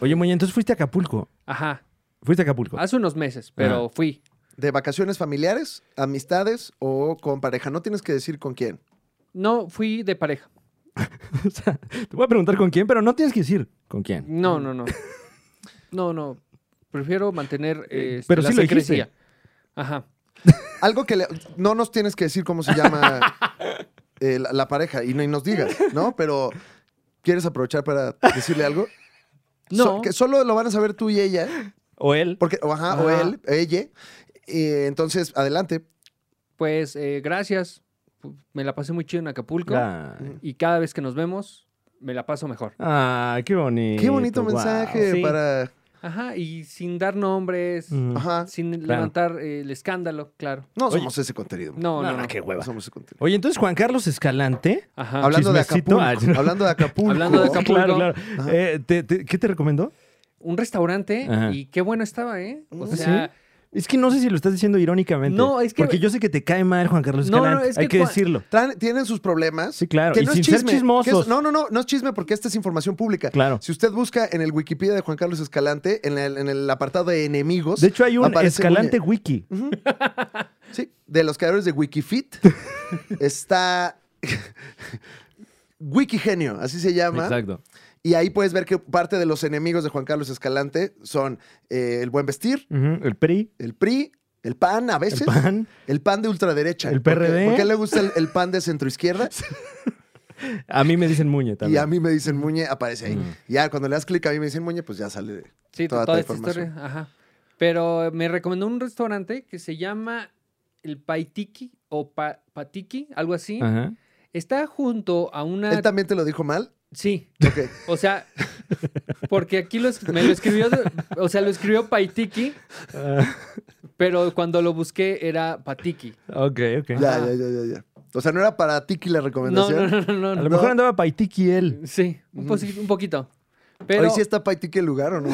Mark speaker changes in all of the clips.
Speaker 1: Oye, Moña, entonces fuiste a Acapulco.
Speaker 2: Ajá.
Speaker 1: Fuiste a Acapulco.
Speaker 2: Hace unos meses, pero
Speaker 1: Ajá.
Speaker 2: fui.
Speaker 3: ¿De vacaciones familiares, amistades o con pareja? No tienes que decir con quién.
Speaker 2: No, fui de pareja.
Speaker 1: O sea, te voy a preguntar con quién, pero no tienes que decir con quién.
Speaker 2: No, no, no. No, no. Prefiero mantener eh, este,
Speaker 1: pero
Speaker 2: la
Speaker 1: sí lo dijiste.
Speaker 2: secrecía. Ajá.
Speaker 3: Algo que le- no nos tienes que decir cómo se llama eh, la, la pareja y ni nos digas, ¿no? Pero ¿quieres aprovechar para decirle algo?
Speaker 2: No.
Speaker 3: So- que solo lo van a saber tú y ella,
Speaker 1: O él.
Speaker 3: porque o, ajá, o
Speaker 2: Ajá.
Speaker 3: él, ella. Eh, entonces, adelante.
Speaker 2: Pues eh, gracias. Me la pasé muy chido en Acapulco.
Speaker 1: Ay.
Speaker 2: Y cada vez que nos vemos, me la paso mejor.
Speaker 1: Ay, qué bonito.
Speaker 3: Qué bonito
Speaker 1: guau.
Speaker 3: mensaje
Speaker 2: pues, sí.
Speaker 3: para.
Speaker 2: Ajá. Y sin dar nombres, Ah,
Speaker 1: Ujú.
Speaker 3: Ajá.
Speaker 2: sin
Speaker 1: Mm. Claro.
Speaker 2: levantar eh, el escándalo, claro.
Speaker 3: No
Speaker 1: Oye.
Speaker 3: somos ese contenido.
Speaker 2: No, no,
Speaker 1: Nah,
Speaker 2: no.
Speaker 1: qué hueva.
Speaker 3: No somos ese contenido.
Speaker 1: Oye, entonces Juan Carlos Escalante.
Speaker 2: Ajá.
Speaker 3: Hablando de,
Speaker 1: chismecito.
Speaker 3: Acapulco,
Speaker 1: Ah, sí.
Speaker 3: hablando de Acapulco.
Speaker 2: Hablando de Acapulco.
Speaker 1: Claro, claro.
Speaker 3: Ajá.
Speaker 1: Eh, te- te- ¿Qué te recomendó?
Speaker 2: Un restaurante
Speaker 1: Ajá. Ah,
Speaker 2: y qué bueno estaba, ¿eh? O
Speaker 1: ¿Sí?
Speaker 2: sea,
Speaker 1: Es que no sé si lo estás diciendo irónicamente.
Speaker 2: No, es que-
Speaker 1: Porque yo sé que te cae mal Juan Carlos
Speaker 2: No, no,
Speaker 1: Escalante.
Speaker 2: es
Speaker 1: Hay
Speaker 2: que
Speaker 1: que
Speaker 2: Juan-
Speaker 1: decirlo.
Speaker 3: Traen- tienen sus problemas.
Speaker 1: Sí, claro.
Speaker 3: Que
Speaker 1: Y
Speaker 3: no
Speaker 1: sin
Speaker 3: es
Speaker 1: ser
Speaker 3: chisme, que es-
Speaker 1: chismosos.
Speaker 3: no, no, no, no es chisme porque esta es información pública.
Speaker 1: Claro.
Speaker 3: Si usted busca en el Wikipedia de Juan Carlos Escalante, en el, en el apartado de enemigos.
Speaker 1: De hecho, hay un
Speaker 3: Pues, aparece
Speaker 1: Escalante Wiki.
Speaker 3: Muñe- sí, de los creadores de Wikifit. está Wikigenio, así se llama.
Speaker 1: Exacto.
Speaker 3: Y ahí puedes ver que parte de los enemigos de Juan Carlos Escalante son eh, el buen vestir,
Speaker 1: Ujú, El PRI,
Speaker 3: el PRI, el PAN a veces.
Speaker 1: el PAN.
Speaker 3: El pan de ultraderecha.
Speaker 1: El
Speaker 3: Porque-
Speaker 1: PRD.
Speaker 3: Porque a él le gusta el, el pan de centroizquierda
Speaker 1: A mí me dicen Muñe
Speaker 3: y
Speaker 1: también.
Speaker 3: a mí me dicen Muñe, aparece ahí.
Speaker 1: Mm.
Speaker 3: Ya cuando le das clic a mí me dicen Muñe, pues ya sale.
Speaker 2: sí,
Speaker 3: toda
Speaker 2: toda,
Speaker 3: tu
Speaker 2: esta
Speaker 3: información.
Speaker 2: historia. Ajá. Pero me recomendó un restaurante que se llama el Paitiki o Pa- Patiki, algo así.
Speaker 1: Ajá.
Speaker 2: Está junto a una...
Speaker 3: Él también te lo dijo mal.
Speaker 2: Sí,
Speaker 3: Ok.
Speaker 2: o sea, porque aquí lo es- me lo escribió, de- o sea, lo escribió Paitiki,
Speaker 1: Ah,
Speaker 2: pero cuando lo busqué era Patiki.
Speaker 1: ok, ok.
Speaker 3: ya,
Speaker 2: Ajá.
Speaker 3: ya, ya, ya, ya. O sea, no era para Tiki la
Speaker 2: No,
Speaker 3: recomendación.
Speaker 2: no, no, no,
Speaker 1: A
Speaker 2: no.
Speaker 1: lo mejor andaba Paitiki él.
Speaker 2: Sí, un,
Speaker 3: Ujú.
Speaker 2: posi- un poquito. Pero
Speaker 3: Hoy sí está para Tiki el lugar o no.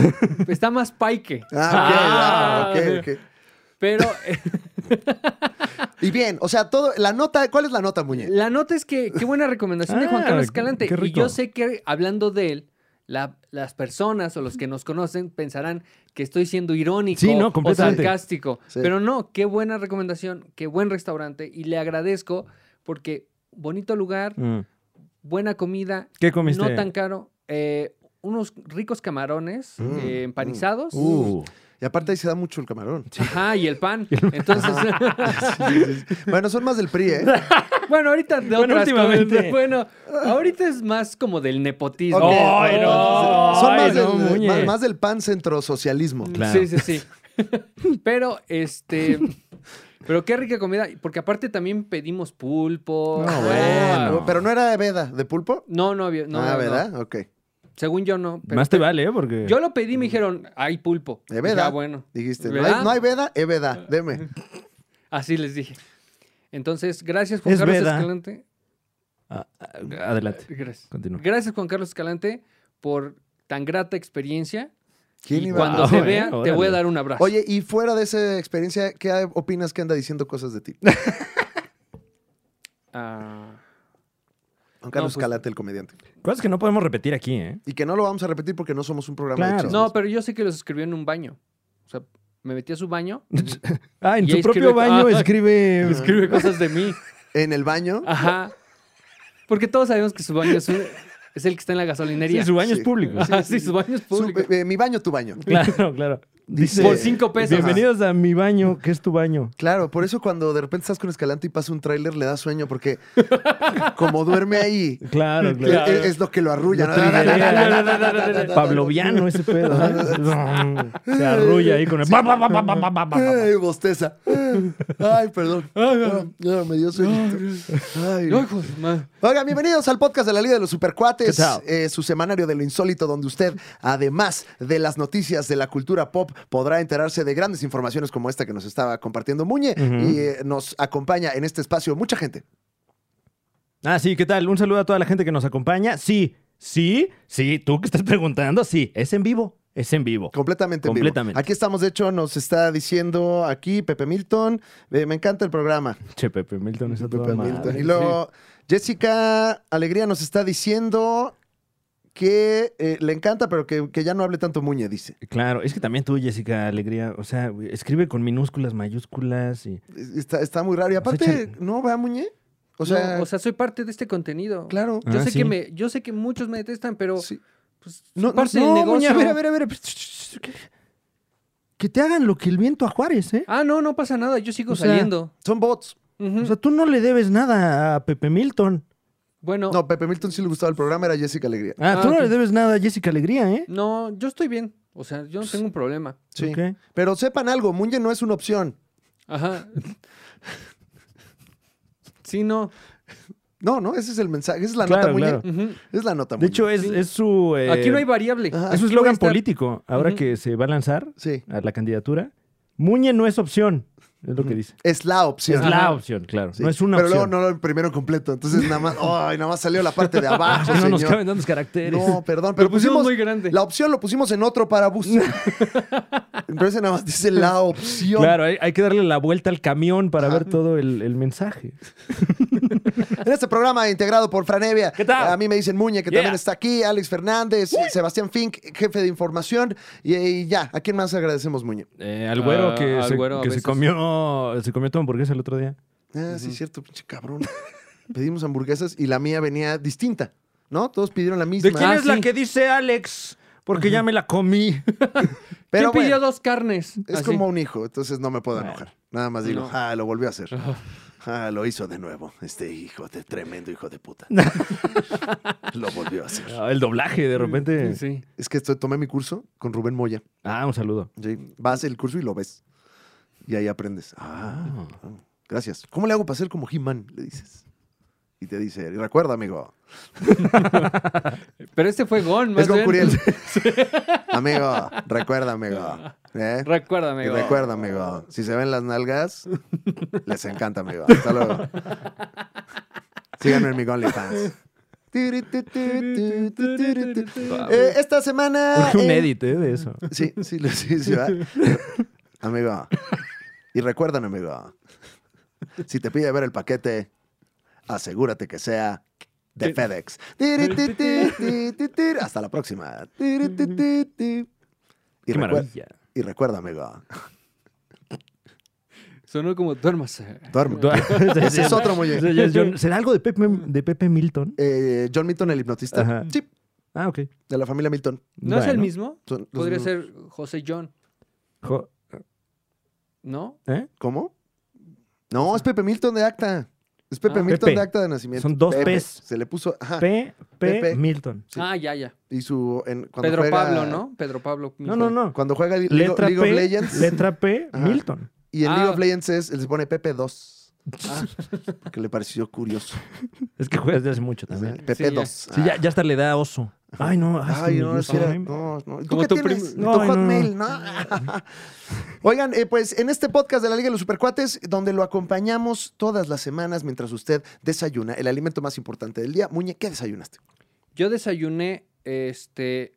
Speaker 2: está más Paike.
Speaker 3: Ah, ok, ah,
Speaker 2: Ah.
Speaker 3: ok, ok.
Speaker 2: Pero
Speaker 3: Y bien, o sea, todo, la nota, ¿cuál es la nota, Muñe?
Speaker 2: La nota es que, qué buena recomendación de Juan
Speaker 1: Ah,
Speaker 2: Carlos Escalante.
Speaker 1: qué
Speaker 2: Y
Speaker 1: rico.
Speaker 2: yo sé que hablando de él, la- las personas o los que nos conocen pensarán que estoy siendo irónico
Speaker 1: Sí, no,
Speaker 2: o
Speaker 1: completamente.
Speaker 2: sarcástico.
Speaker 3: Sí.
Speaker 2: Pero no, qué buena recomendación, qué buen restaurante. Y le agradezco porque bonito lugar,
Speaker 1: Mm.
Speaker 2: buena comida,
Speaker 1: ¿Qué comiste?
Speaker 2: no tan caro. eh, unos ricos camarones
Speaker 3: Mm,
Speaker 2: eh, empanizados.
Speaker 1: Uh.
Speaker 3: Y aparte ahí se da mucho el camarón.
Speaker 2: Ajá, y el pan. Entonces,
Speaker 3: Bueno, son más del PRI, ¿eh?
Speaker 2: bueno, ahorita de
Speaker 1: Bueno,
Speaker 2: otras
Speaker 1: últimamente.
Speaker 2: comidas. Bueno, ahorita es más como del nepotismo. Oh.
Speaker 3: Ok.
Speaker 1: ¡Ay, no!
Speaker 3: Son
Speaker 1: ¡Ay,
Speaker 3: más,
Speaker 1: no,
Speaker 3: del,
Speaker 1: Muñe!
Speaker 3: más, más del pan centrosocialismo.
Speaker 1: Claro.
Speaker 2: Sí, sí, sí. Pero, este. Pero qué rica comida. Porque aparte también pedimos pulpo.
Speaker 1: No,
Speaker 2: Ah,
Speaker 1: bueno.
Speaker 3: Pero no era de veda, de pulpo.
Speaker 2: No, no había. No,
Speaker 3: ah,
Speaker 2: no.
Speaker 3: ¿verdad? Ok.
Speaker 2: Según yo no. pero-
Speaker 1: Más te vale, ¿eh? Porque.
Speaker 2: Yo lo pedí y me dijeron, hay pulpo.
Speaker 3: De
Speaker 2: Dije,
Speaker 3: verdad.
Speaker 2: "Ah, bueno.
Speaker 3: Dijiste, no
Speaker 2: ¿Verdad? Ah.
Speaker 3: hay, no hay veda, es veda, deme.
Speaker 2: Así les dije. Entonces, gracias, Juan
Speaker 1: Es
Speaker 2: Carlos
Speaker 1: verdad.
Speaker 2: Escalante.
Speaker 1: Ah, ah, adelante.
Speaker 2: Gracias.
Speaker 1: Continúa.
Speaker 2: Gracias, Juan Carlos Escalante, por tan grata experiencia.
Speaker 3: ¿Quién
Speaker 2: y
Speaker 3: iba
Speaker 2: cuando
Speaker 3: a-
Speaker 2: se
Speaker 1: Ah,
Speaker 2: vea,
Speaker 1: bueno,
Speaker 2: te voy
Speaker 1: órale.
Speaker 2: a dar un abrazo.
Speaker 3: Oye, y fuera de esa experiencia, ¿qué opinas que anda diciendo cosas de ti?
Speaker 2: Ah, No,
Speaker 3: Juan Carlos
Speaker 2: pues-
Speaker 3: Escalante, el comediante.
Speaker 1: Cosas que no podemos repetir aquí, ¿eh?
Speaker 3: Y que no lo vamos a repetir porque no somos un programa
Speaker 1: Claro.
Speaker 3: de chismes.
Speaker 2: no, pero yo sé que los escribió en un baño. O sea, me metí a su baño
Speaker 1: Ah, en
Speaker 2: Y
Speaker 1: su
Speaker 2: ahí
Speaker 1: propio
Speaker 2: escribe-
Speaker 1: baño
Speaker 2: Ah.
Speaker 1: escribe.
Speaker 2: escribe cosas de mí.
Speaker 3: En el baño.
Speaker 2: Ajá. Porque todos sabemos que su baño es, un- es el que está en la
Speaker 1: Sí,
Speaker 2: gasolinería.
Speaker 1: su baño
Speaker 3: Sí.
Speaker 1: es público.
Speaker 2: Ajá, sí, su baño es
Speaker 3: Su-
Speaker 2: público.
Speaker 3: eh, mi baño, tu baño.
Speaker 1: Claro, claro.
Speaker 3: Dice-
Speaker 2: Por cinco pesos.
Speaker 1: Bienvenidos a mi baño, que es tu baño.
Speaker 3: Claro, por eso cuando de repente estás con Escalante y pasa un tráiler, le da sueño porque como duerme ahí, e,
Speaker 1: Claro, claro.
Speaker 3: es, es lo que lo arrulla. ¿no?
Speaker 1: Pabloviano ese pedo. ¿eh? Se arrulla ahí con el. ba, ba, ba, ba, ba, ba, ba, ba.
Speaker 3: Ay, bosteza. Ay, perdón. Ah, me dio sueñito. Ay,
Speaker 2: No, hijo de madre.
Speaker 3: Oigan, bienvenidos al podcast de la Liga de los
Speaker 1: ¿Qué
Speaker 3: Supercuates,
Speaker 1: tal?
Speaker 3: eh, su semanario de lo insólito, donde usted, además de las noticias de la cultura pop, podrá enterarse de grandes informaciones como esta que nos estaba compartiendo Muñe
Speaker 1: Ujú.
Speaker 3: y eh, nos acompaña en este espacio mucha gente.
Speaker 1: Ah, sí, ¿qué tal? Un saludo a toda la gente que nos acompaña. Sí, sí, sí, tú que estás preguntando, sí, es en vivo, es en vivo.
Speaker 3: Completamente. en vivo.
Speaker 1: Completamente.
Speaker 3: Aquí estamos, de hecho, nos está diciendo aquí Pepe Milton. eh, me encanta el programa.
Speaker 1: Che, Pepe Milton es a toda
Speaker 3: Pepe Milton.
Speaker 1: madre.
Speaker 3: Y luego, Jessica Alegría nos está diciendo que eh, le encanta, pero que, que ya no hable tanto Muñe, dice.
Speaker 1: Claro, es que también tú, Jessica Alegría, o sea, güey, escribe con minúsculas, mayúsculas y...
Speaker 3: Está, está muy raro. Y aparte,
Speaker 1: Pues échale.
Speaker 3: ¿no va Muñe? O
Speaker 2: O
Speaker 3: sea,
Speaker 2: sea, soy parte de este contenido.
Speaker 3: claro.
Speaker 2: Yo,
Speaker 1: Ah,
Speaker 2: sé
Speaker 1: sí.
Speaker 2: que me, yo sé que muchos me detestan, pero
Speaker 3: sí.
Speaker 2: pues,
Speaker 3: No,
Speaker 2: no, parte
Speaker 1: no,
Speaker 2: del
Speaker 1: Muñe,
Speaker 2: negocio.
Speaker 1: a ver, a ver, a ver. Que te hagan lo que el viento a Juárez, ¿eh?
Speaker 2: Ah, no, no pasa nada. Yo sigo
Speaker 1: O sea,
Speaker 2: saliendo.
Speaker 3: Son bots.
Speaker 2: Ujú.
Speaker 1: O sea, tú no le debes nada a Pepe Milton.
Speaker 2: bueno,
Speaker 3: No, Pepe Milton sí le gustaba el programa, era Jessica Alegría.
Speaker 1: Ah,
Speaker 2: Ah,
Speaker 1: tú no
Speaker 2: ok.
Speaker 1: le debes nada a Jessica Alegría, ¿eh?
Speaker 2: no, yo estoy bien. O sea, yo no tengo un problema.
Speaker 3: Sí.
Speaker 1: Ok.
Speaker 3: Pero sepan algo, Muñe no es una opción.
Speaker 2: Ajá. Sí, no.
Speaker 3: No, no, ese es el mensaje, esa es la
Speaker 1: Claro,
Speaker 3: nota Muñe.
Speaker 1: claro.
Speaker 2: Ujú.
Speaker 3: Es la nota
Speaker 1: De
Speaker 3: Muñe.
Speaker 1: hecho, es,
Speaker 2: Sí.
Speaker 1: es su... eh,
Speaker 2: Aquí no hay variable.
Speaker 3: ajá.
Speaker 1: Es
Speaker 2: Aquí
Speaker 1: su
Speaker 2: voy a
Speaker 1: eslogan
Speaker 2: estar-
Speaker 1: político. Ahora
Speaker 2: Ujú.
Speaker 1: que se va a lanzar
Speaker 3: Sí,
Speaker 1: a la candidatura, Muñe no es opción, es lo que dice.
Speaker 3: es la
Speaker 1: Es
Speaker 3: opción.
Speaker 1: la
Speaker 2: Ajá.
Speaker 1: opción, claro.
Speaker 3: Sí.
Speaker 1: No es una
Speaker 3: Pero
Speaker 1: opción.
Speaker 3: luego no lo imprimieron completo, entonces nada más, ay, nada más salió la parte de
Speaker 1: Ah,
Speaker 3: abajo,
Speaker 1: no nos
Speaker 3: señor.
Speaker 1: caben pues tantos caracteres.
Speaker 3: No, perdón, pero
Speaker 2: Lo pusimos
Speaker 3: pusimos
Speaker 2: muy grande.
Speaker 3: pues la opción lo pusimos en otro parabús. Pero ese nada más dice la opción.
Speaker 1: Claro, hay, hay que darle la vuelta al camión para
Speaker 3: Ajá.
Speaker 1: ver todo el, el mensaje.
Speaker 3: En este programa integrado por Franevia,
Speaker 1: ¿Qué tal?
Speaker 3: a mí me dicen Muñe, que
Speaker 1: Yeah.
Speaker 3: también está aquí, Alex Fernández, Sebastián Fink, jefe de información, y, y ya, ¿a quién más agradecemos, Muñe?
Speaker 1: Eh, al güero
Speaker 2: Ah,
Speaker 1: que,
Speaker 2: al
Speaker 1: se,
Speaker 2: güero a
Speaker 1: que se
Speaker 2: veces.
Speaker 1: comió se comió tu hamburguesa el otro día.
Speaker 3: Ah, sí, cierto, pinche cabrón. Pedimos hamburguesas y la mía venía distinta, ¿no? Todos pidieron la misma.
Speaker 1: ¿De quién
Speaker 2: Ah,
Speaker 1: es la
Speaker 2: sí.
Speaker 1: que dice Alex? Porque ya me la comí.
Speaker 3: Pero
Speaker 2: ¿Quién pidió
Speaker 3: bueno,
Speaker 2: dos carnes?
Speaker 3: es
Speaker 2: Así.
Speaker 3: como un hijo, entonces no me puedo
Speaker 1: Bueno.
Speaker 3: enojar. Nada más digo,
Speaker 2: No.
Speaker 3: ah, lo volvió a hacer.
Speaker 2: Ajá.
Speaker 3: Ah, lo hizo de nuevo. Este hijo de tremendo hijo de puta. lo volvió a hacer.
Speaker 1: Ah, el doblaje, de repente.
Speaker 2: Sí.
Speaker 3: Es que estoy, tomé mi curso con Rubén Moya.
Speaker 1: Ah, un saludo.
Speaker 3: Sí, Vas el curso y lo ves. Y ahí aprendes. Ah, ah, gracias. ¿Cómo le hago para ser como He-Man? Le dices. Y te dice, y recuerda, amigo.
Speaker 2: Pero este fue Gon, más
Speaker 3: Es con
Speaker 2: bien.
Speaker 3: Curiel. amigo, recuerda, amigo. ¿Eh?
Speaker 2: Recuérdame,
Speaker 3: Y
Speaker 2: Gon.
Speaker 3: recuerda, amigo, si se ven las nalgas, les encanta, amigo. Hasta luego. Síganme en mi OnlyFans. Eh, esta semana.
Speaker 1: un
Speaker 3: eh,
Speaker 1: edit, ¿eh? De eso.
Speaker 3: Sí, sí, lo- sí, sí, va. Amigo. Y recuerdan, amigo. Si te pide ver el paquete, asegúrate que sea de FedEx. Tiri, ti, ti, ti, ti, ti. Hasta la próxima. Tiri, ti, ti, ti. Y,
Speaker 1: Qué
Speaker 3: recuer-
Speaker 1: maravilla.
Speaker 3: y recuerda, amigo.
Speaker 2: Sonó como duérmase.
Speaker 3: Duerme. Ese es otro muy bien.
Speaker 1: Ese ya es John- ¿Será algo de Pepe, de Pepe Milton?
Speaker 3: Eh, John Milton, el hipnotista.
Speaker 1: Ajá.
Speaker 3: Sí,
Speaker 1: Ah, ok.
Speaker 3: de la familia Milton.
Speaker 2: ¿No es el
Speaker 1: Bueno.
Speaker 2: mismo?
Speaker 3: Son los
Speaker 2: Podría
Speaker 3: mismos.
Speaker 2: ser José John,
Speaker 1: Jo-
Speaker 2: ¿no?
Speaker 1: ¿eh?
Speaker 3: ¿Cómo? No, es Pepe Milton de acta. Es Pepe
Speaker 2: Ah.
Speaker 3: Milton
Speaker 1: Pepe.
Speaker 3: de acta de nacimiento.
Speaker 1: Son dos
Speaker 3: Pepe.
Speaker 1: Ps.
Speaker 3: Se le puso. Ajá.
Speaker 1: P. P.
Speaker 3: Pepe.
Speaker 1: Milton.
Speaker 3: Sí.
Speaker 2: Ah, ya, ya.
Speaker 3: Y su. en- cuando
Speaker 2: Pedro
Speaker 3: juega-
Speaker 2: Pablo, ¿no? Pedro Pablo.
Speaker 1: No, no, no.
Speaker 3: Cuando juega League,
Speaker 1: Letra
Speaker 3: League
Speaker 1: P.
Speaker 3: of Legends.
Speaker 1: Letra P.
Speaker 3: Ajá.
Speaker 1: Milton.
Speaker 3: Y en League
Speaker 2: Ah.
Speaker 3: of Legends es, se pone Pepe 2.
Speaker 2: Ah,
Speaker 3: Que le pareció curioso.
Speaker 1: Es que juegas desde hace mucho también.
Speaker 3: Pepe
Speaker 2: ya.
Speaker 3: 2.
Speaker 1: Sí, ya, ya hasta le da oso. Ay, no. ay, es que
Speaker 3: Ay,
Speaker 1: me
Speaker 3: no,
Speaker 1: gusta.
Speaker 3: sí era-
Speaker 1: Ay,
Speaker 3: no, no. ¿Y ¿Tú
Speaker 2: Como
Speaker 3: qué
Speaker 2: tu
Speaker 3: tienes?
Speaker 1: prim-
Speaker 3: ¿Y
Speaker 1: No,
Speaker 3: tu
Speaker 1: ay, no,
Speaker 3: Hotmail, no. Oigan, eh, pues en este podcast de la Liga de los Supercuates, donde lo acompañamos todas las semanas mientras usted desayuna el alimento más importante del día. Muñe, ¿qué desayunaste?
Speaker 2: Yo desayuné, este,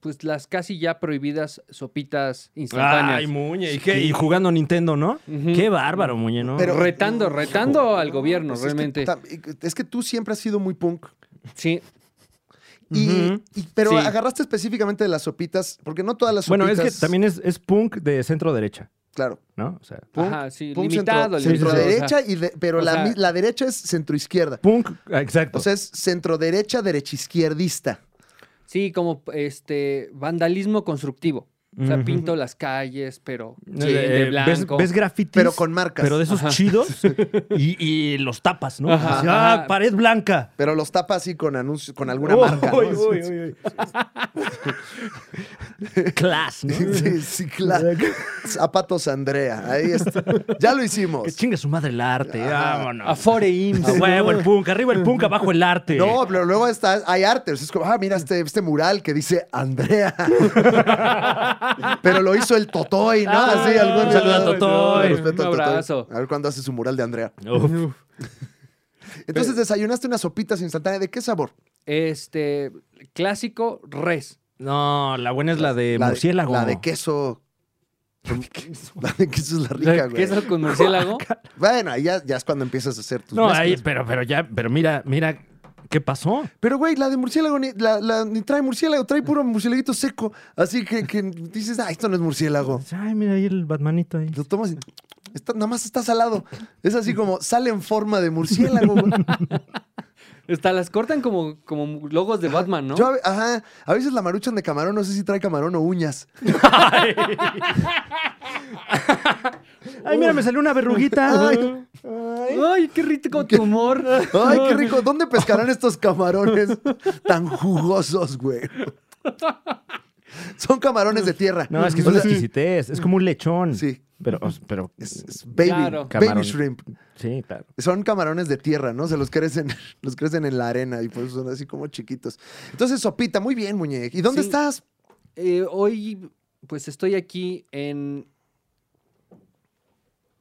Speaker 2: pues las casi ya prohibidas sopitas instantáneas.
Speaker 1: Ay, Muñe. ¿y, qué? y jugando Nintendo, ¿no?
Speaker 2: Ujú.
Speaker 1: Qué bárbaro, Muñe, ¿no?
Speaker 3: Pero-
Speaker 2: retando, retando
Speaker 3: Hijo.
Speaker 2: al gobierno,
Speaker 3: Pues es que
Speaker 2: realmente.
Speaker 3: tam- Es que, tú siempre has sido muy punk.
Speaker 2: Sí,
Speaker 3: Y,
Speaker 1: Ujú.
Speaker 3: y- pero
Speaker 2: Sí.
Speaker 3: agarraste específicamente de las sopitas, porque no todas las sopitas.
Speaker 1: bueno, es que también es, es punk de centro derecha,
Speaker 3: Claro.
Speaker 1: ¿no? O sea,
Speaker 3: Punk,
Speaker 2: ajá, sí,
Speaker 3: punk
Speaker 2: limitado.
Speaker 1: Sí, sí, sí.
Speaker 3: centro,
Speaker 2: limitado,
Speaker 1: centro-derecha
Speaker 2: ajá.
Speaker 3: derecha, y de- pero
Speaker 2: o
Speaker 3: la,
Speaker 2: sea-
Speaker 3: mi- la derecha es centro izquierda.
Speaker 1: punk, ah, exacto.
Speaker 3: O sea, es centro derecha, derecha izquierdista.
Speaker 2: Sí, como este vandalismo constructivo. O sea,
Speaker 1: Ujú.
Speaker 2: pinto las calles, pero sí,
Speaker 1: Eh,
Speaker 2: de
Speaker 1: ves,
Speaker 2: blanco.
Speaker 1: ves grafitis,
Speaker 3: Pero con marcas.
Speaker 1: pero de esos
Speaker 2: Ajá.
Speaker 1: chidos y, y los tapas, ¿no?
Speaker 2: Ajá,
Speaker 1: Así, ah,
Speaker 2: ajá.
Speaker 1: pared blanca.
Speaker 3: Pero los tapa así con anuncios, con alguna
Speaker 2: Oh.
Speaker 1: Uy,
Speaker 3: marca. ¿no?
Speaker 1: uy, uy, uy, uy. Class, ¿no?
Speaker 3: Sí, sí, claro. Zapatos Andrea. Ahí está. Ya lo hicimos.
Speaker 1: Que chingue su madre el arte.
Speaker 3: Ajá.
Speaker 1: Vámonos.
Speaker 2: Afore
Speaker 1: A
Speaker 2: IMSS.
Speaker 1: huevo, el punk. Arriba el punk, abajo el arte.
Speaker 3: No, pero luego está, hay arte. Es como, ah, mira este, este mural que dice Andrea. pero lo hizo el Totoy, ¿no?
Speaker 2: Ah,
Speaker 3: Así, algún
Speaker 1: un saludo a Totoy.
Speaker 3: Respeto
Speaker 2: Un
Speaker 3: al Totoy.
Speaker 2: abrazo.
Speaker 3: A ver cuándo hace su mural de Andrea.
Speaker 1: Uf.
Speaker 3: Entonces desayunaste unas sopitas instantáneas. ¿De qué sabor?
Speaker 2: Este, clásico res.
Speaker 1: No, la buena es la de
Speaker 3: La
Speaker 1: Eh,
Speaker 3: de-
Speaker 1: murciélago.
Speaker 3: la de queso. La de queso. es la
Speaker 2: O sea,
Speaker 3: rica, güey.
Speaker 2: queso con murciélago.
Speaker 3: Bueno, ahí ya, ya es cuando empiezas a hacer tus
Speaker 1: No, ahí,
Speaker 3: mezclas.
Speaker 1: pero, pero ya, pero mira, mira ¿Qué pasó?
Speaker 3: Pero, güey, la de murciélago ni, la, la- ni trae murciélago, trae puro murciélaguito seco. Así que, que dices, ah, esto no es murciélago.
Speaker 1: Ay, mira ahí el Batmanito ahí.
Speaker 3: Lo tomas y está- nada más está salado. Es así como sale en forma de murciélago. güey.
Speaker 2: Hasta las cortan como, como logos de Batman, ¿no?
Speaker 3: Yo a ve- ajá, a veces la maruchan de camarón, no sé si trae camarón o uñas.
Speaker 1: Ay, mira, me salió una verruguita.
Speaker 3: Ay.
Speaker 2: Ay, qué rico tu humor.
Speaker 3: ¿eh? Ay, qué rico. ¿Dónde pescarán estos camarones tan jugosos, güey? Son camarones de tierra.
Speaker 1: No, es que es
Speaker 3: O
Speaker 1: una
Speaker 3: sea,
Speaker 1: exquisitez. Es como un lechón.
Speaker 3: Sí.
Speaker 1: Pero, o sea, pero
Speaker 3: es, es baby,
Speaker 2: Claro.
Speaker 3: baby
Speaker 1: Camarón.
Speaker 3: shrimp.
Speaker 1: sí, claro.
Speaker 3: Son camarones de tierra, ¿no? Se los crecen, los crecen en la arena y pues son así como chiquitos. Entonces, Sopita, muy bien, muñeco. ¿Y dónde
Speaker 2: Sí.
Speaker 3: estás?
Speaker 2: Eh, hoy, pues estoy aquí en.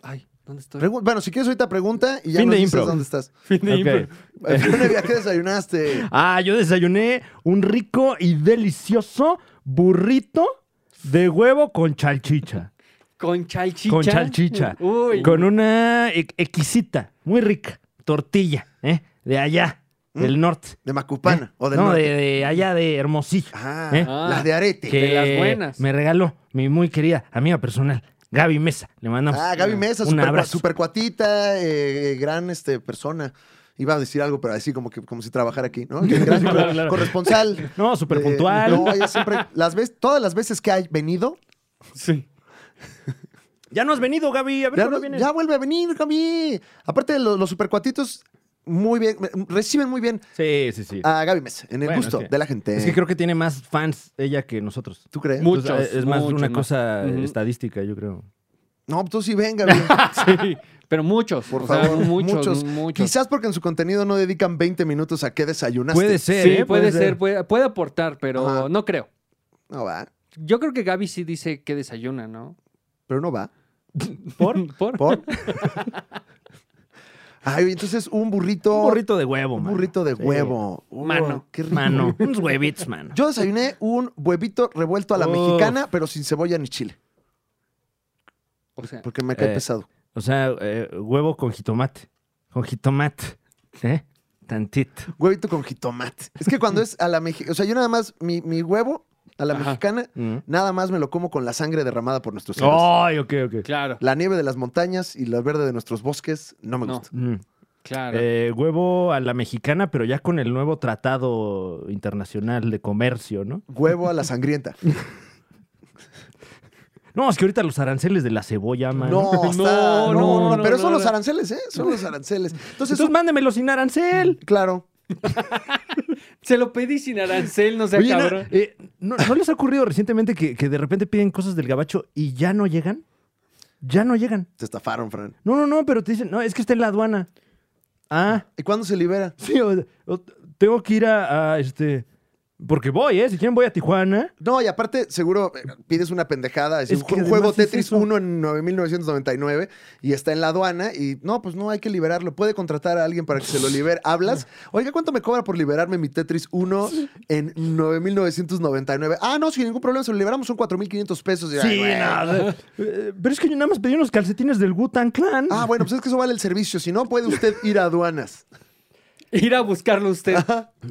Speaker 2: Ay, ¿dónde estoy?
Speaker 3: Pregu- bueno, si quieres ahorita pregunta y ya
Speaker 1: Fin
Speaker 3: nos
Speaker 1: de
Speaker 3: dices
Speaker 1: impro.
Speaker 3: dónde estás.
Speaker 2: Fin de
Speaker 1: Ok.
Speaker 2: impro.
Speaker 3: Eh, Fran, ¿a ¿Qué desayunaste?
Speaker 1: Ah, yo desayuné un rico y delicioso burrito de huevo con chalchicha.
Speaker 2: Con chalchicha.
Speaker 1: Con chalchicha.
Speaker 2: Uy.
Speaker 1: Con una e- exquisita, muy rica, tortilla, ¿eh? De allá, del norte.
Speaker 3: ¿De Macupana?
Speaker 1: ¿eh?
Speaker 3: ¿Mm? ¿O del
Speaker 1: no,
Speaker 3: norte?
Speaker 1: de, de allá de Hermosillo.
Speaker 3: Ah,
Speaker 1: ¿eh?
Speaker 2: Ah.
Speaker 3: la de arete.
Speaker 1: que
Speaker 2: las buenas.
Speaker 1: me regaló mi muy querida amiga personal, Gaby Mesa. Le mandamos
Speaker 3: Ah, Gaby Mesa,
Speaker 1: eh, un
Speaker 3: super,
Speaker 1: abrazo.
Speaker 3: super cuatita, eh, gran este, persona. Iba a decir algo, pero así como que como si trabajara aquí, ¿no? Gran
Speaker 1: Claro, claro.
Speaker 3: corresponsal.
Speaker 1: No, súper
Speaker 3: Eh,
Speaker 1: puntual.
Speaker 3: no, ella siempre, las veces, todas las veces que ha venido,
Speaker 2: Sí.
Speaker 1: Ya no has venido, Gaby. A ver
Speaker 3: ya,
Speaker 1: cuándo
Speaker 3: no-
Speaker 1: vienes.
Speaker 3: ya vuelve a venir, Gaby. Aparte, los, los supercuatitos, muy bien, reciben muy bien
Speaker 1: Sí, sí, sí.
Speaker 3: a Gaby Mesa, en el
Speaker 1: Bueno,
Speaker 3: gusto
Speaker 1: es que-
Speaker 3: de la gente.
Speaker 1: Es que creo que tiene más fans ella que nosotros.
Speaker 3: ¿Tú crees?
Speaker 2: Muchos,
Speaker 1: Entonces, es más
Speaker 2: muchos
Speaker 1: una
Speaker 2: más.
Speaker 1: cosa
Speaker 2: Ujú.
Speaker 1: estadística, yo creo.
Speaker 3: No, pues tú sí ven, Gaby.
Speaker 2: Sí. Pero muchos.
Speaker 3: Por
Speaker 2: o sea,
Speaker 3: favor,
Speaker 2: muchos, muchos.
Speaker 3: Quizás porque en su contenido no dedican 20 minutos a qué desayunaste.
Speaker 1: Puede ser,
Speaker 2: Sí,
Speaker 1: ¿eh?
Speaker 2: puede, ser, puede, puede aportar, pero
Speaker 3: este- Ajá.
Speaker 2: no creo.
Speaker 3: No va,
Speaker 2: Yo creo que Gaby sí dice que desayuna, ¿no?
Speaker 3: pero no va.
Speaker 2: ¿Por? ¿Por?
Speaker 3: ¿Por? Ay, entonces un burrito.
Speaker 1: Un burrito de huevo,
Speaker 3: un
Speaker 1: mano.
Speaker 3: burrito de
Speaker 1: Sí.
Speaker 3: huevo. Uy,
Speaker 2: Mano.
Speaker 3: Qué rico.
Speaker 1: Mano, unos huevitos, mano.
Speaker 3: Yo desayuné un huevito revuelto a la
Speaker 1: Uf.
Speaker 3: mexicana, pero sin cebolla ni chile,
Speaker 2: O sea,
Speaker 3: porque me cae
Speaker 1: Eh.
Speaker 3: pesado.
Speaker 1: O sea, eh, huevo con jitomate. Con jitomate. ¿Eh? Tantito.
Speaker 3: Huevito con jitomate. Es que cuando es a la mexicana, o sea, yo nada más, mi, mi huevo a la
Speaker 2: Ajá.
Speaker 3: mexicana,
Speaker 1: Mm.
Speaker 3: nada más me lo como con la sangre derramada por nuestros cielos.
Speaker 1: Ay, ok, ok.
Speaker 2: claro,
Speaker 3: La nieve de las montañas y la verde de nuestros bosques no me
Speaker 2: No.
Speaker 3: gusta.
Speaker 1: Mm.
Speaker 2: claro.
Speaker 1: Eh, huevo a la mexicana, pero ya con el nuevo tratado internacional de comercio, ¿no?
Speaker 3: Huevo a la sangrienta.
Speaker 1: No, es que ahorita los aranceles de la cebolla, mano.
Speaker 3: No, está-
Speaker 2: No,
Speaker 3: no, no, no,
Speaker 2: no,
Speaker 3: pero
Speaker 2: no,
Speaker 3: son
Speaker 2: no.
Speaker 3: los aranceles, ¿eh? Son los aranceles. Entonces,
Speaker 1: Entonces mándemelo sin arancel.
Speaker 3: un- claro.
Speaker 2: Se lo pedí sin arancel, no sea
Speaker 1: Oye, no,
Speaker 2: cabrón.
Speaker 1: eh, ¿no, no les ha ocurrido recientemente que, que de repente piden cosas del gabacho y ya no llegan? Ya no llegan.
Speaker 3: Te estafaron, Fran.
Speaker 1: No, no, no, pero te dicen, no, es que está en la aduana. Ah,
Speaker 3: ¿Y cuándo se libera?
Speaker 1: sí, o- o- tengo que ir a, a, este. Porque voy, ¿eh? Si quieren, voy a Tijuana.
Speaker 3: No, y aparte, seguro eh, pides una pendejada. Es
Speaker 1: Es
Speaker 3: un,
Speaker 1: que
Speaker 3: ju- un juego
Speaker 1: además es
Speaker 3: Tetris
Speaker 1: eso.
Speaker 3: 1 en 9999 y está en la aduana. Y no, pues no, hay que liberarlo. Puede contratar a alguien para que se lo libere. Hablas. Oiga, ¿cuánto me cobra por liberarme mi Tetris 1 en 9999? Ah, no, sin ningún problema. Se lo liberamos, son 4500 pesos. Y, ay,
Speaker 1: sí,
Speaker 3: güey.
Speaker 1: no. o sea, eh, pero es que yo nada más pedí unos calcetines del Gutan Clan.
Speaker 3: Ah, bueno, pues es que eso vale el servicio. Si no, puede usted ir a aduanas.
Speaker 2: Ir a buscarlo usted.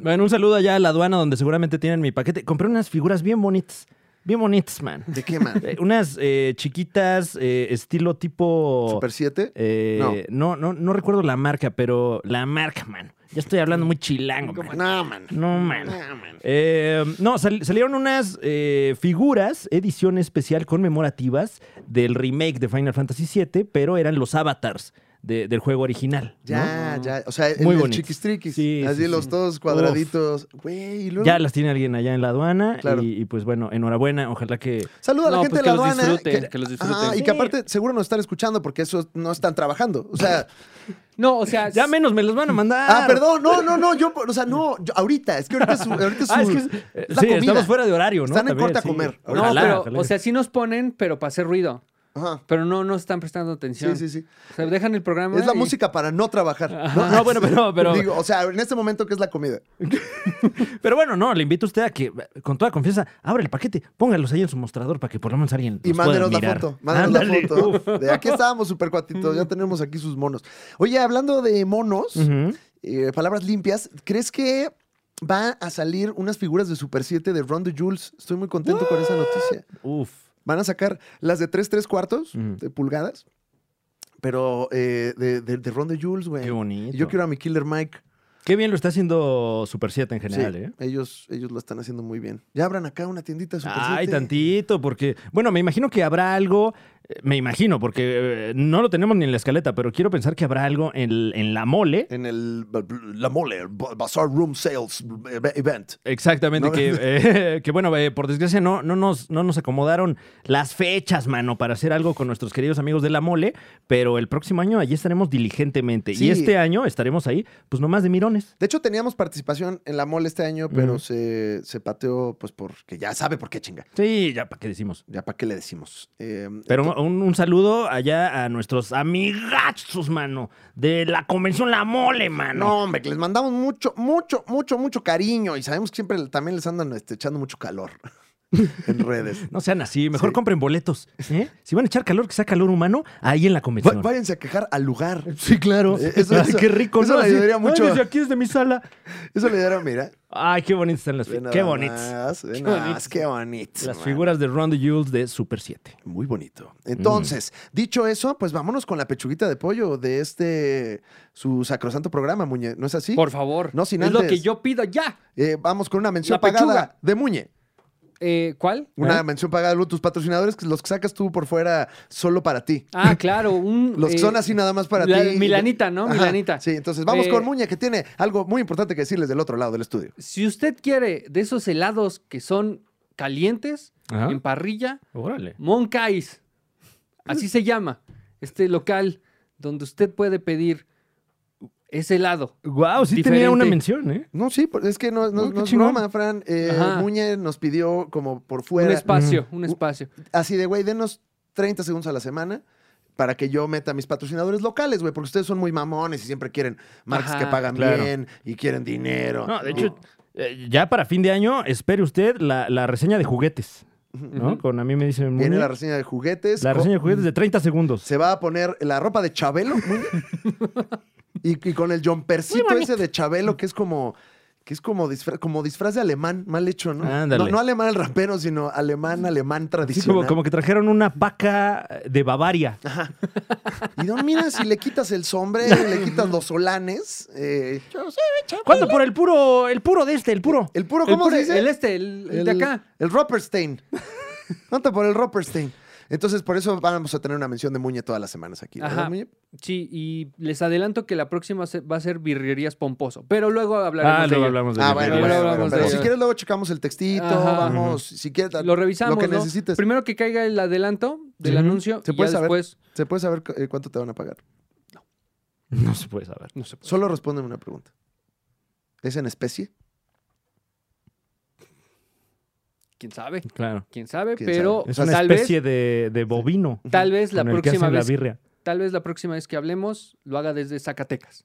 Speaker 1: Bueno, un saludo allá a la aduana donde seguramente tienen mi paquete. Compré unas figuras bien bonitas. Bien bonitas, man.
Speaker 3: ¿De qué, man?
Speaker 1: Eh, unas eh, chiquitas, eh, estilo tipo.
Speaker 3: ¿Super 7?
Speaker 1: eh, no. no, no, recuerdo la marca, pero la marca, man. Ya estoy hablando muy chilango, man.
Speaker 3: No, man.
Speaker 1: No, man.
Speaker 3: No, man.
Speaker 1: Eh, no, sal- salieron unas eh, figuras, edición especial conmemorativas del remake de Final Fantasy VII, pero eran los avatars de- del juego original. ¿no?
Speaker 3: Ya, ya. O sea, el,
Speaker 1: Muy
Speaker 3: el
Speaker 1: bonito.
Speaker 3: chiquistriquis.
Speaker 1: Sí,
Speaker 3: así
Speaker 1: sí,
Speaker 3: los
Speaker 1: sí.
Speaker 3: todos cuadraditos. Güey, y luego-
Speaker 1: Ya las tiene alguien allá en la aduana.
Speaker 3: Claro.
Speaker 1: Y, y, pues bueno, enhorabuena. Ojalá que.
Speaker 3: Saluda a la
Speaker 2: No,
Speaker 3: gente
Speaker 2: pues
Speaker 3: de la
Speaker 2: que los
Speaker 3: aduana.
Speaker 2: disfruten, que los disfruten.
Speaker 3: Ajá, Y
Speaker 1: Sí.
Speaker 3: que aparte, seguro nos están escuchando porque eso no están trabajando. O sea,
Speaker 2: No, o sea,
Speaker 1: Ya menos me los van a mandar.
Speaker 3: ah, perdón, no, no, no. Yo, o sea, no, yo- ahorita, es que ahorita es su. Ahorita es
Speaker 1: Ah, es
Speaker 3: su-
Speaker 1: que es- eh,
Speaker 3: la
Speaker 1: sí,
Speaker 3: comida.
Speaker 1: estamos fuera de horario, ¿no?
Speaker 3: Están en
Speaker 1: También,
Speaker 3: corte a
Speaker 1: sí.
Speaker 3: comer.
Speaker 2: no,
Speaker 1: Ojalá,
Speaker 2: pero,
Speaker 1: ojalá
Speaker 2: o
Speaker 1: que-
Speaker 2: sea, sí nos ponen, pero para hacer ruido.
Speaker 3: Ajá.
Speaker 2: Pero no, no están prestando atención.
Speaker 3: Sí, sí, sí.
Speaker 2: O sea, dejan el programa.
Speaker 3: Es la
Speaker 2: y-
Speaker 3: música para no trabajar.
Speaker 1: Ajá. No, bueno, pero- pero-
Speaker 3: Digo, o sea, en este momento, ¿qué es la comida?
Speaker 1: Pero bueno, no, le invito a usted a que, con toda confianza, abra el paquete, póngalos ahí en su mostrador para que por lo menos alguien
Speaker 3: Y
Speaker 1: los pueda
Speaker 3: mándenos la
Speaker 1: mirar.
Speaker 3: foto. Mándenos
Speaker 1: Ándale.
Speaker 3: la foto. De aquí estábamos, super cuatitos. Ya tenemos aquí sus monos. Oye, hablando de monos.
Speaker 1: Ujú.
Speaker 3: eh, palabras limpias, ¿crees que va a salir unas figuras de Super 7 de Ron de Jules? Estoy muy contento con esa noticia.
Speaker 1: Uf.
Speaker 3: Van a sacar las de 3, 3 cuartos
Speaker 1: Ujú.
Speaker 3: de pulgadas, pero eh, de, de, de Ron de Jules, güey.
Speaker 1: Qué bonito.
Speaker 3: Yo quiero a mi Killer Mike.
Speaker 1: Qué bien lo está haciendo Super 7 en
Speaker 3: Sí,
Speaker 1: general, ¿eh?
Speaker 3: ellos, ellos lo están haciendo muy bien. Ya abran acá una tiendita Super
Speaker 1: Ay,
Speaker 3: 7.
Speaker 1: tantito, porque, bueno, me imagino que habrá algo, eh, me imagino, porque eh, no lo tenemos ni en la escaleta, pero quiero pensar que habrá algo en, el- en la mole.
Speaker 3: En el b- b- La Mole, el b- Bazaar Room Sales b- Event.
Speaker 1: Exactamente,
Speaker 3: No.
Speaker 1: que, eh, que, bueno, eh, por desgracia no, no, nos, no nos acomodaron las fechas, mano, para hacer algo con nuestros queridos amigos de la mole, pero el próximo año allí estaremos diligentemente.
Speaker 3: Sí.
Speaker 1: Y este año estaremos ahí, pues nomás de mirones.
Speaker 3: De hecho, teníamos participación en La Mole este año, pero
Speaker 1: Ujú.
Speaker 3: se, se pateó, pues, porque ya sabe por qué chinga.
Speaker 1: Sí, ya para qué decimos.
Speaker 3: Ya para qué le decimos. Eh,
Speaker 1: Pero un, un saludo allá a nuestros amigazos, mano, de la convención La Mole, mano.
Speaker 3: No, hombre, que les mandamos mucho, mucho, mucho, mucho cariño y sabemos que siempre le- también les andan este, echando mucho calor en redes.
Speaker 1: No sean así, mejor
Speaker 3: Sí.
Speaker 1: compren boletos. ¿eh? Si van a echar calor, que sea calor humano, ahí en la
Speaker 3: Va-
Speaker 1: convención.
Speaker 3: váyanse a quejar al lugar.
Speaker 1: Sí, claro.
Speaker 3: Eh, eso-
Speaker 1: Ay,
Speaker 3: eso-
Speaker 1: qué rico,
Speaker 3: eso
Speaker 1: ¿no?
Speaker 3: le
Speaker 1: Así,
Speaker 3: ayudaría
Speaker 1: "Ay,
Speaker 3: mucho".
Speaker 1: desde aquí, desde mi sala.
Speaker 3: Eso le dieron, mira.
Speaker 1: Ay, qué bonitas están las
Speaker 3: Ve
Speaker 1: figuras.
Speaker 3: nada
Speaker 1: Qué bonitas.
Speaker 3: más, ve
Speaker 2: Qué
Speaker 3: nada
Speaker 2: bonitas.
Speaker 3: más, Qué bonitas.
Speaker 1: Las
Speaker 3: man.
Speaker 1: figuras Mm. de Ron the Jules de Super 7.
Speaker 3: Muy bonito. Entonces, dicho eso, pues vámonos con la pechuguita de pollo de este, su sacrosanto programa, Muñe. ¿No es así?
Speaker 2: Por favor.
Speaker 3: No, sin
Speaker 2: es lo
Speaker 3: antes.
Speaker 2: que yo pido ya.
Speaker 3: Eh, vamos con una mención
Speaker 2: La pechuga.
Speaker 3: pagada de Muñe.
Speaker 2: Eh, ¿Cuál?
Speaker 3: Una
Speaker 1: ¿Eh?
Speaker 3: mención pagada de tus patrocinadores, que los que sacas tú por fuera solo para ti.
Speaker 2: Ah, claro, un.
Speaker 3: Los que
Speaker 2: eh,
Speaker 3: son así nada más para
Speaker 2: la-
Speaker 3: ti.
Speaker 2: Milanita, ¿no?
Speaker 3: Ajá,
Speaker 2: Milanita.
Speaker 3: Sí, entonces vamos con
Speaker 2: Eh,
Speaker 3: Muñe, que tiene algo muy importante que decirles del otro lado del estudio.
Speaker 2: Si usted quiere de esos helados que son calientes,
Speaker 1: Ajá.
Speaker 2: en parrilla,
Speaker 1: Órale.
Speaker 2: Moncais. Así se llama. Este local donde usted puede pedir ese helado.
Speaker 1: Wow, sí
Speaker 2: Diferente.
Speaker 1: tenía una mención, ¿eh?
Speaker 3: No, sí, por- es que no, no-
Speaker 1: Oh, qué
Speaker 3: no es
Speaker 1: chingón.
Speaker 3: broma, Fran. Eh,
Speaker 2: Ajá.
Speaker 3: Muñe nos pidió como por
Speaker 2: Un
Speaker 3: fuera.
Speaker 2: espacio, un
Speaker 3: U-
Speaker 2: espacio.
Speaker 3: así de, güey, denos 30 segundos a la semana para que yo meta a mis patrocinadores locales, güey, porque ustedes son muy mamones y siempre quieren marcas
Speaker 2: Ajá,
Speaker 3: que pagan
Speaker 1: claro.
Speaker 3: bien y quieren dinero.
Speaker 1: No, de hecho, eh, ya para fin de año, espere usted la, la reseña de juguetes, ¿no?
Speaker 2: Ujú.
Speaker 1: Con a mí me dicen...
Speaker 3: Viene
Speaker 1: "Muñe,
Speaker 3: la reseña de juguetes.
Speaker 1: la
Speaker 3: co-
Speaker 1: reseña de juguetes de 30 segundos.
Speaker 3: Se va a poner la ropa de Chabelo. Muñe. y, y con el jumpercito ese de Chabelo, que es como... Que es como disfraz, como disfraz de alemán, mal hecho, ¿no?
Speaker 1: Ándale.
Speaker 3: No, no alemán el rapero, sino alemán, alemán
Speaker 1: Sí,
Speaker 3: tradicional.
Speaker 1: como, como que trajeron una vaca de Bavaria.
Speaker 3: Y no, mira, si le quitas el sombrero, y le quitas los solanes, eh,
Speaker 1: ¿Cuándo? Por el puro, el puro de este, el puro.
Speaker 3: el puro,
Speaker 2: El
Speaker 3: ¿cómo
Speaker 2: puro-
Speaker 3: se dice?
Speaker 2: El este, el, el de acá.
Speaker 3: El Roperstein. Nota por el Roperstein. Entonces, por eso vamos a tener una mención de Muñe todas las semanas aquí. ¿verdad,
Speaker 2: Ajá.
Speaker 3: Muñe?
Speaker 2: Sí, y les adelanto que la próxima se- va a ser Birrerías Pomposo. Pero luego hablaremos
Speaker 1: Ah,
Speaker 2: de
Speaker 1: luego
Speaker 2: ello.
Speaker 1: hablamos de
Speaker 3: Ah,
Speaker 1: la
Speaker 3: bueno,
Speaker 2: Luego
Speaker 1: birria.
Speaker 3: bueno,
Speaker 2: hablamos de
Speaker 3: bueno, pero
Speaker 2: ello.
Speaker 3: si quieres, luego checamos el textito.
Speaker 2: Ajá.
Speaker 3: Vamos, si quieres,
Speaker 2: Lo revisamos.
Speaker 3: Lo que
Speaker 2: ¿no?
Speaker 3: necesites.
Speaker 2: Primero que caiga el adelanto del
Speaker 1: Ujú.
Speaker 2: anuncio.
Speaker 3: ¿Se
Speaker 2: y
Speaker 3: puede
Speaker 2: ya
Speaker 3: saber?
Speaker 2: después.
Speaker 3: ¿Se puede saber cu- eh, cuánto te van a pagar?
Speaker 1: No se puede saber.
Speaker 2: No se puede.
Speaker 3: Solo respóndeme una pregunta. ¿Es en especie?
Speaker 2: ¿Quién sabe?
Speaker 1: Claro.
Speaker 2: ¿Quién sabe?
Speaker 3: ¿Quién
Speaker 2: pero
Speaker 1: Es una
Speaker 2: tal
Speaker 1: especie
Speaker 2: vez.
Speaker 1: de, de bovino.
Speaker 2: Tal vez la
Speaker 1: con el que
Speaker 2: próxima
Speaker 1: hacen la
Speaker 2: vez
Speaker 1: birria.
Speaker 2: Tal vez la próxima vez que hablemos lo haga desde Zacatecas,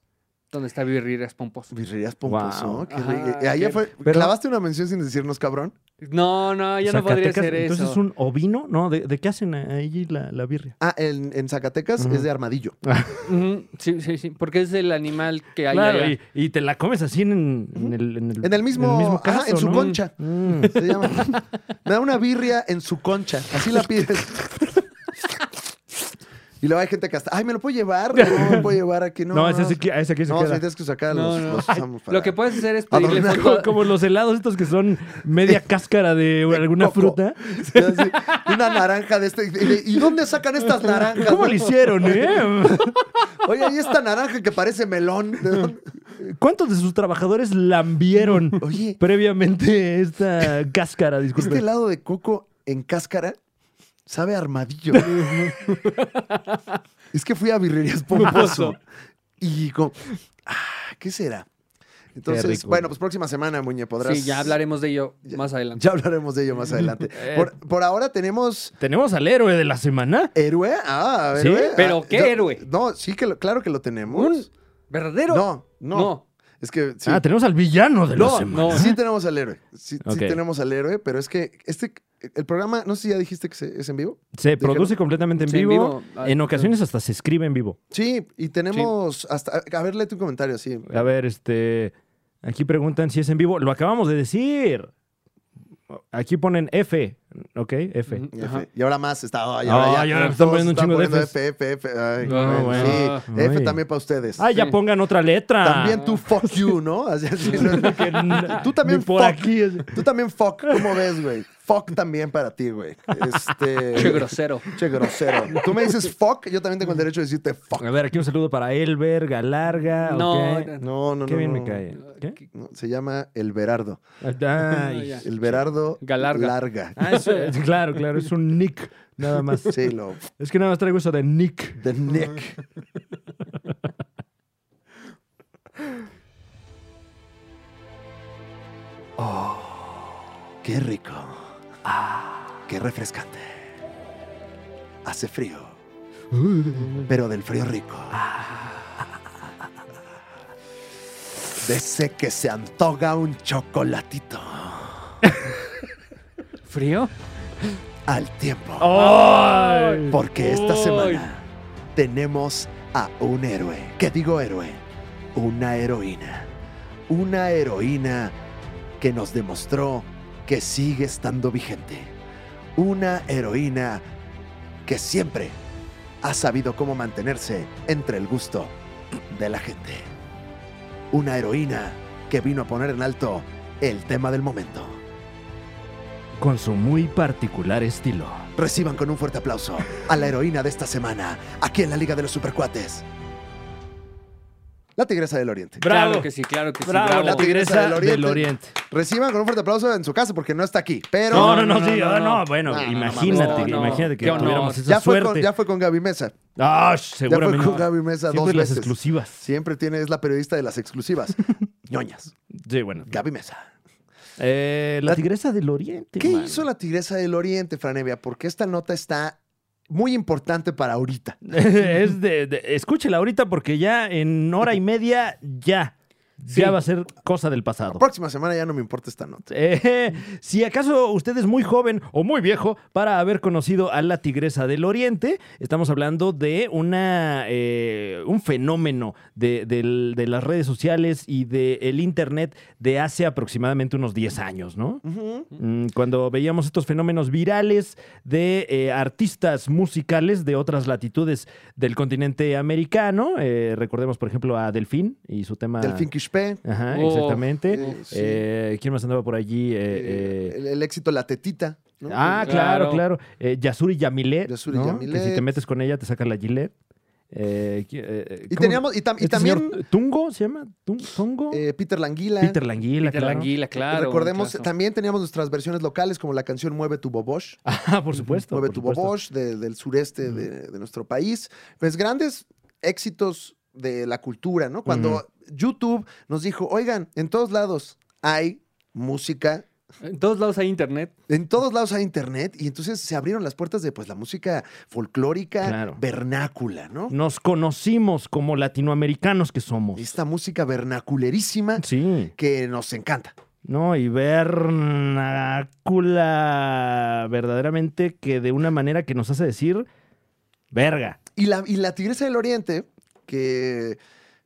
Speaker 2: donde está Birrerías Pomposo.
Speaker 3: Birrerías pomposo.
Speaker 1: Wow.
Speaker 3: qué
Speaker 2: Ajá,
Speaker 3: rico. Eh, ahí ya
Speaker 2: qué-
Speaker 3: fue.
Speaker 1: Pero-
Speaker 3: ¿Clavaste una mención sin decirnos, cabrón?
Speaker 2: No, no, ya no podría
Speaker 1: Zacatecas,
Speaker 2: ser eso.
Speaker 1: Entonces, ¿un ovino? No, ¿de, de qué hacen ahí la, la birria?
Speaker 3: Ah, en, en Zacatecas
Speaker 1: Ujú.
Speaker 3: es de armadillo.
Speaker 2: Ujú, Sí, sí, sí, porque es el animal que hay
Speaker 1: Claro,
Speaker 2: allá.
Speaker 1: y, y te la comes así en, en el, en el...
Speaker 3: En el mismo. ajá,
Speaker 1: caso,
Speaker 3: en su
Speaker 1: ¿no?
Speaker 3: concha.
Speaker 1: Mm.
Speaker 3: Se llama. Me da una birria en su concha. Así la pides. Y luego hay gente que hasta. Ay, ¿me lo puedo llevar? No, me puedo llevar aquí. No,
Speaker 1: No, ese, sí que- ese aquí se
Speaker 3: No, sí
Speaker 1: queda.
Speaker 3: tienes que sacar
Speaker 2: No,
Speaker 3: los,
Speaker 2: no.
Speaker 3: los usamos para-
Speaker 2: Lo que puedes hacer es pedirle
Speaker 3: Adornar
Speaker 1: Como,
Speaker 2: foto.
Speaker 1: como los helados estos que son media cáscara de alguna
Speaker 3: coco.
Speaker 1: fruta.
Speaker 3: Sí, así, Una naranja de este. y de- ¿Y dónde sacan estas naranjas?
Speaker 1: ¿Cómo le hicieron, eh?
Speaker 3: Oye, hay esta naranja que parece melón. ¿De dónde?
Speaker 1: ¿Cuántos de sus trabajadores lambieron
Speaker 3: Oye.
Speaker 1: previamente esta cáscara? Disculpe.
Speaker 3: Este helado de coco en cáscara sabe a armadillo. es que fui a Birrerías Pomposo. y como, ah, ¿qué será? Entonces,
Speaker 1: rico.
Speaker 3: bueno, pues próxima semana, Muñe, podrás.
Speaker 2: Sí, ya hablaremos de ello más adelante.
Speaker 3: Ya hablaremos de ello más adelante. Por, por ahora tenemos
Speaker 1: Tenemos al héroe de la semana.
Speaker 3: héroe. Ah,
Speaker 1: ¿Sí?
Speaker 3: héroe.
Speaker 2: ¿Pero
Speaker 3: Ah,
Speaker 2: qué héroe?
Speaker 3: No, sí que lo- claro que lo tenemos.
Speaker 2: Un verdadero.
Speaker 3: No, no,
Speaker 2: No.
Speaker 3: Es que sí,
Speaker 1: Ah, tenemos al villano de la
Speaker 2: No,
Speaker 1: semana.
Speaker 2: no.
Speaker 3: sí tenemos al héroe. Sí, sí
Speaker 1: Ok.
Speaker 3: tenemos al héroe, pero es que este, el programa, no sé si ya dijiste que se- es en vivo.
Speaker 1: Se
Speaker 3: Dijeron.
Speaker 1: produce completamente en
Speaker 2: Sí, en
Speaker 1: vivo.
Speaker 2: vivo. Ah,
Speaker 1: En ocasiones hasta se escribe en vivo.
Speaker 3: Sí, y tenemos hasta. A ver, lee tu comentario, sí.
Speaker 1: A ver, este. Aquí preguntan si es en vivo. Lo acabamos de decir. Aquí ponen F. ¿Ok? F.
Speaker 2: Ujú.
Speaker 3: F.
Speaker 2: Ajá.
Speaker 3: Y ahora más está. ay,
Speaker 1: Ah,
Speaker 3: ahora
Speaker 1: y
Speaker 3: ya,
Speaker 1: ahora me están
Speaker 3: todos
Speaker 1: poniendo un chingo de Fs.
Speaker 3: F, F, F. Ay,
Speaker 2: No,
Speaker 3: bueno,
Speaker 1: bueno.
Speaker 3: Sí,
Speaker 1: Ay.
Speaker 3: F también para ustedes.
Speaker 1: Ah, ya
Speaker 2: Sí.
Speaker 1: pongan otra letra.
Speaker 3: También tú fuck you, ¿no? Así, así, ¿no? Tú también
Speaker 1: Ni por
Speaker 3: fuck.
Speaker 1: aquí. es-
Speaker 3: Tú también fuck. ¿Cómo ves, güey? Fuck también para ti, güey. Este.
Speaker 2: Che grosero.
Speaker 3: Che grosero. Tú me dices fuck, yo también tengo el derecho de decirte fuck.
Speaker 1: A ver, aquí un saludo para Elber, Galarga.
Speaker 2: No,
Speaker 1: ok.
Speaker 2: no,
Speaker 3: No, no, no.
Speaker 1: Qué bien
Speaker 3: no.
Speaker 1: me cae. ¿Qué? Ah,
Speaker 3: No, se llama El Berardo.
Speaker 2: No,
Speaker 1: Ay.
Speaker 2: ya.
Speaker 3: El Berardo
Speaker 2: Galarga.
Speaker 3: Larga.
Speaker 1: Ah, eso es- claro, claro, es un nick, nada más.
Speaker 3: Sí, lo.
Speaker 1: Es que nada más traigo eso de nick.
Speaker 3: The Nick. Oh, qué rico. Ah, qué refrescante. Hace frío, pero del frío rico. De ese que se antoja un chocolatito
Speaker 2: ¿Frío?
Speaker 3: al tiempo.
Speaker 1: Oh, ¡Ay!
Speaker 3: Porque esta
Speaker 2: Uy.
Speaker 3: semana tenemos a un héroe. ¿Qué digo héroe? Una heroína. Una heroína que nos demostró que sigue estando vigente. Una heroína que siempre ha sabido cómo mantenerse entre el gusto de la gente. Una heroína que vino a poner en alto el tema del momento.
Speaker 1: Con su muy particular estilo.
Speaker 3: Reciban con un fuerte aplauso a la heroína de esta semana, aquí en la Liga de los Supercuates. La Tigresa del Oriente.
Speaker 2: Claro que sí, claro que sí.
Speaker 1: Bravo,
Speaker 2: bravo.
Speaker 1: la tigresa del Oriente.
Speaker 3: Reciban con un fuerte aplauso en su casa porque no está aquí, pero
Speaker 1: No, no,
Speaker 2: No,
Speaker 1: no,
Speaker 2: no,
Speaker 1: sí.
Speaker 2: no,
Speaker 1: ah,
Speaker 2: no.
Speaker 1: no, bueno,
Speaker 3: No, no,
Speaker 1: imagínate,
Speaker 2: no, no.
Speaker 1: imagínate que
Speaker 2: Qué honor.
Speaker 1: tuviéramos esa
Speaker 3: ya, fue con,
Speaker 1: suerte.
Speaker 3: ya fue con Gaby Mesa.
Speaker 1: Ah,
Speaker 3: Ya fue
Speaker 1: seguramente.
Speaker 3: con Gaby Mesa
Speaker 1: Siempre
Speaker 3: dos
Speaker 1: las
Speaker 3: veces.
Speaker 1: exclusivas.
Speaker 3: Siempre tiene, es la periodista de las exclusivas. Ñoñas.
Speaker 1: Sí, bueno.
Speaker 3: Gaby Mesa.
Speaker 1: Eh, la
Speaker 3: La-
Speaker 1: tigresa del oriente.
Speaker 3: ¿Qué
Speaker 1: man.
Speaker 3: hizo la Tigresa del Oriente, Franevia? Porque esta nota está muy importante para ahorita.
Speaker 1: es de, de- escúchela ahorita porque ya en hora y media ya. Ya
Speaker 2: Sí.
Speaker 1: va a ser cosa del pasado.
Speaker 3: La próxima semana ya no me importa esta nota.
Speaker 1: Eh, si acaso usted es muy joven o muy viejo para haber conocido a la tigresa del oriente, estamos hablando de una, eh, un fenómeno de, del- de las redes sociales y del internet de hace aproximadamente unos 10 años, ¿no?
Speaker 3: Ujú.
Speaker 1: Mm, Cuando veíamos estos fenómenos virales de eh, artistas musicales de otras latitudes del continente americano, eh, recordemos por ejemplo a Delfín y su tema...
Speaker 3: Delfín Quispe.
Speaker 1: Ajá,
Speaker 2: Oh,
Speaker 1: exactamente.
Speaker 3: eh, sí.
Speaker 1: Eh, ¿Quién más andaba por allí? Eh, eh,
Speaker 3: el, el éxito La Tetita. ¿no?
Speaker 1: Ah,
Speaker 3: El-
Speaker 1: claro,
Speaker 2: Claro.
Speaker 1: claro. Eh, Yasuri Yamile.
Speaker 3: Yasuri
Speaker 1: ¿no?
Speaker 3: Yamilet.
Speaker 1: Que si te metes con ella, te saca la Gillette. Eh, qui- eh, eh,
Speaker 3: y
Speaker 1: ¿cómo-
Speaker 3: teníamos, y, tam- y
Speaker 1: este
Speaker 3: también
Speaker 1: señor Tungo se llama. Tun- Tungo.
Speaker 3: eh, Peter Languila.
Speaker 1: Peter Languila,
Speaker 2: Peter
Speaker 1: claro.
Speaker 2: Languila, claro.
Speaker 3: Recordemos,
Speaker 2: claro.
Speaker 3: también teníamos nuestras versiones locales, como la canción Mueve tu Bobosh.
Speaker 1: Ah, por supuesto.
Speaker 3: Mueve
Speaker 1: por
Speaker 3: tu
Speaker 1: supuesto.
Speaker 3: Bobosh de- del sureste de, de nuestro país. Pues grandes éxitos de la cultura, ¿no? Cuando YouTube nos dijo, oigan, en todos lados hay música
Speaker 2: En todos lados hay internet.
Speaker 3: En todos lados hay internet y entonces se abrieron las puertas de pues la música folclórica
Speaker 1: Claro.
Speaker 3: vernácula, ¿no?
Speaker 1: Nos conocimos como latinoamericanos que somos.
Speaker 3: Esta música vernaculerísima
Speaker 1: Sí.
Speaker 3: que nos encanta.
Speaker 1: No, y vernácula verdaderamente que de una manera que nos hace decir verga.
Speaker 3: Y la, y la Tigresa del Oriente, que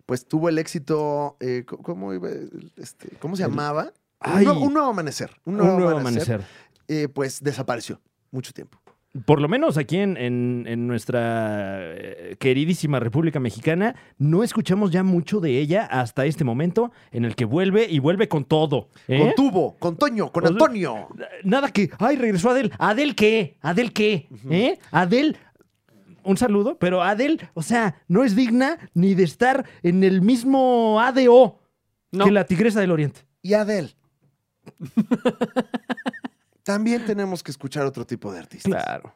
Speaker 3: pues tuvo el éxito, eh, co- ¿cómo, iba? Este, ¿cómo se
Speaker 1: El-
Speaker 3: llamaba?
Speaker 1: Ay.
Speaker 3: un, nuevo, un nuevo amanecer. Un
Speaker 1: Un
Speaker 3: nuevo,
Speaker 1: nuevo
Speaker 3: amanecer.
Speaker 1: amanecer.
Speaker 3: eh, pues desapareció mucho tiempo.
Speaker 1: Por lo menos aquí en, en- en nuestra eh, queridísima República Mexicana, no escuchamos ya mucho de ella hasta este momento en el que vuelve y vuelve con todo. ¿eh?
Speaker 3: Con Tubo, con Toño, con
Speaker 1: O sea-
Speaker 3: Antonio.
Speaker 1: Nada que, ay, regresó Adel. ¿Adel qué? ¿Adel qué? ¿Eh? Adel, un saludo, pero Adel, o sea, no es digna ni de estar en el mismo ADO
Speaker 2: No.
Speaker 1: que la Tigresa del Oriente.
Speaker 3: y Adele. También tenemos que escuchar otro tipo de artistas.
Speaker 1: Claro,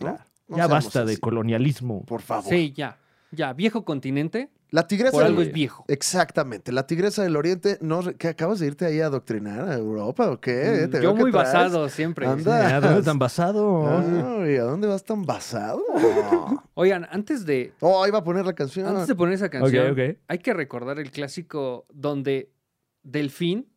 Speaker 3: ¿no?
Speaker 1: ya
Speaker 3: No seamos
Speaker 1: basta de
Speaker 3: así,
Speaker 1: colonialismo.
Speaker 3: Por favor.
Speaker 2: Sí, ya. Ya, viejo continente,
Speaker 3: La tigresa
Speaker 2: por
Speaker 3: del-
Speaker 2: algo es viejo.
Speaker 3: Exactamente, la tigresa del oriente, no, re- ¿qué acabas de irte ahí a adoctrinar a Europa o qué? Eh,
Speaker 2: Mm, Yo
Speaker 3: te veo que
Speaker 2: muy
Speaker 3: traes-
Speaker 2: basado siempre.
Speaker 3: Anda.
Speaker 1: Ah, ¿Dónde tan basado?
Speaker 3: Ah, ¿y a dónde vas tan basado?
Speaker 2: Oigan, antes de,
Speaker 3: Oh, iba a poner la canción.
Speaker 2: antes de poner esa
Speaker 1: ok,
Speaker 2: canción,
Speaker 1: ok.
Speaker 2: hay que recordar el clásico donde Delfín,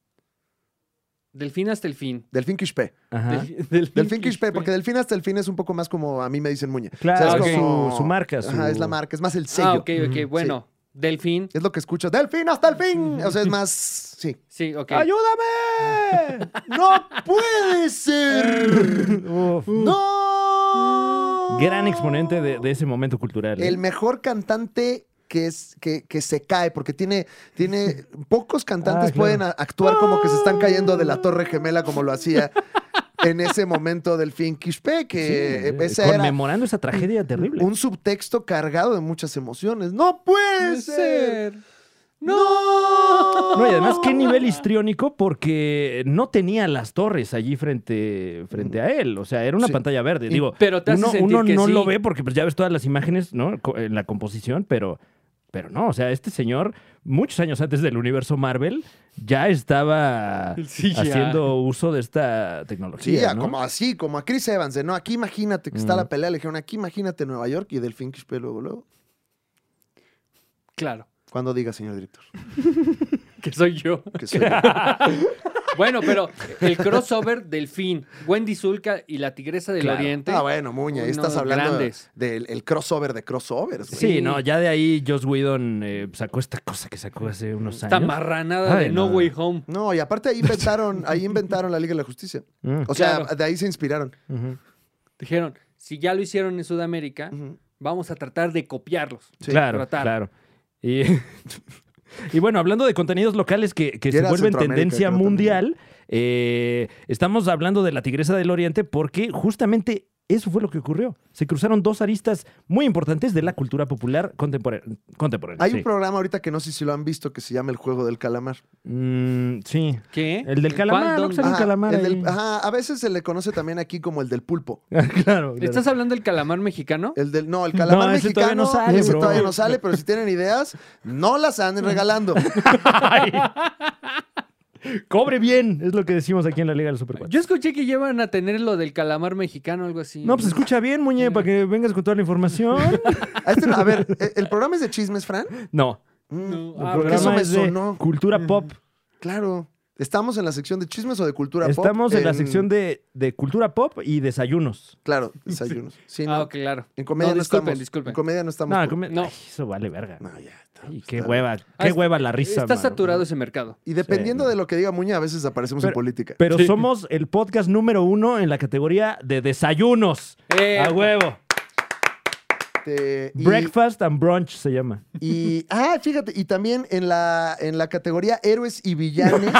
Speaker 2: Delfín hasta el fin.
Speaker 3: Delfín Quispe.
Speaker 1: Ajá.
Speaker 2: Del- Delfín
Speaker 3: Delfín
Speaker 2: Quispe. Ah,
Speaker 3: Quispe, porque Delfín hasta el fin es un poco más como a mí me dicen Muñe.
Speaker 1: Claro,
Speaker 3: O sea, es
Speaker 2: ok.
Speaker 3: como-
Speaker 1: su, su marca. Su...
Speaker 3: Ajá, es la marca, es más el sello.
Speaker 2: Ah, ok, ok,
Speaker 1: Ujú,
Speaker 2: bueno. Delfín,
Speaker 3: Es lo que escuchas. ¡Delfín hasta el fin! O sea, es más. Sí.
Speaker 2: sí, ok.
Speaker 3: Ah, ¡Ayúdame! ¡No puede ser!
Speaker 1: Uf.
Speaker 3: ¡No!
Speaker 1: Gran exponente de, de ese momento cultural. ¿eh?
Speaker 3: El mejor cantante que, es, que, que se cae, porque tiene, tiene pocos
Speaker 1: Ah,
Speaker 3: cantantes
Speaker 1: claro. Ah.
Speaker 3: pueden a- actuar como que se están cayendo de la torre gemela como lo hacía en ese momento del fin Quispe,
Speaker 1: Sí,
Speaker 3: que
Speaker 1: eh,
Speaker 3: esa era
Speaker 1: conmemorando esa tragedia terrible.
Speaker 3: un subtexto cargado de muchas emociones. ¡No puede
Speaker 2: Puede
Speaker 3: ser!
Speaker 2: ser.
Speaker 3: ¡No!
Speaker 1: No, y además, qué nivel histriónico, porque no tenía las torres allí frente, frente a él. O sea, era una
Speaker 3: Sí.
Speaker 1: pantalla verde. Digo,
Speaker 2: Pero te hace
Speaker 1: uno,
Speaker 2: sentir
Speaker 1: uno
Speaker 2: que
Speaker 1: no
Speaker 2: sí.
Speaker 1: lo ve porque pues, ya ves todas las imágenes, ¿no? Co- En la composición, pero, pero no. O sea, este señor, muchos años antes del universo Marvel, ya estaba
Speaker 2: Sí, ya.
Speaker 1: haciendo uso de esta
Speaker 3: Sí,
Speaker 1: tecnología.
Speaker 3: ya,
Speaker 1: ¿no?
Speaker 3: como así, como a Chris Evans. de, No, aquí imagínate que está
Speaker 1: Mm.
Speaker 3: la pelea. Le dijeron, aquí imagínate Nueva York y Delfín Quispe luego, luego.
Speaker 2: Claro,
Speaker 3: Cuando diga, señor director.
Speaker 2: que soy yo.
Speaker 3: que soy yo.
Speaker 2: Bueno, pero el crossover Delfín, Wendy Zulka y la Tigresa del
Speaker 1: Claro.
Speaker 2: Oriente.
Speaker 3: Ah, bueno, Muña, ahí
Speaker 2: Unos
Speaker 3: estás hablando
Speaker 2: grandes.
Speaker 3: del el crossover de crossovers. güey.
Speaker 1: Sí,
Speaker 2: Sí.
Speaker 1: no, ya de ahí Joss Whedon eh, sacó esta cosa que sacó hace unos
Speaker 2: Esta
Speaker 1: años.
Speaker 2: marranada de
Speaker 1: Ay,
Speaker 2: No
Speaker 1: no.
Speaker 2: Way Home.
Speaker 3: pues, No, y aparte ahí inventaron, ahí inventaron la Liga de la Justicia.
Speaker 1: Mm,
Speaker 3: O sea,
Speaker 2: Claro.
Speaker 3: de ahí se inspiraron.
Speaker 1: ujú.
Speaker 2: Dijeron, si ya lo hicieron en Sudamérica,
Speaker 3: Ujú.
Speaker 2: vamos a tratar de copiarlos.
Speaker 3: Sí.
Speaker 1: claro,
Speaker 2: tratar.
Speaker 1: claro. Y, y bueno, hablando de contenidos locales que, que
Speaker 3: Y
Speaker 1: se
Speaker 3: era
Speaker 1: vuelven
Speaker 3: Centroamérica,
Speaker 1: tendencia
Speaker 3: creo, también.
Speaker 1: mundial, eh, estamos hablando de la Tigresa del Oriente porque justamente eso fue lo que ocurrió. Se cruzaron dos aristas muy importantes de la cultura popular contemporá- contemporánea.
Speaker 3: Hay
Speaker 1: sí.
Speaker 3: un programa ahorita que no sé si lo han visto que se llama El Juego del Calamar.
Speaker 1: Mm, sí.
Speaker 2: ¿Qué?
Speaker 1: El del calamar,
Speaker 2: ¿Cuál? Ah,
Speaker 1: ¿no? Que sale un
Speaker 3: Ajá,
Speaker 1: calamar
Speaker 3: el del-
Speaker 1: ahí.
Speaker 3: ajá, a veces se le conoce también aquí como el del pulpo.
Speaker 1: claro, claro.
Speaker 2: ¿Estás hablando del calamar mexicano?
Speaker 3: El del, no, el calamar
Speaker 1: No, ese
Speaker 3: mexicano.
Speaker 1: todavía no sale,
Speaker 3: ese
Speaker 1: bro.
Speaker 3: todavía no sale, pero si tienen ideas, no las anden regalando.
Speaker 1: Ay. Cobre bien, es lo que decimos aquí en la Liga del Super
Speaker 2: Yo escuché que llevan a tener lo del calamar mexicano, algo así.
Speaker 1: No, pues escucha bien, Muñe, para que vengas con toda la información.
Speaker 3: A, este no- a ver, ¿el- ¿el programa es de chismes, Fran?
Speaker 1: No,
Speaker 3: Mm,
Speaker 2: No,
Speaker 1: el
Speaker 2: ah,
Speaker 3: porque eso
Speaker 1: programa
Speaker 3: me
Speaker 1: es de
Speaker 3: sonó.
Speaker 1: cultura pop.
Speaker 3: Claro. ¿Estamos en la sección de chismes o de cultura pop?
Speaker 1: Estamos en la sección de, de cultura pop y desayunos.
Speaker 3: Claro, desayunos. Sí, no.
Speaker 2: Ah, ok, claro.
Speaker 3: En comedia no,
Speaker 2: No, disculpen,
Speaker 3: estamos.
Speaker 2: disculpen.
Speaker 3: En comedia no estamos.
Speaker 1: No,
Speaker 3: por-
Speaker 1: come-
Speaker 2: No.
Speaker 1: Ay, eso vale verga.
Speaker 3: No, ya. está,
Speaker 1: Ay,
Speaker 3: pues,
Speaker 1: qué
Speaker 3: está.
Speaker 1: hueva,
Speaker 2: Ah,
Speaker 1: qué
Speaker 2: es-
Speaker 1: hueva la risa.
Speaker 2: Está
Speaker 1: mano.
Speaker 2: saturado ese mercado.
Speaker 3: Y dependiendo
Speaker 1: Sí, no.
Speaker 3: de lo que diga Muña, a veces aparecemos en
Speaker 1: Pero-
Speaker 3: política.
Speaker 1: Pero
Speaker 2: Sí.
Speaker 1: somos el podcast número uno en la categoría de desayunos.
Speaker 2: Eh,
Speaker 1: A huevo.
Speaker 3: Este, y,
Speaker 1: Breakfast and brunch se llama.
Speaker 3: y- ah, fíjate, y también en la, en la categoría héroes y villanes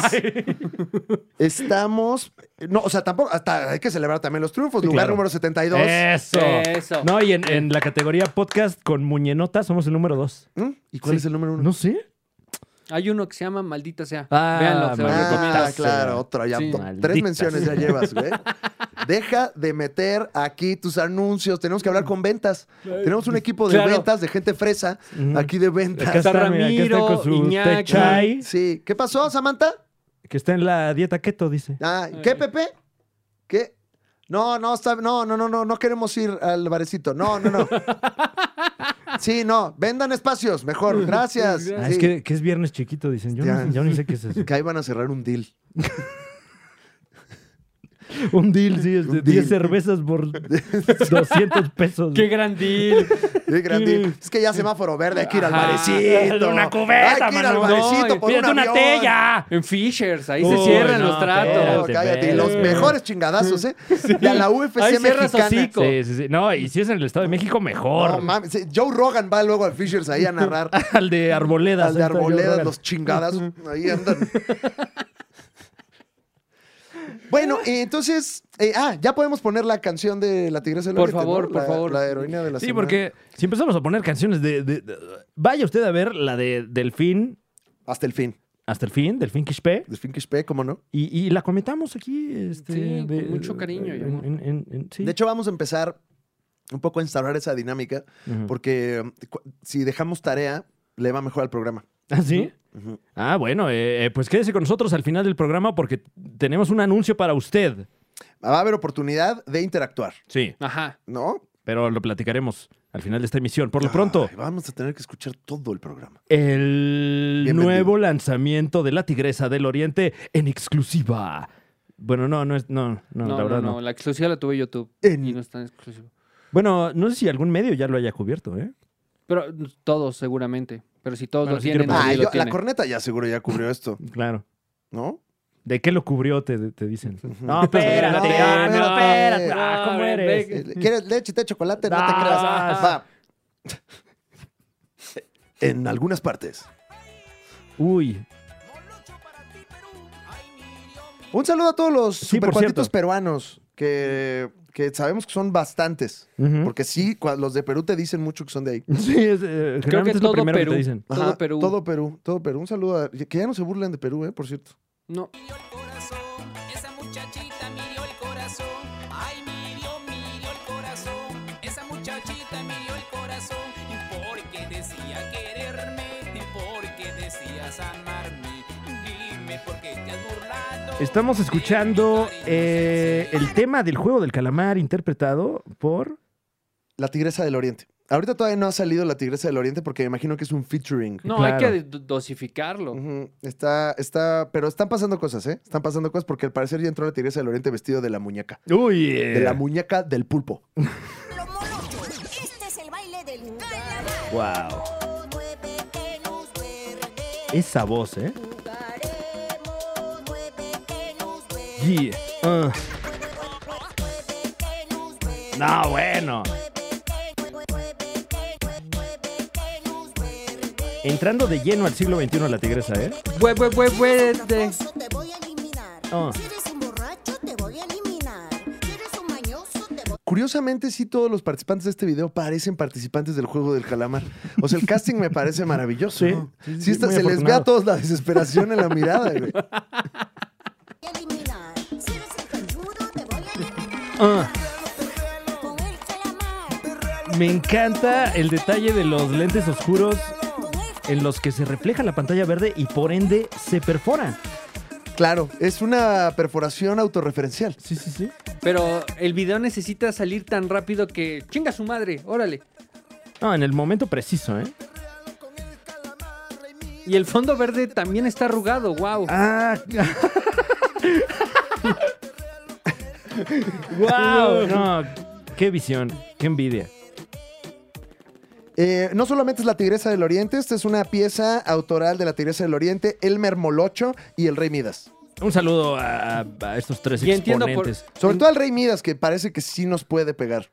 Speaker 3: estamos. No, o sea, tampoco. Hasta hay que celebrar también los triunfos.
Speaker 1: Sí,
Speaker 3: Lugar
Speaker 1: claro. Eh,
Speaker 3: número 72.
Speaker 1: Eso.
Speaker 2: Eso.
Speaker 1: No, y en, en la categoría podcast con muñenota somos el número dos.
Speaker 3: ¿Mm? ¿Y cuál
Speaker 1: Sí.
Speaker 3: es el número uno?
Speaker 1: No sé.
Speaker 2: Hay uno que se llama Maldita Sea.
Speaker 1: Ah,
Speaker 2: Véanlo, se lo
Speaker 1: maldita
Speaker 2: recomiendo.
Speaker 3: Ah,
Speaker 1: recomiendas.
Speaker 3: claro, otro. Ya,
Speaker 2: Sí.
Speaker 3: do- tres
Speaker 1: Maldita
Speaker 3: menciones ya
Speaker 1: sea.
Speaker 3: llevas, güey. Deja de meter aquí tus anuncios. Tenemos que hablar con ventas. Tenemos un equipo de
Speaker 2: Claro.
Speaker 3: ventas, de gente fresa,
Speaker 1: Ujú.
Speaker 3: aquí de ventas.
Speaker 1: Acá está, mira, acá
Speaker 2: Ramiro,
Speaker 1: está con su
Speaker 2: Iñaki.
Speaker 1: té chai,
Speaker 3: Sí. ¿Qué pasó, Samantha?
Speaker 1: que está en la dieta keto, dice.
Speaker 3: Ah, ¿Qué, Pepe? ¿Qué? No, no, está- no, no, no, no, no queremos ir al barecito. No, no, no. Sí, no, vendan espacios, mejor, gracias.
Speaker 2: Ah,
Speaker 1: Ah,
Speaker 3: Sí,
Speaker 1: es que, que es viernes chiquito, dicen. Yo,
Speaker 3: Ya.
Speaker 1: no, yo ni sé qué es eso.
Speaker 3: que ahí van a cerrar un deal.
Speaker 1: Un deal, sí, es de
Speaker 3: Un deal.
Speaker 1: 10 cervezas por 200 pesos.
Speaker 2: ¡Qué gran deal!
Speaker 3: Sí, gran deal. Es que ya semáforo verde, hay que ir al
Speaker 2: Ajá,
Speaker 3: barecito.
Speaker 1: una cubeta,
Speaker 3: Ah, Hay que ir
Speaker 1: mano.
Speaker 3: al barecito
Speaker 2: No,
Speaker 3: por un
Speaker 1: Pídete una
Speaker 3: avión.
Speaker 1: tella!
Speaker 2: En Fishers, ahí se
Speaker 1: Uy,
Speaker 2: cierran
Speaker 1: no,
Speaker 2: los tratos.
Speaker 3: No,
Speaker 1: Espérate,
Speaker 3: cállate. y los
Speaker 1: espérate.
Speaker 3: mejores chingadazos, ¿eh? Y a la UFC
Speaker 2: Ahí cierras
Speaker 3: mexicana.
Speaker 2: hocico.
Speaker 1: Sí, sí, sí. No, y si es en el Estado de México, mejor.
Speaker 3: No mames. sí, Joe Rogan va luego al Fishers ahí a narrar.
Speaker 1: al de Arboledas.
Speaker 3: Al de
Speaker 1: ahí está, yo,
Speaker 3: arboledas,
Speaker 1: Rogan.
Speaker 3: los chingadas. Ahí andan. Bueno, eh, entonces, eh, ah, ya podemos poner la canción de La Tigresa del
Speaker 2: Por
Speaker 3: Oriente,
Speaker 2: favor,
Speaker 3: ¿no?
Speaker 2: por
Speaker 3: La-
Speaker 2: favor.
Speaker 3: La heroína de la
Speaker 1: Sí,
Speaker 3: semana.
Speaker 1: porque si empezamos a poner canciones de... de- de- vaya usted a ver la de Delfín
Speaker 3: Hasta el fin.
Speaker 1: hasta el fin, Delfín Quispe,
Speaker 3: De Finkish P, ¿cómo no?
Speaker 1: y, y la comentamos aquí. Este,
Speaker 2: Sí, con
Speaker 1: de-
Speaker 2: mucho cariño y
Speaker 1: en-
Speaker 2: amor.
Speaker 1: en- en- en- sí.
Speaker 3: De hecho, vamos a empezar un poco instaurar esa dinámica,
Speaker 1: Ujú.
Speaker 3: porque um, cu- si dejamos tarea, le va mejor al programa.
Speaker 1: ¿Ah, sí?
Speaker 3: Ujú.
Speaker 1: Ah, bueno, eh, eh, pues quédese con nosotros al final del programa porque tenemos un anuncio para usted.
Speaker 3: Va a haber oportunidad de interactuar,
Speaker 1: Sí,
Speaker 2: Ajá.
Speaker 3: ¿no?
Speaker 1: pero lo platicaremos al final de esta emisión. Por lo pronto,
Speaker 3: Ay, vamos a tener que escuchar todo el programa.
Speaker 1: el
Speaker 3: Bien
Speaker 1: nuevo
Speaker 3: vendido.
Speaker 1: lanzamiento de La Tigresa del Oriente en exclusiva. Bueno, no, no es, no, no,
Speaker 2: No,
Speaker 1: la
Speaker 2: no,
Speaker 1: verdad no.
Speaker 2: no, La exclusiva la tuve YouTube.
Speaker 3: En-
Speaker 2: Y no es tan exclusivo.
Speaker 1: Bueno, no sé si algún medio ya lo haya cubierto, ¿eh?
Speaker 2: Pero mm, todos, seguramente. Pero si todos
Speaker 1: Bueno,
Speaker 2: lo
Speaker 1: sí
Speaker 2: tienen,
Speaker 1: quiero
Speaker 2: nadie
Speaker 1: pensar.
Speaker 3: Ah,
Speaker 2: lo
Speaker 3: yo- la
Speaker 2: tiene.
Speaker 3: corneta ya seguro ya cubrió esto,
Speaker 1: Claro.
Speaker 3: ¿no?
Speaker 1: ¿De qué lo cubrió? Te, te dicen. No,
Speaker 2: espérate, ah, no,
Speaker 3: espérate.
Speaker 1: Ah, ¿cómo
Speaker 2: No,
Speaker 1: eres?
Speaker 2: ve-
Speaker 3: ¿Quieres leche, té, chocolate? No te
Speaker 1: Ah.
Speaker 3: creas. Va. En algunas partes.
Speaker 1: Uy,
Speaker 3: Un saludo a todos los
Speaker 1: Sí, por
Speaker 3: supercuatitos
Speaker 1: cierto.
Speaker 3: peruanos que, que sabemos que son bastantes.
Speaker 1: Ujú.
Speaker 3: Porque sí, cua- los de Perú te dicen mucho que son de ahí.
Speaker 1: sí, es, eh, generalmente
Speaker 2: Creo que
Speaker 1: es lo
Speaker 2: todo
Speaker 1: primero
Speaker 2: Perú.
Speaker 1: que te dicen.
Speaker 2: Todo Perú.
Speaker 3: Todo Perú, todo Perú. Un saludo a... Que ya no se burlen de Perú, ¿eh? Por cierto.
Speaker 2: No.
Speaker 4: corazón, esa muchachita me dio el corazón, ay me dio, me dio el corazón, esa muchachita me dio el corazón, y porque decía quererme, y porque decías amarme, dime por qué te has burlado.
Speaker 1: Estamos
Speaker 4: de mi
Speaker 1: escuchando
Speaker 4: cariño
Speaker 1: eh,
Speaker 4: sincero.
Speaker 1: el tema del juego del calamar interpretado por.
Speaker 3: La Tigresa del Oriente. Ahorita todavía no ha salido La Tigresa del Oriente porque me imagino que es un featuring.
Speaker 2: No,
Speaker 1: Claro.
Speaker 2: hay que do- dosificarlo.
Speaker 3: Ujú. Está, está, pero están pasando cosas, ¿eh? Están pasando cosas porque al parecer ya entró la tigresa del oriente vestido de la muñeca.
Speaker 1: Uy, eh.
Speaker 3: De la muñeca del pulpo.
Speaker 5: Lo morocho. Este es el baile del calamar.
Speaker 1: wow.
Speaker 5: Muévete, luz verde.
Speaker 1: Esa voz, ¿eh?
Speaker 5: Jugaremos. Muévete, luz verde.
Speaker 1: Yeah. Ah.
Speaker 5: Muévete, luz verde.
Speaker 1: No, bueno.
Speaker 5: Muévete, muévete, muévete, luz verde.
Speaker 1: Entrando de lleno al siglo XXI la tigresa, ¿eh?
Speaker 2: Hue, hue, hue,
Speaker 5: Si
Speaker 2: hue,
Speaker 5: eres un
Speaker 2: de-
Speaker 5: tramposo, te voy a eliminar.
Speaker 1: Ah.
Speaker 5: Si eres un borracho, te voy a eliminar. Si eres un mañoso, te voy
Speaker 3: Curiosamente, sí, todos los participantes de este video parecen participantes del juego del calamar. O sea, el casting me parece maravilloso.
Speaker 1: Sí,
Speaker 3: Sí,
Speaker 1: sí, sí,
Speaker 3: está-
Speaker 1: muy
Speaker 3: se les ve
Speaker 1: afortunado.
Speaker 3: a todos la desesperación en la mirada, güey.
Speaker 5: a eliminar. Si eres un cachudo, te voy a eliminar.
Speaker 1: Ah.
Speaker 5: este Con el calamar.
Speaker 1: Me encanta el detalle de los lentes oscuros en los que se refleja la pantalla verde y por ende se perfora.
Speaker 3: Claro, es una perforación autorreferencial.
Speaker 1: Sí, sí, sí.
Speaker 2: Pero el video necesita salir tan rápido que. ¡Chinga su madre! ¡Órale!
Speaker 1: No, en el momento preciso, ¿eh?
Speaker 2: Y el fondo verde también está arrugado, wow.
Speaker 1: Ah. wow. No, qué visión, qué envidia.
Speaker 3: Eh, no solamente es la Tigresa del Oriente, esta es una pieza autoral de la Tigresa del Oriente, Elmer Molocho y el Rey Midas.
Speaker 1: Un saludo a, a estos tres
Speaker 2: Y entiendo por-
Speaker 1: exponentes.
Speaker 3: Sobre todo al Rey Midas, que parece que sí nos puede pegar.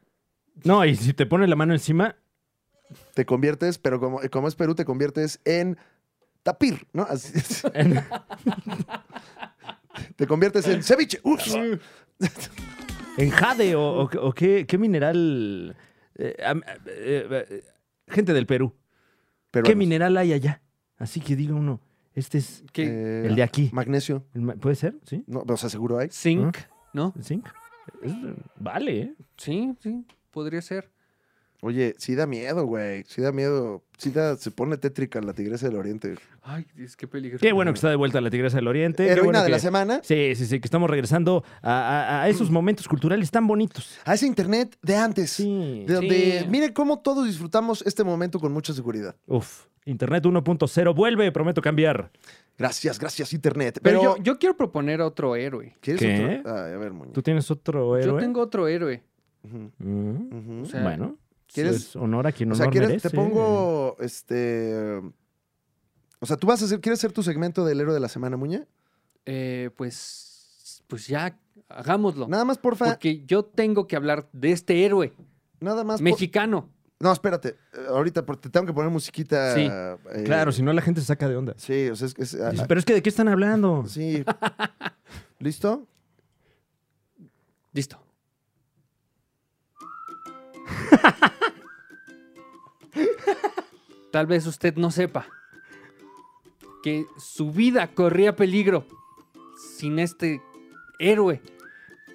Speaker 1: No, y si te pone la mano encima,
Speaker 3: Te conviertes, pero como, como es Perú, te conviertes en tapir, ¿no? Así es.
Speaker 1: en-
Speaker 3: Te conviertes en ceviche. Uf.
Speaker 1: En jade o, o- o qué, qué mineral. eh, am- eh, eh, gente del Perú. ¿Qué
Speaker 3: Peruanos.
Speaker 1: mineral hay allá? Así que diga uno, este es
Speaker 2: Que
Speaker 3: Eh,
Speaker 1: el de aquí.
Speaker 3: Magnesio.
Speaker 1: el ma- ¿Puede ser? ¿Sí?
Speaker 3: No, o sea, seguro hay.
Speaker 2: zinc, ¿no?
Speaker 1: ¿El zinc? Es- Vale, ¿eh?
Speaker 2: Sí, sí, podría ser.
Speaker 3: Oye, sí da miedo, güey. Sí da miedo. Sí da, se pone tétrica la tigresa del oriente.
Speaker 2: Ay, es que peligro.
Speaker 1: Qué bueno que está de vuelta la Tigresa del Oriente. qué
Speaker 3: Heroína
Speaker 1: bueno
Speaker 3: de
Speaker 1: que-
Speaker 3: la semana.
Speaker 1: Sí, sí, sí, que estamos regresando a, a- a esos momentos culturales tan bonitos.
Speaker 3: A ese internet de antes.
Speaker 1: Sí.
Speaker 3: De donde,
Speaker 2: Sí.
Speaker 3: mire cómo todos disfrutamos este momento con mucha seguridad.
Speaker 1: Uf. Internet 1.0 vuelve, prometo cambiar.
Speaker 3: Gracias, gracias, internet.
Speaker 2: Pero
Speaker 3: Pero,
Speaker 2: yo, yo quiero proponer a otro héroe.
Speaker 3: ¿quieres
Speaker 1: ¿Qué?
Speaker 3: otro? Ay, a ver, Muñe.
Speaker 1: ¿Tú tienes otro héroe?
Speaker 2: Yo tengo otro héroe.
Speaker 3: Ujú,
Speaker 1: Mm.
Speaker 3: ujú.
Speaker 2: O sea,
Speaker 1: bueno,
Speaker 3: ¿quieres-
Speaker 1: pues, honor a quien
Speaker 3: O
Speaker 1: honor
Speaker 3: sea, ¿quieres-
Speaker 1: merece.
Speaker 3: te pongo este. O sea, tú vas a hacer, ¿quieres hacer tu segmento del héroe de la semana, Muñe?
Speaker 2: Eh, pues, pues ya, hagámoslo.
Speaker 3: Nada más, porfa.
Speaker 2: Porque yo tengo que hablar de este héroe
Speaker 3: Nada más. por-
Speaker 2: mexicano.
Speaker 3: No, espérate. eh, Ahorita porque te tengo que poner musiquita.
Speaker 2: Sí.
Speaker 3: eh,
Speaker 1: Claro, si no la gente se saca de onda.
Speaker 3: Sí, o sea, es que. es- ah,
Speaker 1: Dices,
Speaker 3: ah,
Speaker 1: Pero es que ¿de qué están hablando?
Speaker 3: sí. ¿Listo?
Speaker 2: Listo. Tal vez usted no sepa que su vida corría peligro sin este héroe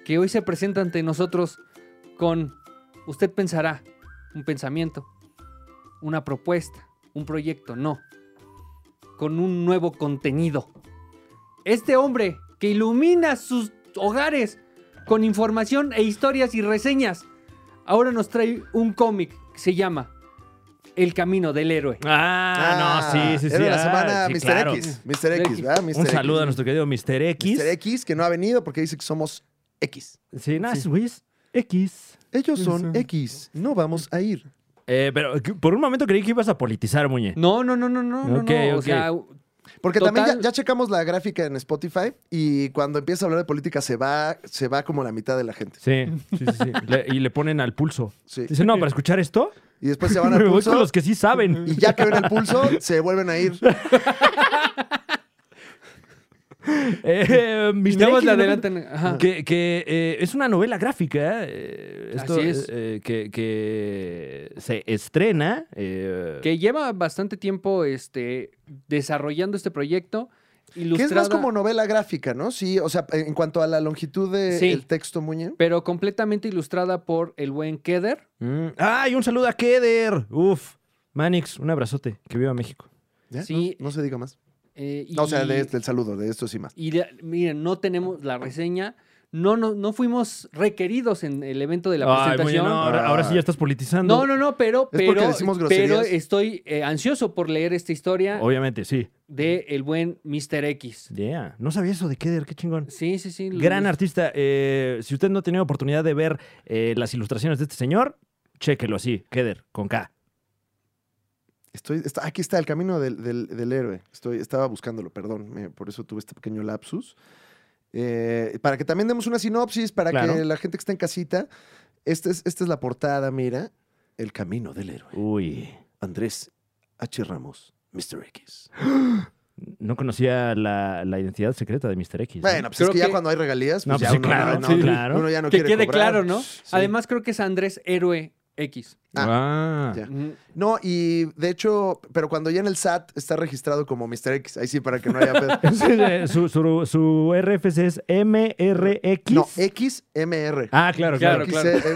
Speaker 2: que hoy se presenta ante nosotros con Usted pensará un pensamiento, una propuesta, un proyecto, no, con un nuevo contenido. Este hombre que ilumina sus hogares con información e historias y reseñas, ahora nos trae un cómic que se llama El Camino del Héroe.
Speaker 1: Ah, no, sí, sí, sí.
Speaker 3: Era
Speaker 1: ah,
Speaker 3: la semana
Speaker 1: sí,
Speaker 3: Mr.
Speaker 1: claro.
Speaker 3: X. Mr. X, ¿verdad? Mr.
Speaker 1: Un
Speaker 3: X.
Speaker 1: saludo a nuestro querido Mr. X.
Speaker 3: Mr. X, que no ha venido porque dice que somos X.
Speaker 1: Sí, nada, güey, es X.
Speaker 3: Ellos son X. No vamos a ir.
Speaker 1: Eh, pero que- por un momento creí que ibas a politizar, Muñe.
Speaker 2: No, no, no, no, no, no,
Speaker 1: Ok,
Speaker 2: no.
Speaker 1: ok.
Speaker 2: O sea,
Speaker 3: Porque también
Speaker 2: Total.
Speaker 3: ya, ya checamos la gráfica en Spotify y cuando empieza a hablar de política se va, se va como la mitad de la gente.
Speaker 1: Sí, sí, sí. sí. Le- y le ponen al pulso.
Speaker 3: Sí.
Speaker 1: Dice, no, para escuchar esto,
Speaker 3: Y después se van
Speaker 1: me
Speaker 3: al
Speaker 1: voy con
Speaker 3: pulso
Speaker 1: los que sí saben.
Speaker 3: y ya que ven el pulso se vuelven a ir.
Speaker 1: Eh, Mr.
Speaker 2: nada más
Speaker 1: X,
Speaker 2: le
Speaker 1: ¿no?
Speaker 2: adelantan. ajá.
Speaker 1: Que, que, eh, es una novela gráfica. eh, esto,
Speaker 2: Así es.
Speaker 1: eh, que, que se estrena. eh,
Speaker 2: que lleva bastante tiempo este, desarrollando este proyecto.
Speaker 3: Que
Speaker 2: Ilustrada,
Speaker 3: es más como novela gráfica, ¿no? Sí, o sea, en cuanto a la longitud del
Speaker 2: Sí.
Speaker 3: texto, Muñe.
Speaker 2: Pero completamente ilustrada por el buen Keder.
Speaker 1: mm. ¡Ay, un saludo a Keder! Uf. Manix, un abrazote. Que viva México.
Speaker 3: ¿Ya?
Speaker 2: Sí.
Speaker 3: No, no se diga más.
Speaker 2: eh, y,
Speaker 3: No, o sea, de- este. del saludo, de esto sí más.
Speaker 2: y la- miren, no tenemos la reseña. No, no, no fuimos requeridos en el evento de la
Speaker 1: Ay, Muñe,
Speaker 2: presentación.
Speaker 1: no, ahora, ahora sí ya estás politizando.
Speaker 2: no, no, no, pero,
Speaker 3: ¿Es porque
Speaker 2: pero,
Speaker 3: decimos
Speaker 2: pero
Speaker 3: groserías?
Speaker 2: estoy eh, ansioso por leer esta historia
Speaker 1: Obviamente, sí.
Speaker 2: de el buen Mr. X.
Speaker 1: Yeah. No sabía eso de Keder, qué chingón.
Speaker 2: Sí, sí, sí.
Speaker 1: Gran
Speaker 2: Luis.
Speaker 1: artista. Eh, si usted no ha tenido oportunidad de ver eh, las ilustraciones de este señor, chéquelo así, Keder, con K.
Speaker 3: Estoy, está- aquí está el camino del, del- del héroe. Estoy, estaba buscándolo, perdón. me- por eso tuve este pequeño lapsus. Eh, para que también demos una sinopsis, para
Speaker 1: Claro.
Speaker 3: que la gente que está en casita. Esta es, esta es la portada, mira. El camino del héroe.
Speaker 1: Uy.
Speaker 3: Andrés H. Ramos, Mr. X.
Speaker 1: No conocía la, la identidad secreta de Mr. X. ¿eh? ¿no?
Speaker 3: Bueno, pues
Speaker 2: Creo
Speaker 3: es que, ya
Speaker 2: que-
Speaker 3: cuando hay regalías,
Speaker 1: No,
Speaker 3: pues, ya
Speaker 1: pues sí,
Speaker 3: uno,
Speaker 1: claro,
Speaker 3: no,
Speaker 1: sí,
Speaker 3: uno-
Speaker 1: claro.
Speaker 3: uno ya no
Speaker 2: Que
Speaker 3: quiere
Speaker 2: quede
Speaker 3: cobrar.
Speaker 2: claro, ¿no?
Speaker 3: Sí.
Speaker 2: Además, creo que es Andrés Héroe X.
Speaker 1: Ah.
Speaker 3: ya.
Speaker 2: Ujú.
Speaker 3: No, y de hecho, pero cuando ya en el SAT está registrado como Mr. X, ahí sí, para que no haya pedo.
Speaker 1: Sí, eh, su, su, su RFC es MRX.
Speaker 3: No, XMR.
Speaker 1: ah, claro, claro.
Speaker 2: Claro,
Speaker 3: X-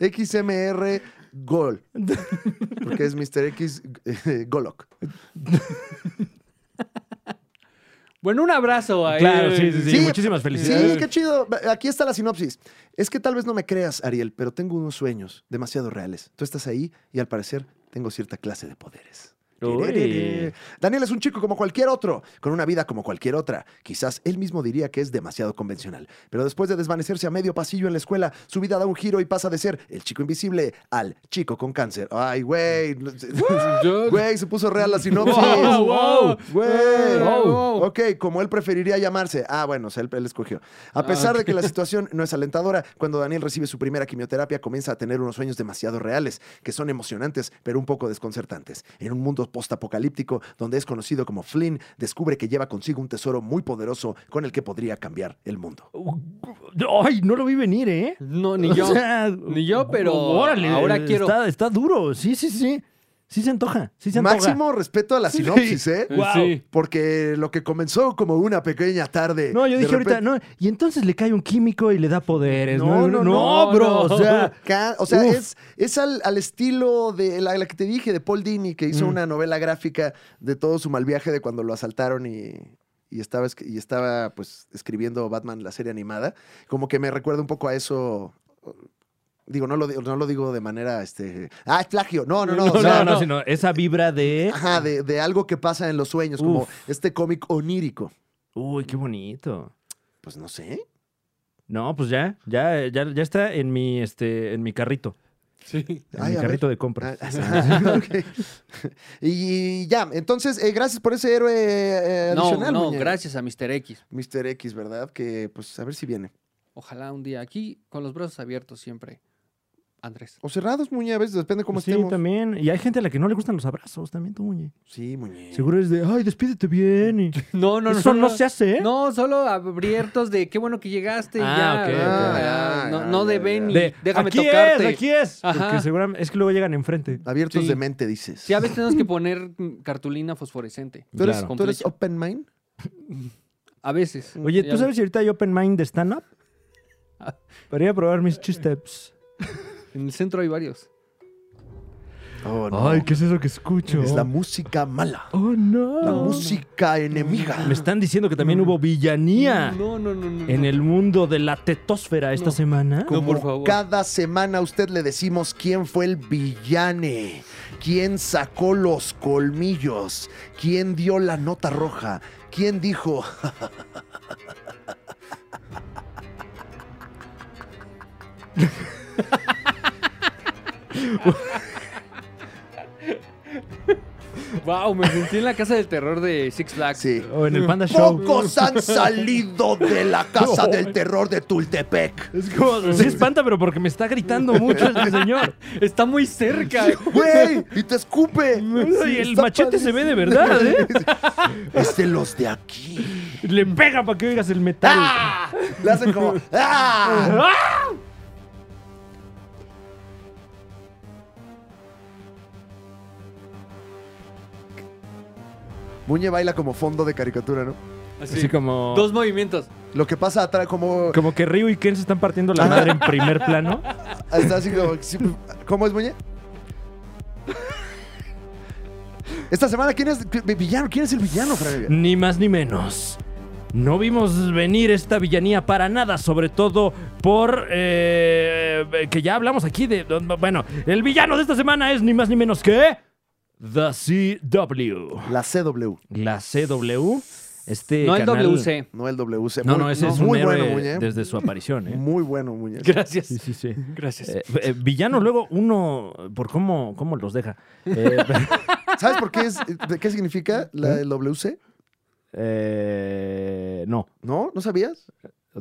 Speaker 3: eh, XMR Gol. Porque es Mr. X eh, Golok.
Speaker 2: Bueno, un abrazo a
Speaker 1: Claro,
Speaker 2: él.
Speaker 1: sí, sí, sí.
Speaker 3: Sí.
Speaker 1: Muchísimas felicidades.
Speaker 3: Sí, qué chido. Aquí está la sinopsis. Es que tal vez no me creas, Ariel, pero tengo unos sueños demasiado reales. Tú estás ahí y al parecer tengo cierta clase de poderes.
Speaker 1: Uy.
Speaker 3: Daniel es un chico como cualquier otro, con una vida como cualquier otra. Quizás él mismo diría que es demasiado convencional. Pero después de desvanecerse a medio pasillo en la escuela, su vida da un giro y pasa de ser el chico invisible al chico con cáncer. Ay, güey.
Speaker 1: Mm.
Speaker 2: Yo-
Speaker 3: Güey, se puso real la sinopsis.
Speaker 1: Oh,
Speaker 2: Wow, wow.
Speaker 3: Güey.
Speaker 2: Wow.
Speaker 3: Ok, como él preferiría llamarse. Ah, bueno, o sea, él, él escogió.
Speaker 1: Ah,
Speaker 3: A pesar de que la situación no es alentadora, cuando Daniel recibe su primera quimioterapia comienza a tener unos sueños demasiado reales, que son emocionantes, pero un poco desconcertantes. En un mundo postapocalíptico, donde es conocido como Flynn, descubre que lleva consigo un tesoro muy poderoso con el que podría cambiar el mundo.
Speaker 1: Ay, no lo vi venir, ¿eh?
Speaker 2: No, ni yo.
Speaker 1: O sea, oh,
Speaker 2: Ni yo, pero
Speaker 1: órale,
Speaker 2: ahora quiero-
Speaker 1: Está, está duro, sí, sí, sí. Sí se antoja, sí se antoja.
Speaker 3: Máximo respeto a la sinopsis, ¿eh?
Speaker 1: Wow.
Speaker 2: Sí.
Speaker 3: Porque lo que comenzó como una pequeña tarde.
Speaker 1: No, yo
Speaker 3: de
Speaker 1: dije
Speaker 3: repente-
Speaker 1: ahorita, no, y entonces le cae un químico y le da poderes. No, no, no,
Speaker 2: no,
Speaker 1: bro,
Speaker 2: no.
Speaker 1: o sea...
Speaker 3: Ca- o sea,
Speaker 1: Uf.
Speaker 3: es, es al, al estilo de la, la que te dije, de Paul Dini, que
Speaker 1: Mm.
Speaker 3: hizo una novela gráfica de todo su mal viaje de cuando lo asaltaron y, y estaba, es- y estaba pues escribiendo Batman, la serie animada. Como que me recuerda un poco a eso. Digo, no lo, di- no lo digo de manera, este, ah, es plagio. No, no, no. o
Speaker 1: No,
Speaker 3: sea,
Speaker 1: no, no, sino esa vibra de...
Speaker 3: Ajá, de, de algo que pasa en los sueños, como
Speaker 1: Uf.
Speaker 3: este cómic onírico.
Speaker 1: Uy, qué bonito.
Speaker 3: Pues no sé.
Speaker 1: No, pues ya, ya, ya, ya está en mi, este, en mi carrito,
Speaker 2: Sí.
Speaker 1: en
Speaker 3: Ay,
Speaker 1: mi
Speaker 3: a
Speaker 1: carrito de compra.
Speaker 3: Ah, ah, ok. Y ya, entonces, eh, gracias por ese héroe eh,
Speaker 2: No,
Speaker 3: adicional.
Speaker 2: no,
Speaker 3: Muñe.
Speaker 2: gracias a Mr. X.
Speaker 3: Mr. X, ¿verdad? Que pues a ver si viene.
Speaker 2: Ojalá un día aquí, con los brazos abiertos siempre, Andrés.
Speaker 3: O cerrados, Muñe, a veces depende cómo
Speaker 1: Pues sí,
Speaker 3: estemos.
Speaker 1: también. Y hay gente a la que no le gustan los abrazos, también tú, Muñe.
Speaker 3: Sí, Muñe.
Speaker 1: Seguro es de, ay, despídete bien. y-
Speaker 2: No, no, no.
Speaker 1: Eso no se hace, ¿eh?
Speaker 2: No, solo abiertos de qué bueno que llegaste y
Speaker 1: Ah,
Speaker 2: ya.
Speaker 1: ok,
Speaker 2: ¿no?
Speaker 1: ok.
Speaker 2: Ah,
Speaker 3: Ah,
Speaker 2: no,
Speaker 3: ya,
Speaker 2: no de
Speaker 3: ya,
Speaker 2: ven
Speaker 3: ya.
Speaker 2: y
Speaker 1: De,
Speaker 2: déjame
Speaker 1: aquí
Speaker 2: tocarte.
Speaker 1: es, aquí es.
Speaker 2: Ajá.
Speaker 1: Porque seguramente es que luego llegan enfrente.
Speaker 3: Abiertos
Speaker 2: Sí.
Speaker 3: de mente, dices.
Speaker 2: Sí, a veces tenemos que poner mm, cartulina fosforescente.
Speaker 3: ¿Tú, eres,
Speaker 1: Claro.
Speaker 3: tú eres open mind?
Speaker 2: A veces.
Speaker 1: Oye,
Speaker 2: Ya
Speaker 1: ¿tú sabes si ahorita hay open mind de stand-up?
Speaker 2: Ah.
Speaker 1: Para ir a probar mis chisteps.
Speaker 2: En el centro hay varios.
Speaker 3: Oh, no.
Speaker 1: es eso que escucho?
Speaker 3: Es la música mala.
Speaker 1: Oh, no.
Speaker 3: La música enemiga.
Speaker 1: Me están diciendo que también hubo villanía
Speaker 2: No, no, no, no.
Speaker 1: en
Speaker 2: no.
Speaker 1: el mundo de la tetosfera esta
Speaker 2: No.
Speaker 1: semana.
Speaker 2: No, por
Speaker 3: Como
Speaker 2: favor.
Speaker 3: Cada semana a usted le decimos quién fue el villane, quién sacó los colmillos, quién dio la nota roja, quién dijo.
Speaker 2: Wow, me sentí en la casa del terror de Six Flags.
Speaker 3: Sí.
Speaker 1: O en el Panda Show.
Speaker 3: Pocos han salido de la casa del terror de Tultepec.
Speaker 1: Es como, se espanta, pero porque me está gritando mucho este señor.
Speaker 2: Está muy cerca.
Speaker 3: ¡Güey! ¡Y te escupe!
Speaker 1: y el machete se ve de verdad, ¿eh?
Speaker 3: Es de los de aquí.
Speaker 1: Le pega para que oigas el metal.
Speaker 3: Ah. Le hacen como. ¡Ah! Muñe baila como fondo de caricatura, ¿no?
Speaker 2: Así,
Speaker 1: Así como.
Speaker 2: Dos movimientos.
Speaker 3: Lo que pasa atrás, como.
Speaker 1: Como que Ryu y Ken se están partiendo la madre en primer plano.
Speaker 3: Está así como. ¿Cómo es, Muñe? Esta semana, ¿quién es el villano? ¿Quién es el villano, Fran?
Speaker 1: Ni más ni menos. No vimos venir esta villanía para nada, sobre todo por eh, que ya hablamos aquí de... Bueno, el villano de esta semana es ni más ni menos que... The CW.
Speaker 3: La CW,
Speaker 1: La CW. Este
Speaker 2: no el
Speaker 1: canal-
Speaker 2: WC.
Speaker 3: no el WC.
Speaker 1: No,
Speaker 3: Muy-
Speaker 1: no, ese es un
Speaker 3: Muy bueno,
Speaker 1: héroe
Speaker 3: Muñe.
Speaker 1: desde su aparición. ¿eh?
Speaker 3: Muy bueno, Muñe.
Speaker 2: Gracias.
Speaker 1: Sí, sí, sí.
Speaker 2: Gracias.
Speaker 1: Eh, eh, villano luego uno por cómo, cómo los deja. Eh,
Speaker 3: ¿Sabes por qué es, eh, de qué significa la, el WC?
Speaker 1: eh, no,
Speaker 3: ¿No? ¿No sabías?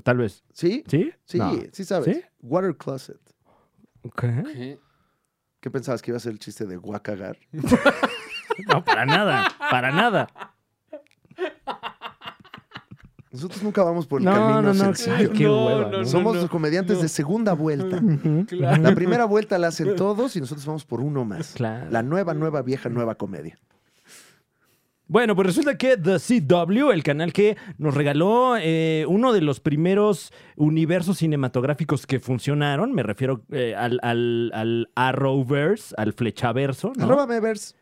Speaker 1: tal vez.
Speaker 3: ¿Sí?
Speaker 1: ¿Sí?
Speaker 3: Sí,
Speaker 1: No.
Speaker 3: sí sabes.
Speaker 1: ¿Sí?
Speaker 3: Water Closet.
Speaker 1: ¿Qué?
Speaker 2: ¿Qué?
Speaker 3: ¿Qué pensabas que iba a ser el chiste de guacagar?
Speaker 1: No, para nada, para nada.
Speaker 3: Nosotros nunca vamos por el
Speaker 1: No,
Speaker 3: camino
Speaker 1: no, no,
Speaker 3: sencillo.
Speaker 1: ay, qué
Speaker 2: No,
Speaker 1: hueva.
Speaker 2: no,
Speaker 1: ¿no?
Speaker 2: no.
Speaker 3: Somos los comediantes de segunda vuelta.
Speaker 2: Claro.
Speaker 3: La primera vuelta la hacen todos y nosotros vamos por uno más.
Speaker 1: Claro.
Speaker 3: La nueva, nueva, vieja, nueva comedia.
Speaker 1: Bueno, pues resulta que The CW, el canal que nos regaló eh, uno de los primeros universos cinematográficos que funcionaron, me refiero eh, al, al, al Arrowverse, al Flechaverso, ¿no?
Speaker 3: Arroba Mevers.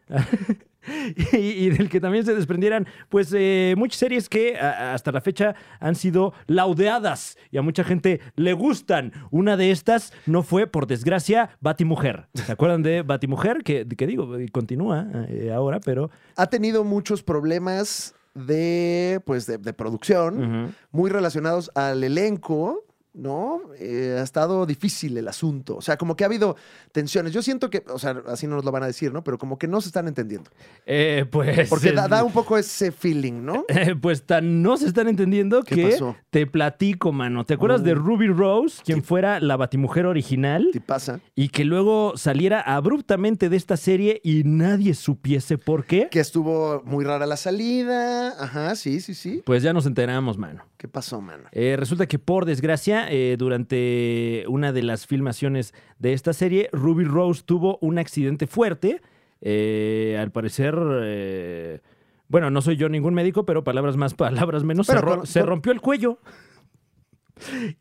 Speaker 1: y, y del que también se desprendieran, pues, eh, muchas series que a- hasta la fecha han sido laudeadas y a mucha gente le gustan. Una de estas no fue, por desgracia, Batimujer. ¿Se acuerdan de Batimujer? Que, que digo, eh, continúa eh, ahora, pero...
Speaker 3: Ha tenido muchos problemas de, pues, de, de producción, muy relacionados al elenco, ¿no? Eh, ha estado difícil el asunto. O sea, como que ha habido tensiones. Yo siento que, o sea, así no nos lo van a decir, ¿no? Pero como que no se están entendiendo.
Speaker 1: Eh, pues...
Speaker 3: Porque da,
Speaker 1: eh,
Speaker 3: da un poco ese feeling, ¿no?
Speaker 1: Eh, pues tan no se están entendiendo
Speaker 3: ¿Qué
Speaker 1: que
Speaker 3: pasó? Oh.
Speaker 1: te platico, mano. ¿Te acuerdas de Ruby Rose, quien fuera la batimujer original?
Speaker 3: Te pasa.
Speaker 1: Y que luego saliera abruptamente de esta serie y nadie supiese por qué.
Speaker 3: Que estuvo muy rara la salida. Ajá, sí, sí, sí.
Speaker 1: Pues ya nos enteramos, mano.
Speaker 3: ¿Qué pasó, mano?
Speaker 1: Eh, resulta que, por desgracia, eh, durante una de las filmaciones de esta serie, Ruby Rose tuvo un accidente fuerte. Eh, al parecer, eh, bueno, no soy yo ningún médico, pero palabras más, palabras menos,
Speaker 3: Pero
Speaker 1: se, ro-
Speaker 3: con-
Speaker 1: se
Speaker 3: con-
Speaker 1: rompió el cuello.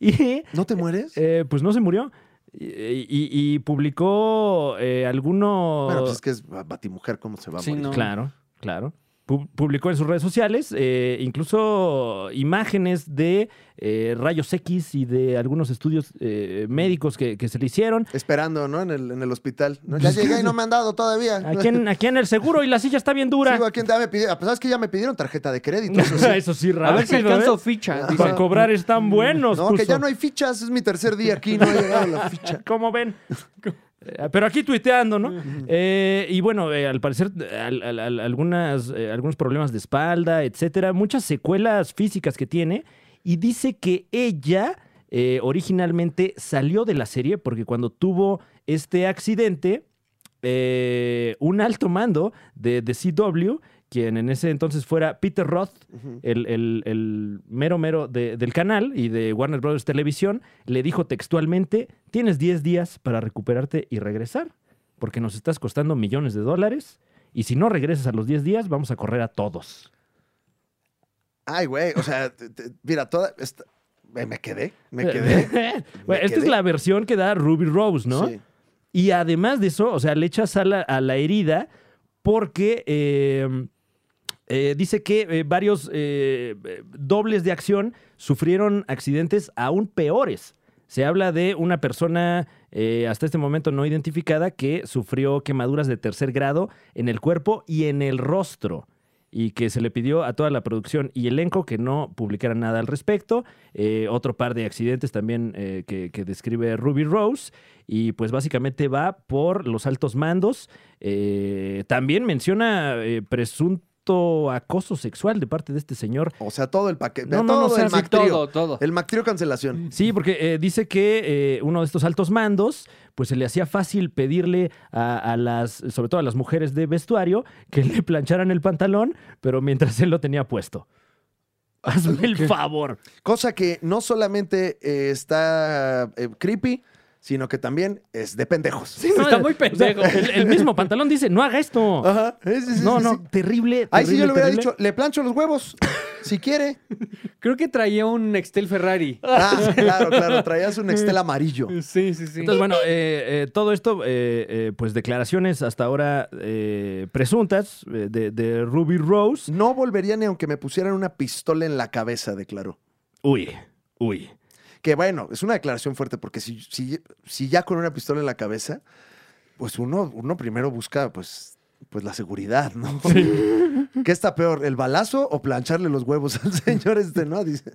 Speaker 1: y
Speaker 3: ¿No te mueres?
Speaker 1: eh, pues no se murió. Y, y- y publicó eh, algunos...
Speaker 3: Bueno, pues es que es ba- batimujer, ¿cómo se va a
Speaker 2: Sí,
Speaker 3: morir?
Speaker 2: no.
Speaker 1: Claro, claro. Pu- publicó en sus redes sociales eh, incluso imágenes de eh, rayos X y de algunos estudios eh, médicos que, que se le hicieron.
Speaker 3: Esperando, ¿no? En el, en el hospital. ¿no? Ya llegué y no me han dado todavía.
Speaker 1: Aquí en, aquí en el seguro y la silla está bien dura.
Speaker 3: Sigo aquí, ya me pidieron- ah, a pesar es que ya me pidieron tarjeta de crédito. eso sí.
Speaker 1: Eso sí,
Speaker 2: A ver si
Speaker 1: rápido,
Speaker 2: alcanzo
Speaker 1: ¿eh?
Speaker 2: ficha.
Speaker 3: Ajá.
Speaker 1: Para
Speaker 2: dice.
Speaker 1: cobrar están buenos.
Speaker 3: Mm. No, que
Speaker 1: puso.
Speaker 3: ya no hay fichas. Es mi tercer día aquí, no ha llegado la ficha.
Speaker 1: ¿Cómo ven? Eh, Pero aquí tuiteando, ¿no? Eh, y bueno, eh, al parecer al- al- al- algunas, eh, algunos problemas de espalda, etcétera, muchas secuelas físicas que tiene. Y dice que ella eh, originalmente salió de la serie porque cuando tuvo este accidente, eh, un alto mando de, de CW, quien en ese entonces fuera Peter Roth,
Speaker 3: Ujú.
Speaker 1: el, el- el mero mero de- del canal y de Warner Brothers Televisión, le dijo textualmente, tienes 10 días para recuperarte y regresar, porque nos estás costando millones de dólares, y si no regresas a los 10 días, vamos a correr a todos.
Speaker 3: Ay, güey. O sea, te- te- mira, toda. esta- me me quedé, me quedé.
Speaker 1: Eh, Bueno, esta
Speaker 3: quedé.
Speaker 1: es la versión que da Ruby Rose, ¿no?
Speaker 3: Sí.
Speaker 1: Y además de eso, o sea, le echa sal a, a la herida porque eh, eh, dice que eh, varios eh, dobles de acción sufrieron accidentes aún peores. Se habla de una persona eh, hasta este momento no identificada que sufrió quemaduras de tercer grado en el cuerpo y en el rostro y que se le pidió a toda la producción y elenco que no publicara nada al respecto. Eh, otro par de accidentes también eh, que, que describe Ruby Rose. Y pues básicamente va por los altos mandos. Eh, también menciona eh, presunto acoso sexual de parte de este señor.
Speaker 3: O sea, todo el paquete.
Speaker 1: No, no,
Speaker 3: todo
Speaker 1: no, o sea,
Speaker 3: el
Speaker 1: sí,
Speaker 3: Mactrío.
Speaker 2: todo, todo.
Speaker 3: El Mactrío cancelación.
Speaker 1: Sí, porque eh, dice que eh, uno de estos altos mandos, pues se le hacía fácil pedirle a, a las, sobre todo a las mujeres de vestuario, que le plancharan el pantalón, pero mientras él lo tenía puesto. Hazme el favor.
Speaker 3: Cosa que no solamente eh, está eh, creepy, sino que también es de pendejos.
Speaker 1: No,
Speaker 2: está
Speaker 1: eh,
Speaker 2: muy
Speaker 1: o sea,
Speaker 2: pendejo.
Speaker 1: el, el mismo pantalón dice, no haga esto.
Speaker 3: Ajá. Sí, Ah, sí, sí,
Speaker 1: no,
Speaker 3: sí,
Speaker 1: no,
Speaker 3: sí.
Speaker 1: terrible.
Speaker 3: Ahí sí yo
Speaker 1: terrible,
Speaker 3: le hubiera
Speaker 1: terrible.
Speaker 3: dicho, le plancho los huevos, si quiere.
Speaker 2: Creo que traía un Nextel Ferrari.
Speaker 3: Ah, claro, claro, traías un Nextel amarillo.
Speaker 2: Sí, sí, sí.
Speaker 1: Entonces, bueno, eh, eh, todo esto, eh, eh, pues declaraciones hasta ahora eh, presuntas eh, de, de Ruby Rose.
Speaker 3: No volvería ni aunque me pusieran una pistola en la cabeza, declaró.
Speaker 1: Uy, uy.
Speaker 3: Que bueno, es una declaración fuerte porque si, si, si ya con una pistola en la cabeza, pues uno, uno primero busca pues, pues la seguridad, ¿no? ¿Qué está peor, el balazo o plancharle los huevos al señor este, no? Dice.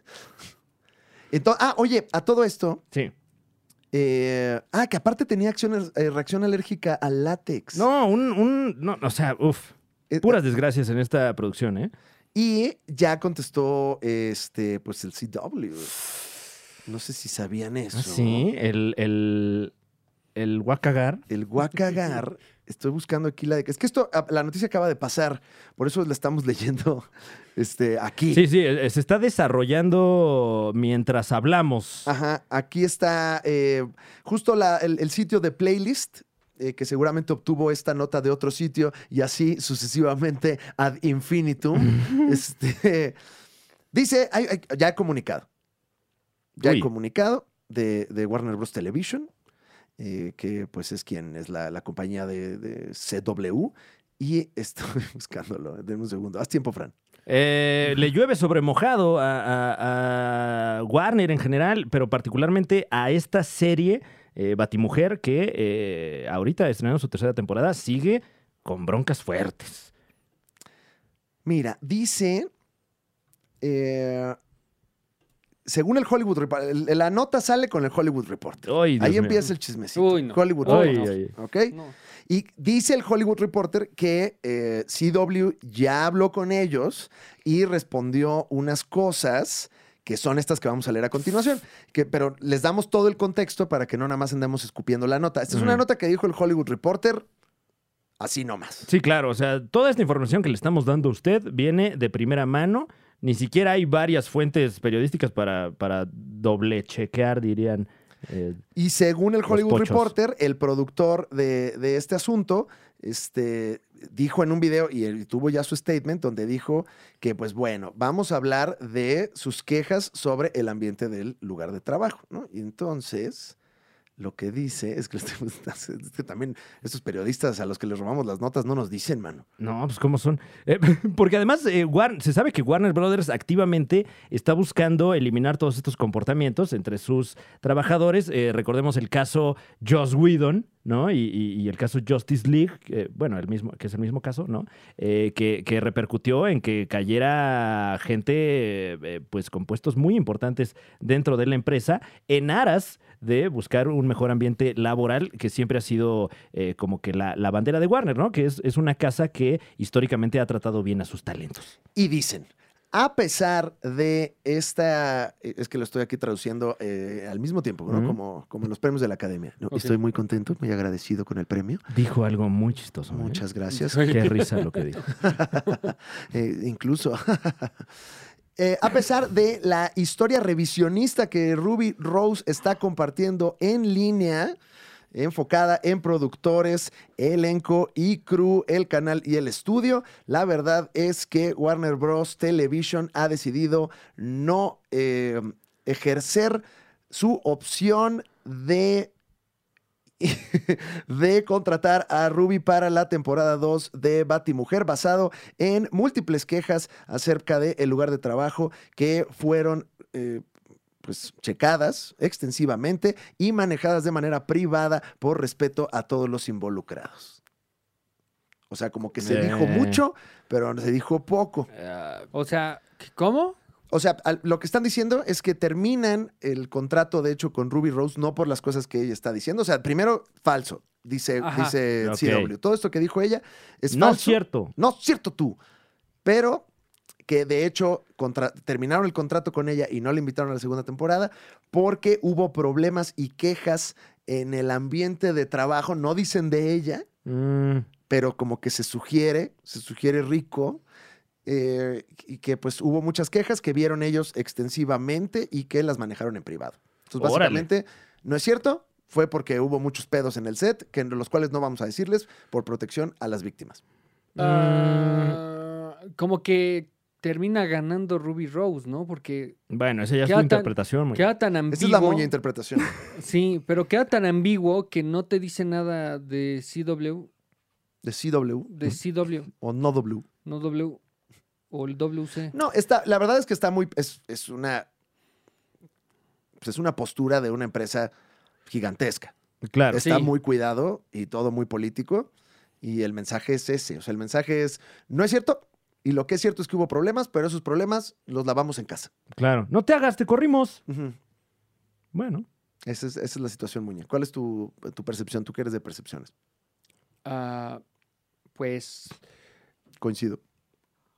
Speaker 3: Entonces, ah, oye, a todo esto,
Speaker 1: Sí.
Speaker 3: eh, ah, que aparte tenía acción, eh, reacción alérgica al látex.
Speaker 1: No, un, un no, o sea, uff.
Speaker 3: Eh,
Speaker 1: Puras desgracias en esta producción, ¿eh?
Speaker 3: Y ya contestó este, pues el CW. No sé si sabían eso.
Speaker 1: Ah, Sí, el, el, el Wakagar.
Speaker 3: El guacagar. Estoy buscando aquí la de. Es que esto, a- la noticia acaba de pasar. Por eso la estamos leyendo este, aquí.
Speaker 1: Sí, sí, eh, se está desarrollando mientras hablamos.
Speaker 3: Ajá. Aquí está eh, justo la- el, el sitio de playlist. eh, que seguramente obtuvo esta nota de otro sitio y así sucesivamente ad infinitum. este, dice, hay- hay- ya he comunicado. Ya
Speaker 1: Uy.
Speaker 3: he comunicado de, de Warner Bros. Television, eh, que pues es quien es la, la compañía de, de CW. Y estoy buscándolo. Denme un segundo. Haz tiempo, Fran.
Speaker 1: Eh, le llueve sobre mojado a, a- a Warner en general, pero particularmente a esta serie eh, Batimujer que eh, ahorita estrenando su tercera temporada sigue con broncas fuertes.
Speaker 3: Mira, dice. eh, según el Hollywood Report, el- la nota sale con el Hollywood Report.
Speaker 1: Ay, Dios
Speaker 3: Ahí
Speaker 1: mío.
Speaker 3: empieza el chismecito.
Speaker 2: Uy, no.
Speaker 3: Hollywood
Speaker 2: Uy,
Speaker 1: Ay,
Speaker 3: Report.
Speaker 1: ay.
Speaker 3: ¿ok?
Speaker 2: No.
Speaker 3: Y dice el Hollywood Reporter que eh, CW ya habló con ellos y respondió unas cosas que son estas que vamos a leer a continuación. Que, pero les damos todo el contexto para que no nada más andemos escupiendo la nota. Esta es una
Speaker 1: Ujú.
Speaker 3: nota que dijo el Hollywood Reporter así nomás.
Speaker 1: Sí, claro, o sea, toda esta información que le estamos dando a usted viene de primera mano. Ni siquiera hay varias fuentes periodísticas para, para doble chequear, dirían. Eh,
Speaker 3: Y según el
Speaker 1: Los
Speaker 3: Hollywood
Speaker 1: pochos.
Speaker 3: Reporter, el productor de, de este asunto este, dijo en un video, y él tuvo ya su statement, donde dijo que, pues bueno, vamos a hablar de sus quejas sobre el ambiente del lugar de trabajo, ¿no? Y entonces, lo que dice es que, es que también estos periodistas a los que les robamos las notas no nos dicen, mano.
Speaker 1: no, pues cómo son. Eh, porque además eh, War- se sabe que Warner Brothers activamente está buscando eliminar todos estos comportamientos entre sus trabajadores. Eh, recordemos el caso Joss Whedon, ¿no? Y, y- y el caso Justice League, que, bueno, el mismo, que es el mismo caso, ¿no? eh, que, que repercutió en que cayera gente eh, pues con puestos muy importantes dentro de la empresa en aras de buscar un mejor ambiente laboral que siempre ha sido eh, como que la, la bandera de Warner, ¿no? Que es, es una casa que históricamente ha tratado bien a sus talentos.
Speaker 3: Y dicen, a pesar de esta, eh, es que lo estoy aquí traduciendo eh, al mismo tiempo, ¿no?
Speaker 1: Ujú.
Speaker 3: como, como los premios de la academia. ¿no?
Speaker 2: Ok.
Speaker 3: Estoy muy contento, muy agradecido con el premio.
Speaker 1: Dijo algo muy chistoso. ¿eh?
Speaker 3: Muchas gracias.
Speaker 1: Qué risa lo que dijo.
Speaker 3: Eh, incluso. Eh, a pesar de la historia revisionista que Ruby Rose está compartiendo en línea, enfocada en productores, elenco y crew, el canal y el estudio, la verdad es que Warner Bros. Television ha decidido no eh, ejercer su opción de de contratar a Ruby para la temporada 2 de Batimujer, basado en múltiples quejas acerca del lugar de trabajo que fueron. eh, pues checadas extensivamente y manejadas de manera privada por respeto a todos los involucrados. O sea, como que se dijo
Speaker 1: Eh.
Speaker 3: mucho, pero se dijo poco.
Speaker 2: O sea, ¿qué- ¿cómo?
Speaker 3: O sea, al- lo que están diciendo es que terminan el contrato, de hecho, con Ruby Rose, no por las cosas que ella está diciendo. O sea, primero, falso, dice,
Speaker 2: Ajá.
Speaker 3: dice
Speaker 1: Ok.
Speaker 3: CW. Todo esto que dijo ella es
Speaker 1: no es
Speaker 3: falso.
Speaker 1: cierto.
Speaker 3: No, cierto tú. Pero que de hecho contra- terminaron el contrato con ella y no la invitaron a la segunda temporada porque hubo problemas y quejas en el ambiente de trabajo. No dicen de ella,
Speaker 1: Mm,
Speaker 3: pero como que se sugiere, se sugiere rico. eh, y que pues hubo muchas quejas que vieron ellos extensivamente y que las manejaron en privado. Entonces,
Speaker 1: Órale.
Speaker 3: básicamente, no es cierto, fue porque hubo muchos pedos en el set, que los cuales no vamos a decirles por protección a las víctimas.
Speaker 2: mm. Ah, como que termina ganando Ruby Rose, ¿no? Porque
Speaker 1: bueno, esa ya es
Speaker 2: ¿Qué
Speaker 1: tu
Speaker 2: tan-
Speaker 1: interpretación. Moy.
Speaker 2: queda tan ambiguo.
Speaker 3: Esa es la moña interpretación.
Speaker 2: Sí, pero queda tan ambiguo que no te dice nada de CW,
Speaker 3: De CW
Speaker 2: de CW,
Speaker 3: o no W.
Speaker 2: no W, o el WC.
Speaker 3: No, está, la verdad es que está muy. Es, es una. pues es una postura de una empresa gigantesca.
Speaker 1: Claro.
Speaker 3: Está
Speaker 2: Sí.
Speaker 3: muy cuidado y todo muy político. Y el mensaje es ese. O sea, el mensaje es: no es cierto. Y lo que es cierto es que hubo problemas, pero esos problemas los lavamos en casa.
Speaker 1: Claro. No te hagas, te corrimos.
Speaker 3: Ujú.
Speaker 1: Bueno.
Speaker 3: esa, es, esa es la situación, Muñe. ¿Cuál es tu, tu percepción? Tú que eres de percepciones.
Speaker 2: Ah, pues
Speaker 3: Coincido.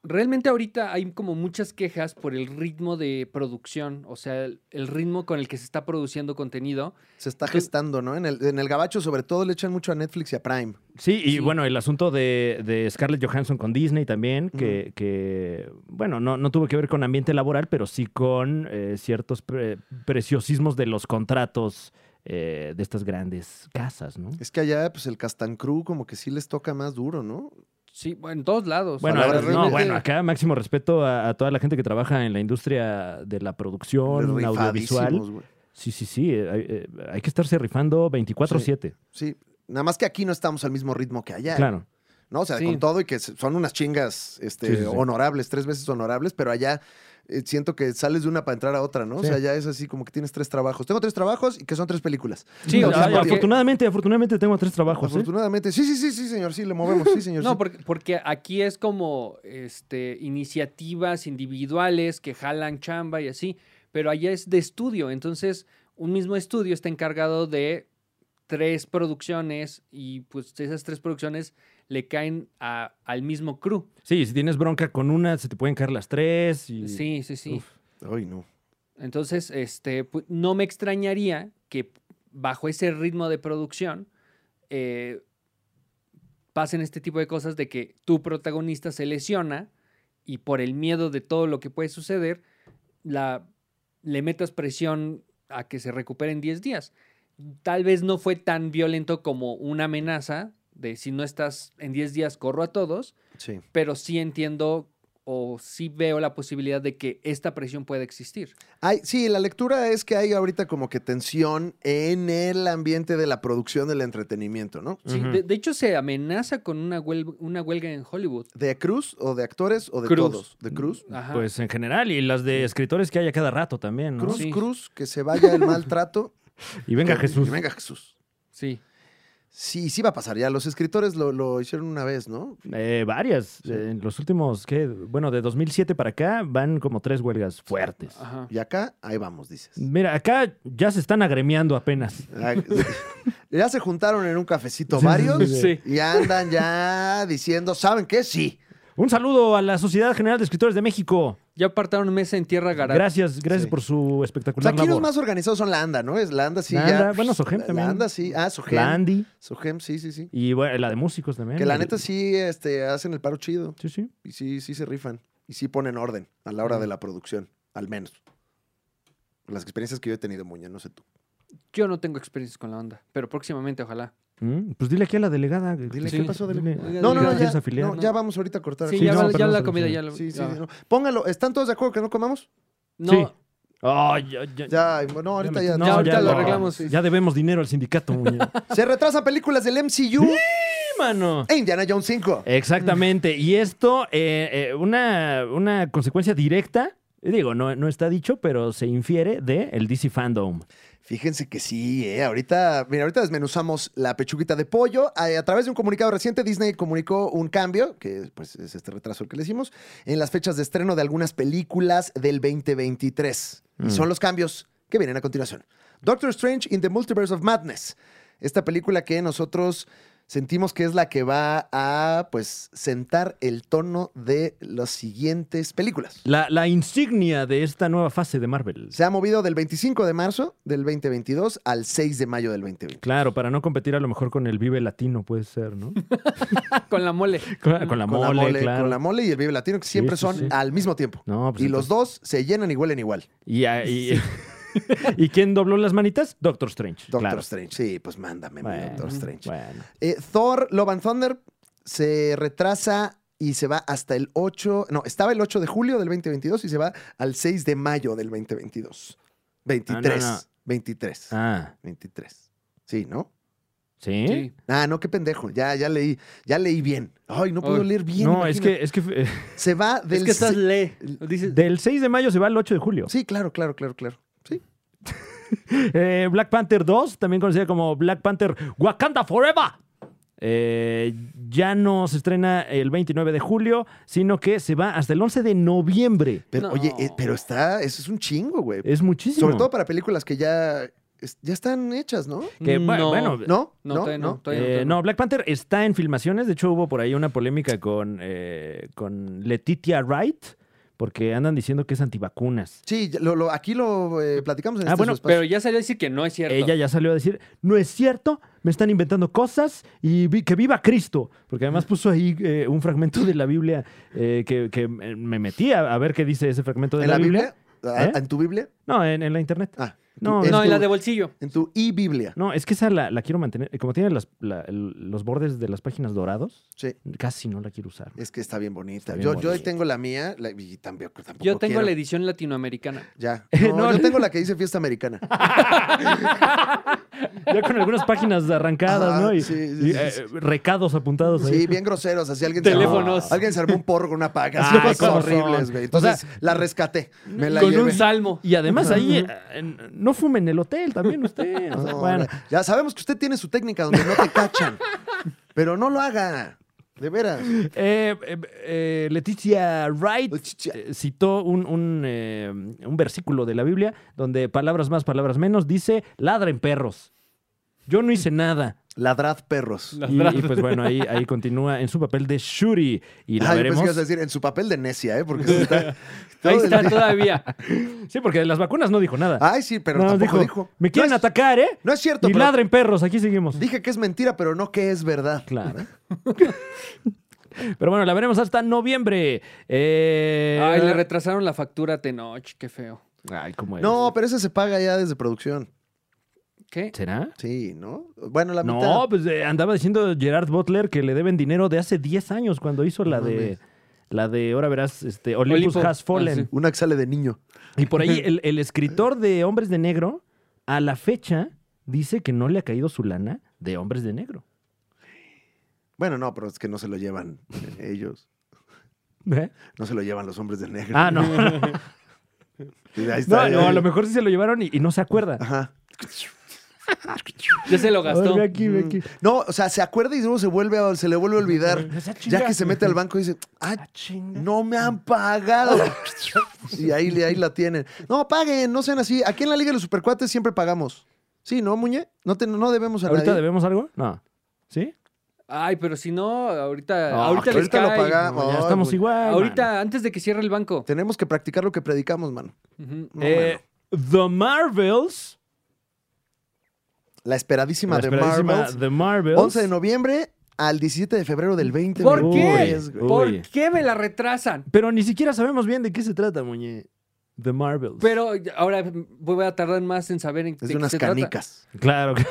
Speaker 2: realmente ahorita hay como muchas quejas por el ritmo de producción, o sea, el, el ritmo con el que se está produciendo contenido.
Speaker 3: Se está
Speaker 2: Tú-
Speaker 3: gestando, ¿no? En el, en el gabacho, sobre todo, le echan mucho a Netflix y a Prime.
Speaker 1: Sí, y
Speaker 2: Sí.
Speaker 1: bueno, el asunto de, de Scarlett Johansson con Disney también, que, que, bueno, no, no tuvo que ver con ambiente laboral, pero sí con eh, ciertos pre- preciosismos de los contratos eh, de estas grandes casas, ¿no?
Speaker 3: Es que allá, pues el Castancrú como que sí les toca más duro, ¿no?
Speaker 2: Sí, bueno, en todos lados.
Speaker 1: Bueno,
Speaker 3: Palabras
Speaker 1: no,
Speaker 2: realmente-
Speaker 1: bueno, acá máximo respeto a, a toda la gente que trabaja en la industria de la producción
Speaker 3: Rifadísimos,
Speaker 1: audiovisual.
Speaker 3: güey.
Speaker 1: Sí, sí, sí, eh, hay, eh, hay que estarse rifando 24/7,
Speaker 3: Sí, nada más que aquí no estamos al mismo ritmo que allá.
Speaker 1: claro.
Speaker 3: ¿No? O sea,
Speaker 2: Sí.
Speaker 3: con todo y que se- son unas chingas este,
Speaker 1: Sí, sí, sí.
Speaker 3: honorables, tres veces honorables, pero allá eh, siento que sales de una para entrar a otra, ¿no? O
Speaker 1: Sí.
Speaker 3: sea, allá es así como que tienes tres trabajos. Tengo tres trabajos y que son tres películas.
Speaker 2: Sí, o
Speaker 1: Ay,
Speaker 2: sea,
Speaker 3: porque-
Speaker 1: afortunadamente, afortunadamente tengo tres trabajos. ¿eh?
Speaker 3: Afortunadamente, sí, sí, sí, sí, señor, sí, le movemos, sí, señor.
Speaker 2: No,
Speaker 3: sí.
Speaker 2: porque, porque aquí es como este, iniciativas individuales que jalan chamba y así, pero allá es de estudio, entonces un mismo estudio está encargado de tres producciones y pues esas tres producciones le caen a- al mismo crew.
Speaker 1: Sí, si tienes bronca con una, se te pueden caer las tres. Y...
Speaker 2: Sí, sí, sí.
Speaker 1: Uf.
Speaker 3: Ay, no.
Speaker 2: Entonces, este, pu- no me extrañaría que bajo ese ritmo de producción eh, pasen este tipo de cosas de que tu protagonista se lesiona y por el miedo de todo lo que puede suceder, la, le metas presión a que se recupere en 10 días. Tal vez no fue tan violento como una amenaza de si no estás en 10 días corro a todos,
Speaker 3: Sí.
Speaker 2: pero sí entiendo o sí veo la posibilidad de que esta presión pueda existir.
Speaker 3: Ay, sí, la lectura es que hay ahorita como que tensión en el ambiente de la producción del entretenimiento, ¿no?
Speaker 2: Sí,
Speaker 1: Ujú.
Speaker 2: de, de hecho se amenaza con una huelga, una huelga en Hollywood.
Speaker 3: ¿De Cruz o de actores o de
Speaker 2: Cruz.
Speaker 3: todos? ¿De Cruz?
Speaker 2: Ajá.
Speaker 1: Pues en general, y las de escritores que hay a cada rato también, ¿no?
Speaker 3: Cruz,
Speaker 2: Sí.
Speaker 3: Cruz, que se vaya el maltrato.
Speaker 1: Y venga
Speaker 3: Que-
Speaker 1: Jesús.
Speaker 3: que venga Jesús.
Speaker 2: sí.
Speaker 3: Sí, sí va a pasar ya. Los escritores lo, lo hicieron una vez, ¿no?
Speaker 1: Eh, varias. eh, en los últimos, ¿qué? Bueno, de 2007 para acá van como tres huelgas fuertes.
Speaker 2: Ajá.
Speaker 3: Y acá, ahí vamos, dices.
Speaker 1: Mira, acá ya se están agremiando apenas.
Speaker 3: Ah, Ya se juntaron en un cafecito
Speaker 1: Sí,
Speaker 3: varios
Speaker 1: sí, sí,
Speaker 2: sí.
Speaker 3: y andan ya diciendo, ¿saben qué? Sí.
Speaker 1: Un saludo a la Sociedad General de Escritores de México.
Speaker 2: Ya apartaron mesa en Tierra Garage.
Speaker 1: Gracias, gracias
Speaker 3: Sí.
Speaker 1: por su
Speaker 3: O sea,
Speaker 1: espectacular
Speaker 3: aquí los
Speaker 1: labor.
Speaker 3: más organizados son la ANDA, ¿no? Es la ANDA, sí.
Speaker 1: La
Speaker 3: ya,
Speaker 1: ANDA, bueno, Sogem
Speaker 3: la-
Speaker 1: también.
Speaker 3: La ANDA, sí. Ah, Sogem.
Speaker 1: La Andy.
Speaker 3: Sogem, sí, sí, sí.
Speaker 1: Y bueno, la de músicos también. Eh,
Speaker 3: Que la neta sí este, hacen el paro chido.
Speaker 1: Sí, sí.
Speaker 3: Y sí, sí se rifan. Y sí ponen orden a la hora de la producción, al menos. Las experiencias que yo he tenido, Muña, no sé tú.
Speaker 2: Yo no tengo experiencias con la onda, pero próximamente ojalá.
Speaker 1: Mm, Pues dile aquí a la delegada.
Speaker 3: Dile,
Speaker 2: Sí.
Speaker 3: ¿qué pasó? Dile.
Speaker 1: Dile,
Speaker 2: Oiga,
Speaker 3: No, no,
Speaker 2: diga,
Speaker 3: no,
Speaker 1: ¿quieres
Speaker 3: ya,
Speaker 1: afiliar?
Speaker 3: no, ya vamos ahorita a cortar.
Speaker 2: Sí,
Speaker 3: aquí.
Speaker 2: ya,
Speaker 1: no,
Speaker 2: va- ya
Speaker 1: perdón,
Speaker 2: la
Speaker 1: se me
Speaker 2: comida
Speaker 1: olvidó.
Speaker 2: ya la-
Speaker 3: Sí, sí,
Speaker 2: ya.
Speaker 3: sí, no. Póngalo, ¿están todos de acuerdo que no comamos?
Speaker 2: No,
Speaker 1: Sí. Ay, ya, ya,
Speaker 3: Ya, no, ahorita ya.
Speaker 2: Eh, No, ahorita lo arreglamos, sí.
Speaker 1: Ya debemos dinero al sindicato, muñeco.
Speaker 3: Se retrasan películas del MCU
Speaker 1: Sí, mano.
Speaker 3: e Indiana Jones 5.
Speaker 1: Exactamente. Y esto, eh, eh, una, una consecuencia directa, digo, no, no está dicho, pero se infiere de el DC Fandom.
Speaker 3: Fíjense que sí, eh. ahorita, mira, ahorita desmenuzamos la pechuguita de pollo. A, a través de un comunicado reciente, Disney comunicó un cambio, que pues, es este retraso que le hicimos, en las fechas de estreno de algunas películas del 2023. Y son los cambios que vienen a continuación. Doctor Strange in the Multiverse of Madness. Esta película que nosotros sentimos que es la que va a pues sentar el tono de las siguientes películas.
Speaker 1: La, la insignia de esta nueva fase de Marvel.
Speaker 3: Se ha movido del 25 de marzo del 2022 al 6 de mayo del 2020.
Speaker 1: Claro, para no competir a lo mejor con el Vive Latino, puede ser, ¿no?
Speaker 2: Con la mole.
Speaker 1: Con, con la
Speaker 3: con
Speaker 1: mole,
Speaker 3: la mole,
Speaker 1: claro.
Speaker 3: con la mole y el Vive Latino, que siempre
Speaker 1: sí,
Speaker 3: son
Speaker 1: sí.
Speaker 3: al mismo tiempo.
Speaker 1: No, pues
Speaker 3: y los dos se llenan y huelen igual.
Speaker 1: Y, a- y- ¿Y quién dobló las manitas? Doctor Strange.
Speaker 3: Doctor
Speaker 1: claro.
Speaker 3: Strange. Sí, pues mándame, mi
Speaker 1: Bueno,
Speaker 3: Doctor Strange.
Speaker 1: Bueno.
Speaker 3: Eh, Thor, Love and Thunder se retrasa y se va hasta el 8. No, estaba el 8 de julio del 2022 y se va al 6 de mayo del 2022. 23.
Speaker 1: Ah, no, no.
Speaker 3: 23.
Speaker 1: Ah,
Speaker 3: 23. Sí, ¿no?
Speaker 1: ¿sí?
Speaker 2: Sí.
Speaker 3: Ah, no, qué pendejo. Ya, ya leí, ya leí bien. Ay, no puedo
Speaker 2: Ay.
Speaker 3: leer bien.
Speaker 1: no, es
Speaker 3: imagínate.
Speaker 1: que, es que eh,
Speaker 3: se va del
Speaker 2: Es que estás
Speaker 3: se-
Speaker 2: le. Dices,
Speaker 1: del 6 de mayo se va al 8 de julio.
Speaker 3: Sí, claro, claro, claro, claro. Sí.
Speaker 1: Eh, Black Panther 2, también conocida como Black Panther Wakanda Forever. Eh, ya no se estrena el 29 de julio, sino que se va hasta el 11 de noviembre.
Speaker 3: Pero
Speaker 2: No.
Speaker 3: oye, eh, pero está, eso es un chingo, güey.
Speaker 1: Es muchísimo.
Speaker 3: Sobre todo para películas que ya es- ya están hechas, ¿no?
Speaker 1: que, bu-
Speaker 2: No.
Speaker 1: bueno,
Speaker 3: ¿No?
Speaker 2: No, todavía no.
Speaker 1: Eh,
Speaker 2: Todavía
Speaker 1: no, Black Panther está en filmaciones. De hecho, hubo por ahí una polémica con, eh, con Letitia Wright, porque andan diciendo que es antivacunas.
Speaker 3: Sí, ya- lo- lo- aquí lo eh, platicamos en
Speaker 1: Ah,
Speaker 3: este
Speaker 1: bueno,
Speaker 3: su espacio.
Speaker 2: Pero ya salió a decir que no es cierto.
Speaker 1: Ella ya salió a decir, no es cierto, me están inventando cosas y vi- que viva Cristo. Porque además puso ahí eh, un fragmento de la Biblia eh, que, que me metí a, a ver qué dice ese fragmento de
Speaker 3: ¿En la Biblia?
Speaker 1: ¿Eh?
Speaker 3: Ah, ¿En tu Biblia?
Speaker 1: No, en, en la internet.
Speaker 3: Ah,
Speaker 1: No,
Speaker 3: en
Speaker 2: No,
Speaker 3: tu-
Speaker 2: en la de bolsillo.
Speaker 3: En tu e-Biblia.
Speaker 1: No, es que esa la, la quiero mantener. Como tiene las- la- el- los bordes de las páginas dorados,
Speaker 3: Sí.
Speaker 1: casi no la quiero usar.
Speaker 3: Es que está bien bonita.
Speaker 1: Está bien
Speaker 3: yo, yo
Speaker 1: bonita.
Speaker 3: tengo la mía la- y tampoco, tampoco
Speaker 2: Yo tengo
Speaker 3: quiero.
Speaker 2: la edición latinoamericana.
Speaker 3: Ya.
Speaker 1: No,
Speaker 3: No,
Speaker 1: no.
Speaker 3: yo tengo la que dice fiesta americana.
Speaker 1: Ya con algunas páginas arrancadas,
Speaker 3: Ajá,
Speaker 1: ¿no? Y,
Speaker 3: sí, sí,
Speaker 1: y,
Speaker 3: sí,
Speaker 1: eh,
Speaker 3: sí.
Speaker 1: recados apuntados ahí.
Speaker 3: Sí, bien groseros. Así alguien
Speaker 2: Teléfonos.
Speaker 3: Se, alguien se armó un porro con una paga.
Speaker 1: Ay,
Speaker 3: Así cosas
Speaker 1: ¿cómo son?
Speaker 3: horribles, güey.
Speaker 1: O sea,
Speaker 3: Entonces la rescaté. Me la
Speaker 2: Con
Speaker 3: llevé.
Speaker 2: un salmo.
Speaker 1: Y además ahí eh, eh, no fumen en el hotel también usted. O sea,
Speaker 3: No,
Speaker 1: bueno,
Speaker 3: hombre, Ya sabemos que usted tiene su técnica donde no te cachan. pero no lo haga. De veras.
Speaker 1: Eh, eh, eh, Leticia Wright
Speaker 3: Leticia.
Speaker 1: eh, citó un, un, eh, un versículo de la Biblia donde palabras más, palabras menos, dice, ladren perros. Yo no hice nada.
Speaker 3: Ladrad perros.
Speaker 1: Y, y, pues bueno, ahí, ahí continúa en su papel de Shuri. Y la
Speaker 3: Ay, pensé
Speaker 1: veremos.
Speaker 3: que ibas a decir en su papel de necia, ¿eh? Porque está. todo
Speaker 2: Ahí
Speaker 3: el
Speaker 2: está
Speaker 3: día-
Speaker 2: todavía.
Speaker 1: Sí, porque de las vacunas no dijo nada.
Speaker 3: Ay, sí, pero
Speaker 1: Nada más
Speaker 3: tampoco dijo.
Speaker 1: dijo, Me quieren
Speaker 3: no es,
Speaker 1: atacar, ¿eh?
Speaker 3: no es cierto,
Speaker 1: y
Speaker 3: pero
Speaker 1: ladren perros, aquí seguimos.
Speaker 3: dije que es mentira, pero no que es verdad.
Speaker 1: Claro. Pero bueno, la veremos hasta noviembre. Eh,
Speaker 2: Ay, le retrasaron la factura a Tenoch, qué feo.
Speaker 1: Ay, ¿cómo es?
Speaker 3: No, pero ese se paga ya desde producción.
Speaker 2: ¿Qué?
Speaker 1: ¿Será?
Speaker 3: Sí, ¿no? Bueno, la mitad.
Speaker 1: No, pues eh, andaba diciendo Gerard Butler que le deben dinero de hace 10 años cuando hizo la
Speaker 3: No
Speaker 1: de
Speaker 3: mames. Ah,
Speaker 1: la de ahora verás este Olympus
Speaker 2: Olimpo.
Speaker 1: Has Fallen.
Speaker 3: Una que sale de niño.
Speaker 1: Y por ahí el, el escritor de Hombres de Negro a la fecha dice que no le ha caído su lana de Hombres de Negro.
Speaker 3: Bueno, no, pero es que no se lo llevan ellos.
Speaker 1: ¿Eh?
Speaker 3: No se lo llevan los hombres de negro.
Speaker 1: Ah, no.
Speaker 3: Y ahí está,
Speaker 1: No, no,
Speaker 3: ahí-
Speaker 1: a lo mejor sí se lo llevaron y, y no se acuerda.
Speaker 3: Ajá.
Speaker 2: Ya se lo gastó.
Speaker 1: Ve aquí, ve aquí.
Speaker 3: No, o sea, se acuerda y luego se vuelve a- se le vuelve a olvidar.
Speaker 1: Esa chinga.
Speaker 3: Ya que se mete al banco y dice, ah,
Speaker 1: Ah, chinga.
Speaker 3: no me han pagado. Y ahí, ahí la tienen. No, paguen, no sean así. Aquí en la Liga de los Supercuates siempre pagamos. Sí, ¿no, Muñe? No, te- no debemos a
Speaker 1: ¿Ahorita
Speaker 3: nadie.
Speaker 1: debemos algo? No. ¿Sí?
Speaker 2: Ay, pero si no, ahorita,
Speaker 1: Ah,
Speaker 2: ahorita les
Speaker 3: ahorita lo
Speaker 2: cae.
Speaker 3: paga-
Speaker 1: No, ya
Speaker 3: Ay,
Speaker 1: estamos
Speaker 3: güey.
Speaker 1: igual.
Speaker 2: Ahorita, antes de que cierre el banco.
Speaker 3: Tenemos que practicar lo que predicamos, mano.
Speaker 2: Ujú.
Speaker 1: mano. Eh, The Marvels.
Speaker 3: La esperadísima,
Speaker 1: la esperadísima
Speaker 3: de Marvel.
Speaker 1: The Marvels.
Speaker 3: 11 de noviembre al 17 de febrero del 20.
Speaker 2: ¿Por
Speaker 1: Uy,
Speaker 2: qué?
Speaker 1: uy.
Speaker 2: ¿Por qué me la retrasan?
Speaker 1: Pero ni siquiera sabemos bien de qué se trata, Muñe. The Marvels.
Speaker 2: Pero ahora voy a tardar más en saber en
Speaker 3: Es
Speaker 2: de
Speaker 3: de
Speaker 2: qué
Speaker 3: unas
Speaker 2: se trata.
Speaker 3: canicas.
Speaker 1: Claro.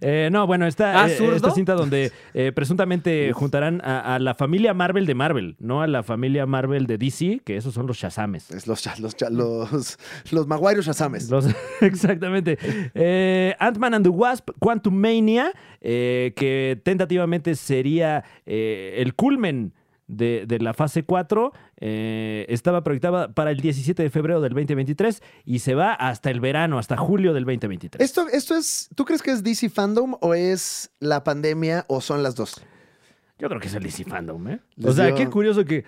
Speaker 1: Eh, no, bueno, está
Speaker 2: ¿Ah, zurdo?
Speaker 1: esta cinta donde eh, presuntamente juntarán a, a la familia Marvel de Marvel, no a la familia Marvel de DC, que esos son los Shazames.
Speaker 3: Es los, cha- los, cha- los, los Maguayos Shazames.
Speaker 1: Los- exactamente. Eh, Ant-Man and the Wasp, Quantum Mania, que tentativamente sería eh, el culmen de, de la fase 4, eh, estaba proyectada para el 17 de febrero del 2023 y se va hasta el verano, hasta julio del 2023.
Speaker 3: Esto, esto es, ¿tú crees que es DC Fandom o es la pandemia o son las dos?
Speaker 1: Yo creo que es el DC Fandom, ¿eh? o
Speaker 3: Les
Speaker 1: sea,
Speaker 3: dio-
Speaker 1: qué curioso que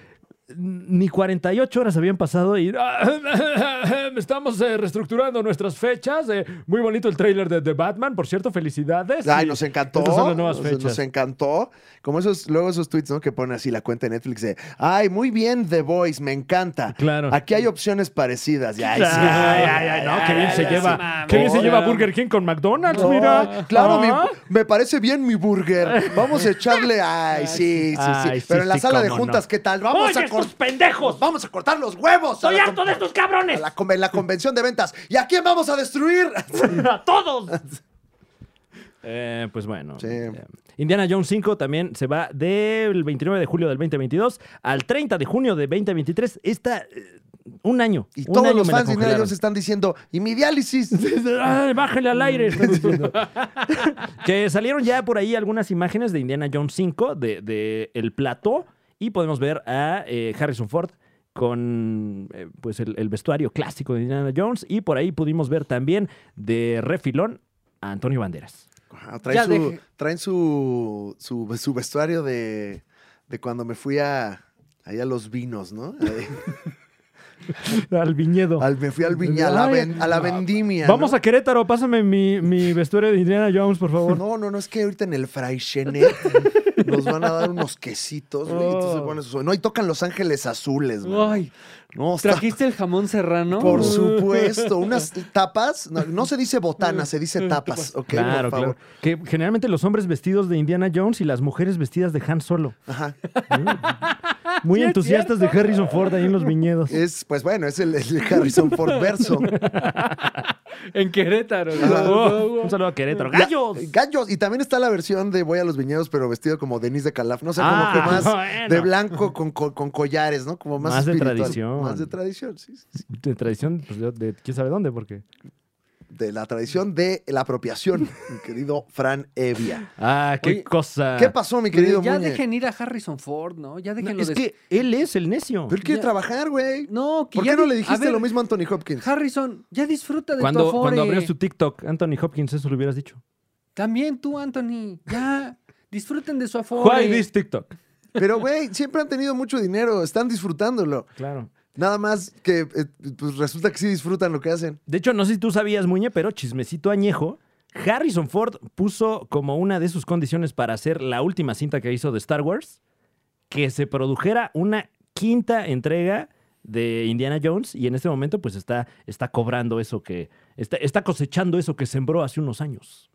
Speaker 1: ni 48 horas habían pasado y "Ah, estamos eh, reestructurando nuestras fechas. eh, muy bonito el tráiler de The Batman, por cierto, felicidades.
Speaker 3: Ay,
Speaker 1: Y
Speaker 3: nos encantó.
Speaker 1: Estas son las nuevas
Speaker 3: nos,
Speaker 1: fechas.
Speaker 3: nos encantó. Como esos, luego esos tweets, ¿no? Que pone así la cuenta de Netflix de Ay, muy bien, The Voice, me encanta.
Speaker 1: Claro.
Speaker 3: Aquí hay opciones parecidas. Y, ay,
Speaker 1: Ay,
Speaker 3: sí.
Speaker 1: ay, ay, no, qué bien
Speaker 2: ay,
Speaker 1: se
Speaker 2: ay, sí,
Speaker 1: lleva.
Speaker 2: mames.
Speaker 1: Qué bien se lleva
Speaker 2: Ahora.
Speaker 1: Burger King con McDonald's,
Speaker 3: No,
Speaker 1: mira.
Speaker 3: Claro, mi-
Speaker 1: Ah.
Speaker 3: me parece bien mi burger. Vamos a echarle. Ay, sí, sí, sí.
Speaker 1: Ay, sí,
Speaker 3: Pero en la
Speaker 1: sí,
Speaker 3: sala de
Speaker 1: cómo no.
Speaker 3: juntas, ¿qué tal?
Speaker 1: ¡Oye,
Speaker 3: Vamos a cortar.
Speaker 1: estos pendejos!
Speaker 3: Vamos a cortar los huevos. a
Speaker 1: ¡Soy
Speaker 3: la
Speaker 1: harto
Speaker 3: com-
Speaker 1: de estos cabrones!
Speaker 3: a la, com- en la convención de ventas. ¿Y a quién vamos a destruir?
Speaker 1: ¡A todos! Eh, pues bueno.
Speaker 3: Sí.
Speaker 1: eh, Indiana Jones 5 también se va del 29 de julio del 2022 al 30 de junio de 2023. Esta, eh, un año.
Speaker 3: Y
Speaker 1: un
Speaker 3: todos
Speaker 1: año
Speaker 3: los
Speaker 1: me la
Speaker 3: fans de Indiana
Speaker 1: congelaron.
Speaker 3: Jones están diciendo, ¿y mi diálisis?
Speaker 1: Ay, "Ah, bájale al aire. están diciendo. que salieron ya por ahí algunas imágenes de Indiana Jones 5, de, de el plató, y podemos ver a eh, Harrison Ford con eh, pues el, el vestuario clásico de Indiana Jones, y por ahí pudimos ver también de refilón a Antonio Banderas.
Speaker 3: Ah, traen
Speaker 2: Ya
Speaker 3: su,
Speaker 2: deje.
Speaker 3: traen su, su, su vestuario de, de cuando me fui a, ahí a los vinos, ¿no? Ahí,
Speaker 1: Al viñedo.
Speaker 3: al- me fui al viña, a la,
Speaker 1: Ay,
Speaker 3: ven- a la vendimia.
Speaker 1: Vamos a Querétaro, pásame mi, mi vestuario de Indiana Jones, por favor.
Speaker 3: No, no, no, es que ahorita en el Fraichenet nos van a dar unos quesitos. güey, y entonces
Speaker 1: Oh.
Speaker 3: ponen sus- No, y tocan Los Ángeles Azules, güey.
Speaker 2: Ay,
Speaker 3: No, está-
Speaker 2: ¿trajiste el jamón serrano?
Speaker 3: Por supuesto, unas tapas. No, no se dice botanas, se
Speaker 2: Mm.
Speaker 3: dice tapas, ¿ok?
Speaker 1: claro,
Speaker 3: por favor.
Speaker 1: claro. Que generalmente los hombres vestidos de Indiana Jones y las mujeres vestidas de Han Solo.
Speaker 3: Ajá.
Speaker 1: Muy entusiastas de Harrison Ford ahí en los viñedos.
Speaker 3: Es, pues bueno, es el, el Harrison Ford verso.
Speaker 2: En Querétaro.
Speaker 1: Oh, un saludo a Querétaro.
Speaker 3: La- eh,
Speaker 1: ¡Gallos!
Speaker 3: Gallos. Y también está la versión de Voy a los Viñedos, pero vestido como Denise de Calaf. No sé,
Speaker 1: Ah,
Speaker 3: como que más
Speaker 1: bueno.
Speaker 3: de blanco con, con- con collares, ¿no? Como más,
Speaker 1: Más de
Speaker 3: espiritual.
Speaker 1: tradición.
Speaker 3: Más de tradición, sí, sí, sí.
Speaker 1: De tradición, pues, de, de quién sabe dónde, porque.
Speaker 3: De la tradición de la apropiación, mi querido Fran Evia.
Speaker 1: Ah, qué
Speaker 2: Oye,
Speaker 1: cosa.
Speaker 3: ¿Qué pasó, mi querido
Speaker 2: ya
Speaker 3: Muñe?
Speaker 2: dejen ir a Harrison Ford, ¿no? Ya déjenlo
Speaker 1: es
Speaker 2: des-
Speaker 1: que él es el necio.
Speaker 3: Pero él quiere
Speaker 2: Ya.
Speaker 3: trabajar, güey.
Speaker 2: No, que
Speaker 3: ¿Por
Speaker 2: ya
Speaker 3: qué no
Speaker 2: di-
Speaker 3: le
Speaker 2: a
Speaker 3: dijiste
Speaker 2: ver,
Speaker 3: lo mismo a Anthony Hopkins?
Speaker 2: Harrison, ya disfruta de tu
Speaker 1: Cuando,
Speaker 2: Afore.
Speaker 1: cuando abrió su TikTok, Anthony Hopkins, eso lo hubieras dicho.
Speaker 2: También tú, Anthony. Ya, disfruten de su Afore.
Speaker 1: Why this TikTok?
Speaker 3: Pero, güey, siempre han tenido mucho dinero, están disfrutándolo.
Speaker 1: Claro.
Speaker 3: Nada más que eh, pues resulta que sí disfrutan lo que hacen.
Speaker 1: De hecho, no sé si tú sabías, Muñe, pero chismecito añejo. Harrison Ford puso como una de sus condiciones para hacer la última cinta que hizo de Star Wars que se produjera una quinta entrega de Indiana Jones y en este momento pues está, está cobrando eso que, está, está cosechando eso que sembró hace unos años.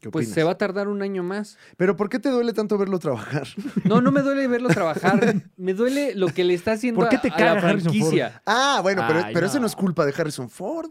Speaker 3: ¿Qué
Speaker 2: Pues
Speaker 3: opinas?
Speaker 2: se va a tardar un año más.
Speaker 3: Pero ¿por qué te duele tanto verlo trabajar?
Speaker 2: No, no me duele verlo trabajar. Me duele lo que le está haciendo
Speaker 1: ¿Por qué
Speaker 2: a-
Speaker 1: te
Speaker 2: a,
Speaker 1: caga
Speaker 2: la
Speaker 1: Harrison Ford?
Speaker 2: franquicia.
Speaker 3: Ah, bueno, pero,
Speaker 1: Ay,
Speaker 3: pero ese
Speaker 1: no.
Speaker 3: no es culpa de Harrison Ford.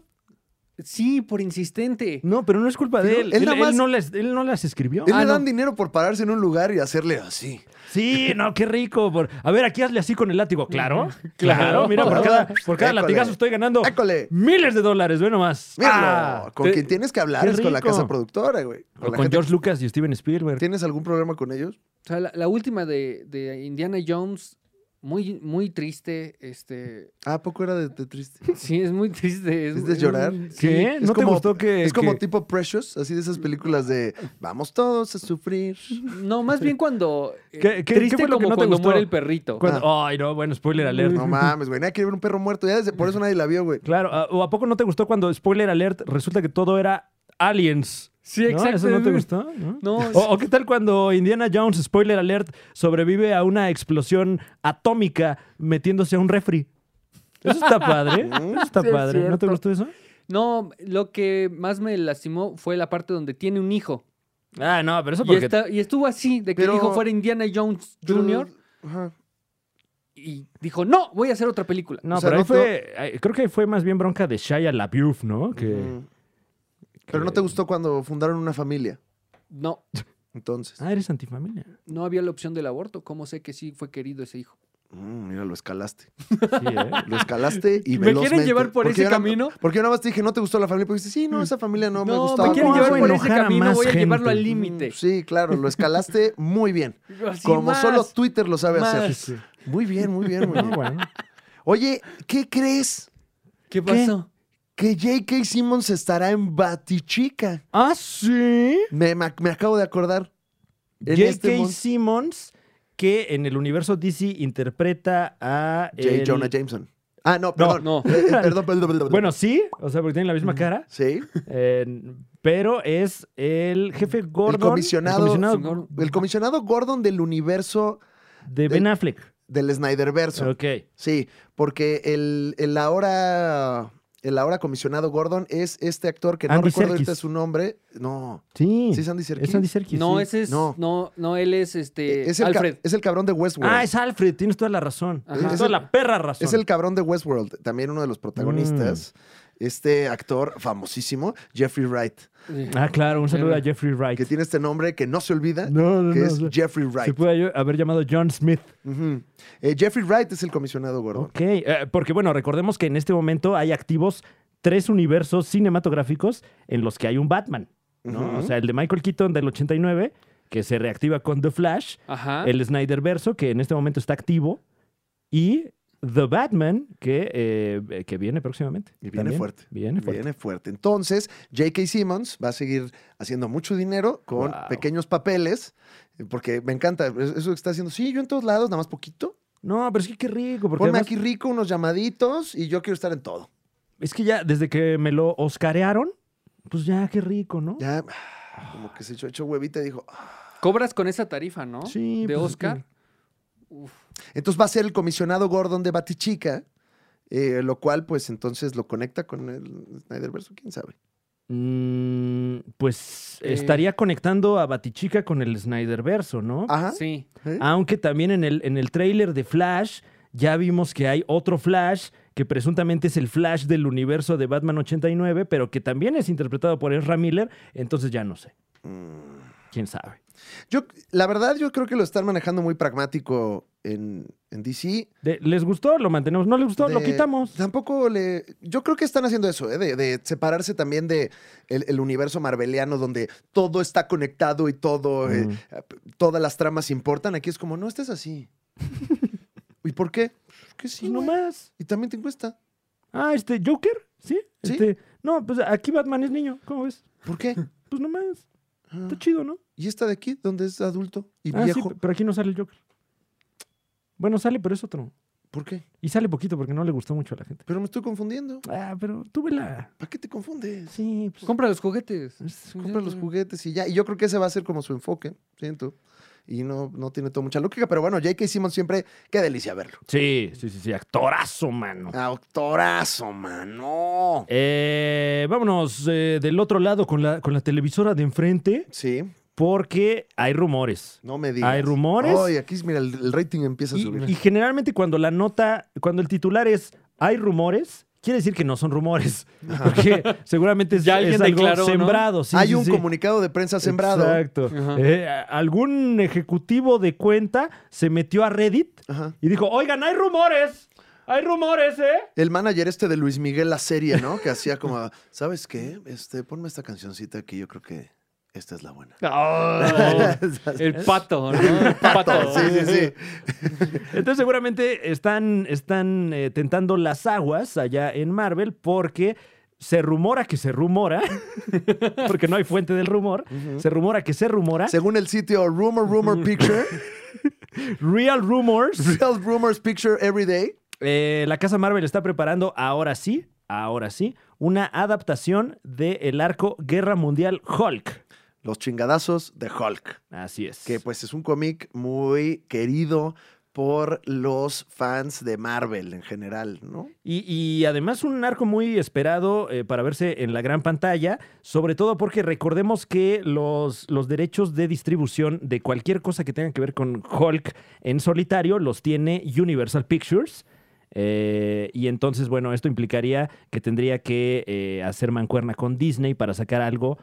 Speaker 2: Sí, por insistente.
Speaker 1: No, pero no es culpa de él.
Speaker 3: Él
Speaker 1: Él,
Speaker 3: nada
Speaker 1: él
Speaker 3: más-
Speaker 1: no, las, él no las escribió.
Speaker 3: Él
Speaker 2: Ah,
Speaker 3: le dan
Speaker 2: no.
Speaker 3: dinero por pararse en un lugar y hacerle así.
Speaker 1: Sí, no, qué rico. por- A ver, aquí hazle así con el látigo. Claro, claro. Mira, por
Speaker 3: Claro.
Speaker 1: cada, por cada
Speaker 3: École.
Speaker 1: latigazo estoy ganando
Speaker 3: École.
Speaker 1: miles de dólares. Ve nomás.
Speaker 3: Míralo.
Speaker 1: Ah,
Speaker 3: con
Speaker 1: te-
Speaker 3: quien tienes que hablar
Speaker 1: qué
Speaker 3: es con la
Speaker 1: rico.
Speaker 3: casa productora, güey.
Speaker 1: o Con,
Speaker 3: la gente-
Speaker 1: George Lucas y Steven Spielberg.
Speaker 3: ¿Tienes algún problema con ellos?
Speaker 2: O sea, la, la última de, de Indiana Jones, muy, muy triste. Este,
Speaker 3: Ah, ¿a poco era de, de triste.
Speaker 2: sí, es muy triste. Es,
Speaker 3: ¿Es de llorar?
Speaker 1: ¿Qué?
Speaker 2: Sí.
Speaker 1: ¿No te gustó que-
Speaker 3: Es como
Speaker 1: que-
Speaker 3: tipo Precious, así de esas películas de vamos todos a sufrir.
Speaker 2: No, más bien cuando. eh,
Speaker 1: ¿Qué- qué-
Speaker 2: triste
Speaker 1: qué fue lo que
Speaker 2: como
Speaker 1: no te
Speaker 2: cuando
Speaker 1: gustó?
Speaker 2: muere el perrito.
Speaker 1: Cuando-
Speaker 3: ah.
Speaker 1: Ay, no, bueno, spoiler alert.
Speaker 3: No mames, güey. Nadie quiere ver un perro muerto. Ya desde- por eso nadie la vio, güey.
Speaker 1: Claro, ¿a- ¿o a poco no te gustó cuando, spoiler alert, resulta que todo era aliens?
Speaker 2: Sí,
Speaker 1: ¿No?
Speaker 2: exacto.
Speaker 1: ¿Eso no te gustó? ¿No?
Speaker 2: No,
Speaker 1: o o qué tal cuando Indiana Jones, spoiler alert, sobrevive a una explosión atómica metiéndose a un refri? Eso está padre. Eso está
Speaker 2: Sí, es
Speaker 1: padre. ¿No te
Speaker 2: cierto.
Speaker 1: gustó eso?
Speaker 2: No, lo que más me lastimó fue la parte donde tiene un hijo.
Speaker 1: Ah, no, pero eso
Speaker 2: Y,
Speaker 1: porque...
Speaker 2: está- y estuvo así, de que
Speaker 3: Pero-
Speaker 2: el hijo fuera Indiana Jones Jr.
Speaker 3: Pero- ajá.
Speaker 2: y dijo, no, voy a hacer otra película.
Speaker 1: No,
Speaker 3: O sea,
Speaker 1: pero ahí
Speaker 3: no-
Speaker 1: fue. ahí- Creo que fue más bien bronca de Shia LaBeouf, ¿no? Que,
Speaker 3: Ujú. Pero no
Speaker 1: que-
Speaker 3: te gustó cuando fundaron una familia.
Speaker 2: No,
Speaker 3: Entonces.
Speaker 1: Ah, eres antifamilia.
Speaker 2: no había la opción del aborto. ¿Cómo sé que sí fue querido ese hijo?
Speaker 3: Mm, mira, lo escalaste.
Speaker 1: Sí, ¿eh?
Speaker 3: Lo escalaste y
Speaker 2: ¿Me quieren
Speaker 3: velozmente.
Speaker 2: llevar por
Speaker 3: Porque
Speaker 2: ese
Speaker 3: yo nada-
Speaker 2: camino?
Speaker 3: Porque yo nada más te dije, no te gustó la familia. Porque dices, sí, no, esa familia no, me
Speaker 2: No,
Speaker 3: gustaba. Ah,
Speaker 2: me quieren
Speaker 1: ¿Cómo
Speaker 2: llevar
Speaker 1: hago
Speaker 2: por ese
Speaker 1: enojar a
Speaker 2: camino,
Speaker 1: más
Speaker 2: voy a llevarlo
Speaker 1: gente?
Speaker 2: al límite.
Speaker 3: Mm, Sí, claro, lo escalaste muy bien.
Speaker 2: Así,
Speaker 3: Como
Speaker 2: más,
Speaker 3: solo Twitter lo sabe
Speaker 2: más.
Speaker 3: hacer. Muy bien, muy bien, muy
Speaker 1: No,
Speaker 3: bien.
Speaker 1: bueno.
Speaker 3: Oye, ¿qué crees?
Speaker 2: ¿Qué pasó?
Speaker 3: Que J.K. Simmons estará en Batichica.
Speaker 1: Ah, sí.
Speaker 3: Me, ma- me acabo de acordar. En
Speaker 1: J.K.
Speaker 3: este mon-
Speaker 1: Simmons, que en el universo DC interpreta a.
Speaker 3: J.
Speaker 1: el-
Speaker 3: Jonah Jameson. Ah, no, perdón.
Speaker 2: No.
Speaker 3: Eh, eh, perdón, perdón, perdón, perdón.
Speaker 1: Bueno, sí, o sea, porque tiene la misma cara.
Speaker 3: Sí,
Speaker 1: eh, pero es el jefe Gordon.
Speaker 3: comisionado-
Speaker 2: Señor-
Speaker 3: el comisionado Gordon del universo
Speaker 1: de Ben Affleck.
Speaker 3: del Snyderverso.
Speaker 1: Ok.
Speaker 3: Sí, porque el, el ahora el ahora comisionado Gordon es este actor que no
Speaker 1: Andy
Speaker 3: recuerdo
Speaker 1: Serkis.
Speaker 3: ahorita su nombre. No,
Speaker 1: Sí.
Speaker 3: sí es Andy Serkis.
Speaker 1: es Andy Serkis.
Speaker 2: No,
Speaker 1: sí.
Speaker 2: ese es. No.
Speaker 3: No.
Speaker 2: no, él es este.
Speaker 3: Eh, es el ca-
Speaker 2: Alfred.
Speaker 3: es el cabrón de Westworld.
Speaker 1: Ah, es Alfred, tienes toda la razón.
Speaker 2: Ajá.
Speaker 1: Tienes
Speaker 3: Es
Speaker 1: toda
Speaker 3: el-
Speaker 1: la perra razón.
Speaker 3: Es el cabrón de Westworld, también uno de los protagonistas.
Speaker 1: Mm.
Speaker 3: Este actor famosísimo, Jeffrey Wright,
Speaker 1: Ah, claro, un saludo a Jeffrey Wright.
Speaker 3: que tiene este nombre que no se olvida,
Speaker 1: No, no,
Speaker 3: que
Speaker 1: no,
Speaker 3: es
Speaker 1: no.
Speaker 3: Jeffrey
Speaker 1: Se
Speaker 3: Wright.
Speaker 1: puede haber llamado John Smith.
Speaker 3: Ujú. Eh, Jeffrey Wright es el comisionado Gordon.
Speaker 1: Ok, eh, porque bueno, recordemos que en este momento hay activos tres universos cinematográficos en los que hay un Batman, ¿no?
Speaker 3: Ujú.
Speaker 1: Oh, O sea, el de Michael Keaton del 89, que se reactiva con The Flash,
Speaker 2: Ajá.
Speaker 1: el Snyder Verso, que en este momento está activo, y The Batman, que, eh, que viene próximamente.
Speaker 3: Y viene
Speaker 1: También
Speaker 3: fuerte.
Speaker 1: Viene fuerte.
Speaker 3: Viene fuerte. Entonces, J.K. Simmons va a seguir haciendo mucho dinero con
Speaker 1: Wow.
Speaker 3: pequeños papeles, eh, porque me encanta es- eso que está haciendo. Sí, yo en todos lados, nada más poquito.
Speaker 1: No, pero es que qué rico, porque
Speaker 3: Ponme
Speaker 1: además-
Speaker 3: aquí rico unos llamaditos y yo quiero estar en todo.
Speaker 1: es que ya desde que me lo oscarearon, pues ya qué rico, ¿no?
Speaker 3: Ya, ah, como que se echó, echó huevita y dijo. ah.
Speaker 2: Cobras con esa tarifa, ¿no?
Speaker 1: Sí,
Speaker 2: De
Speaker 1: pues, es que-
Speaker 2: Oscar.
Speaker 3: Entonces va a ser el comisionado Gordon de Batichica, eh, lo cual, pues entonces lo conecta con el Snyderverse, quién sabe.
Speaker 1: Mm, pues
Speaker 2: Eh.
Speaker 1: estaría conectando a Batichica con el Snyder verso, ¿no?
Speaker 3: Ajá.
Speaker 2: Sí.
Speaker 3: ¿eh?
Speaker 1: Aunque también en el, en el tráiler de Flash ya vimos que hay otro Flash que presuntamente es el Flash del universo de Batman 89, pero que también es interpretado por Ezra Miller, entonces ya no sé,
Speaker 3: Mm.
Speaker 1: quién sabe.
Speaker 3: Yo, la verdad, yo creo que lo están manejando muy pragmático en, en DC.
Speaker 1: De- ¿Les gustó? Lo mantenemos. ¿No les gustó? Lo
Speaker 3: de-
Speaker 1: quitamos.
Speaker 3: Tampoco le. Yo creo que están haciendo eso, ¿eh? de, de separarse también de el, el universo marveliano donde todo está conectado y todo, eh,
Speaker 1: Mm.
Speaker 3: todas las tramas importan. Aquí es como, no estés así. ¿Y por qué? Que sí,
Speaker 1: Y no
Speaker 3: güey.
Speaker 1: más.
Speaker 3: Y también te encuesta.
Speaker 1: Ah, este, Joker, ¿sí?
Speaker 3: Sí.
Speaker 1: Este, no, pues aquí Batman es niño, ¿cómo ves?
Speaker 3: ¿Por qué?
Speaker 1: Pues nomás,
Speaker 3: Ah,
Speaker 1: está chido, ¿no?
Speaker 3: Y esta de aquí, donde es adulto y
Speaker 1: Ah, sí,
Speaker 3: viejo.
Speaker 1: pe- pero aquí no sale el Joker. Bueno, sale, pero es otro.
Speaker 3: ¿Por qué?
Speaker 1: Y sale poquito porque no le gustó mucho a la gente.
Speaker 3: Pero me estoy confundiendo.
Speaker 1: Ah, pero tú vela.
Speaker 3: ¿Para qué te confundes?
Speaker 1: Sí, pues.
Speaker 2: Compra los juguetes.
Speaker 1: es-
Speaker 3: pues, Compra los juguetes y ya. Y yo creo que ese va a ser como su enfoque, siento. Y no, no tiene toda mucha lógica, pero bueno, J.K. Simmons siempre, qué delicia verlo.
Speaker 1: Sí, sí, sí, sí, actorazo, mano.
Speaker 3: Autorazo, mano.
Speaker 1: Eh, vámonos eh, del otro lado con la, con la televisora de enfrente
Speaker 3: Sí,
Speaker 1: porque hay rumores.
Speaker 3: no me digas.
Speaker 1: Hay rumores.
Speaker 3: Oye, aquí, mira, el, el rating empieza a
Speaker 1: Y,
Speaker 3: subir.
Speaker 1: y generalmente cuando la nota, cuando el titular es hay rumores, quiere decir que no son rumores. Porque seguramente es,
Speaker 2: Ya alguien
Speaker 1: es algo
Speaker 2: declaró, ¿no?
Speaker 1: sembrado. sí,
Speaker 3: Hay
Speaker 1: sí,
Speaker 3: un
Speaker 1: sí.
Speaker 3: comunicado de prensa sembrado.
Speaker 1: Exacto.
Speaker 2: Ajá.
Speaker 1: Eh, a- algún ejecutivo de cuenta se metió a Reddit
Speaker 3: Ajá.
Speaker 1: y dijo, oigan, hay rumores. Hay rumores, ¿eh?
Speaker 3: El manager este de Luis Miguel, la serie, ¿no? Que hacía como, ¿sabes qué? Este, ponme esta cancioncita que yo creo que esta es la buena.
Speaker 2: Oh, el pato, ¿no? El pato.
Speaker 3: Sí, sí, sí.
Speaker 1: Entonces seguramente están, están eh, tentando las aguas allá en Marvel porque se rumora que se rumora, porque no hay fuente del rumor, se rumora que se rumora,
Speaker 3: Según el sitio Rumor Rumor Picture,
Speaker 1: Real Rumors,
Speaker 3: Real Rumors Picture Every Day.
Speaker 1: eh, la casa Marvel está preparando ahora sí, ahora sí, una adaptación del arco Guerra Mundial Hulk.
Speaker 3: Los chingadazos de Hulk.
Speaker 1: Así es.
Speaker 3: Que pues es un cómic muy querido por los fans de Marvel en general, ¿no?
Speaker 1: Y, y además un arco muy esperado eh, para verse en la gran pantalla, sobre todo porque recordemos que los, los derechos de distribución de cualquier cosa que tenga que ver con Hulk en solitario los tiene Universal Pictures. Eh, y entonces, bueno, esto implicaría que tendría que eh, hacer mancuerna con Disney para sacar algo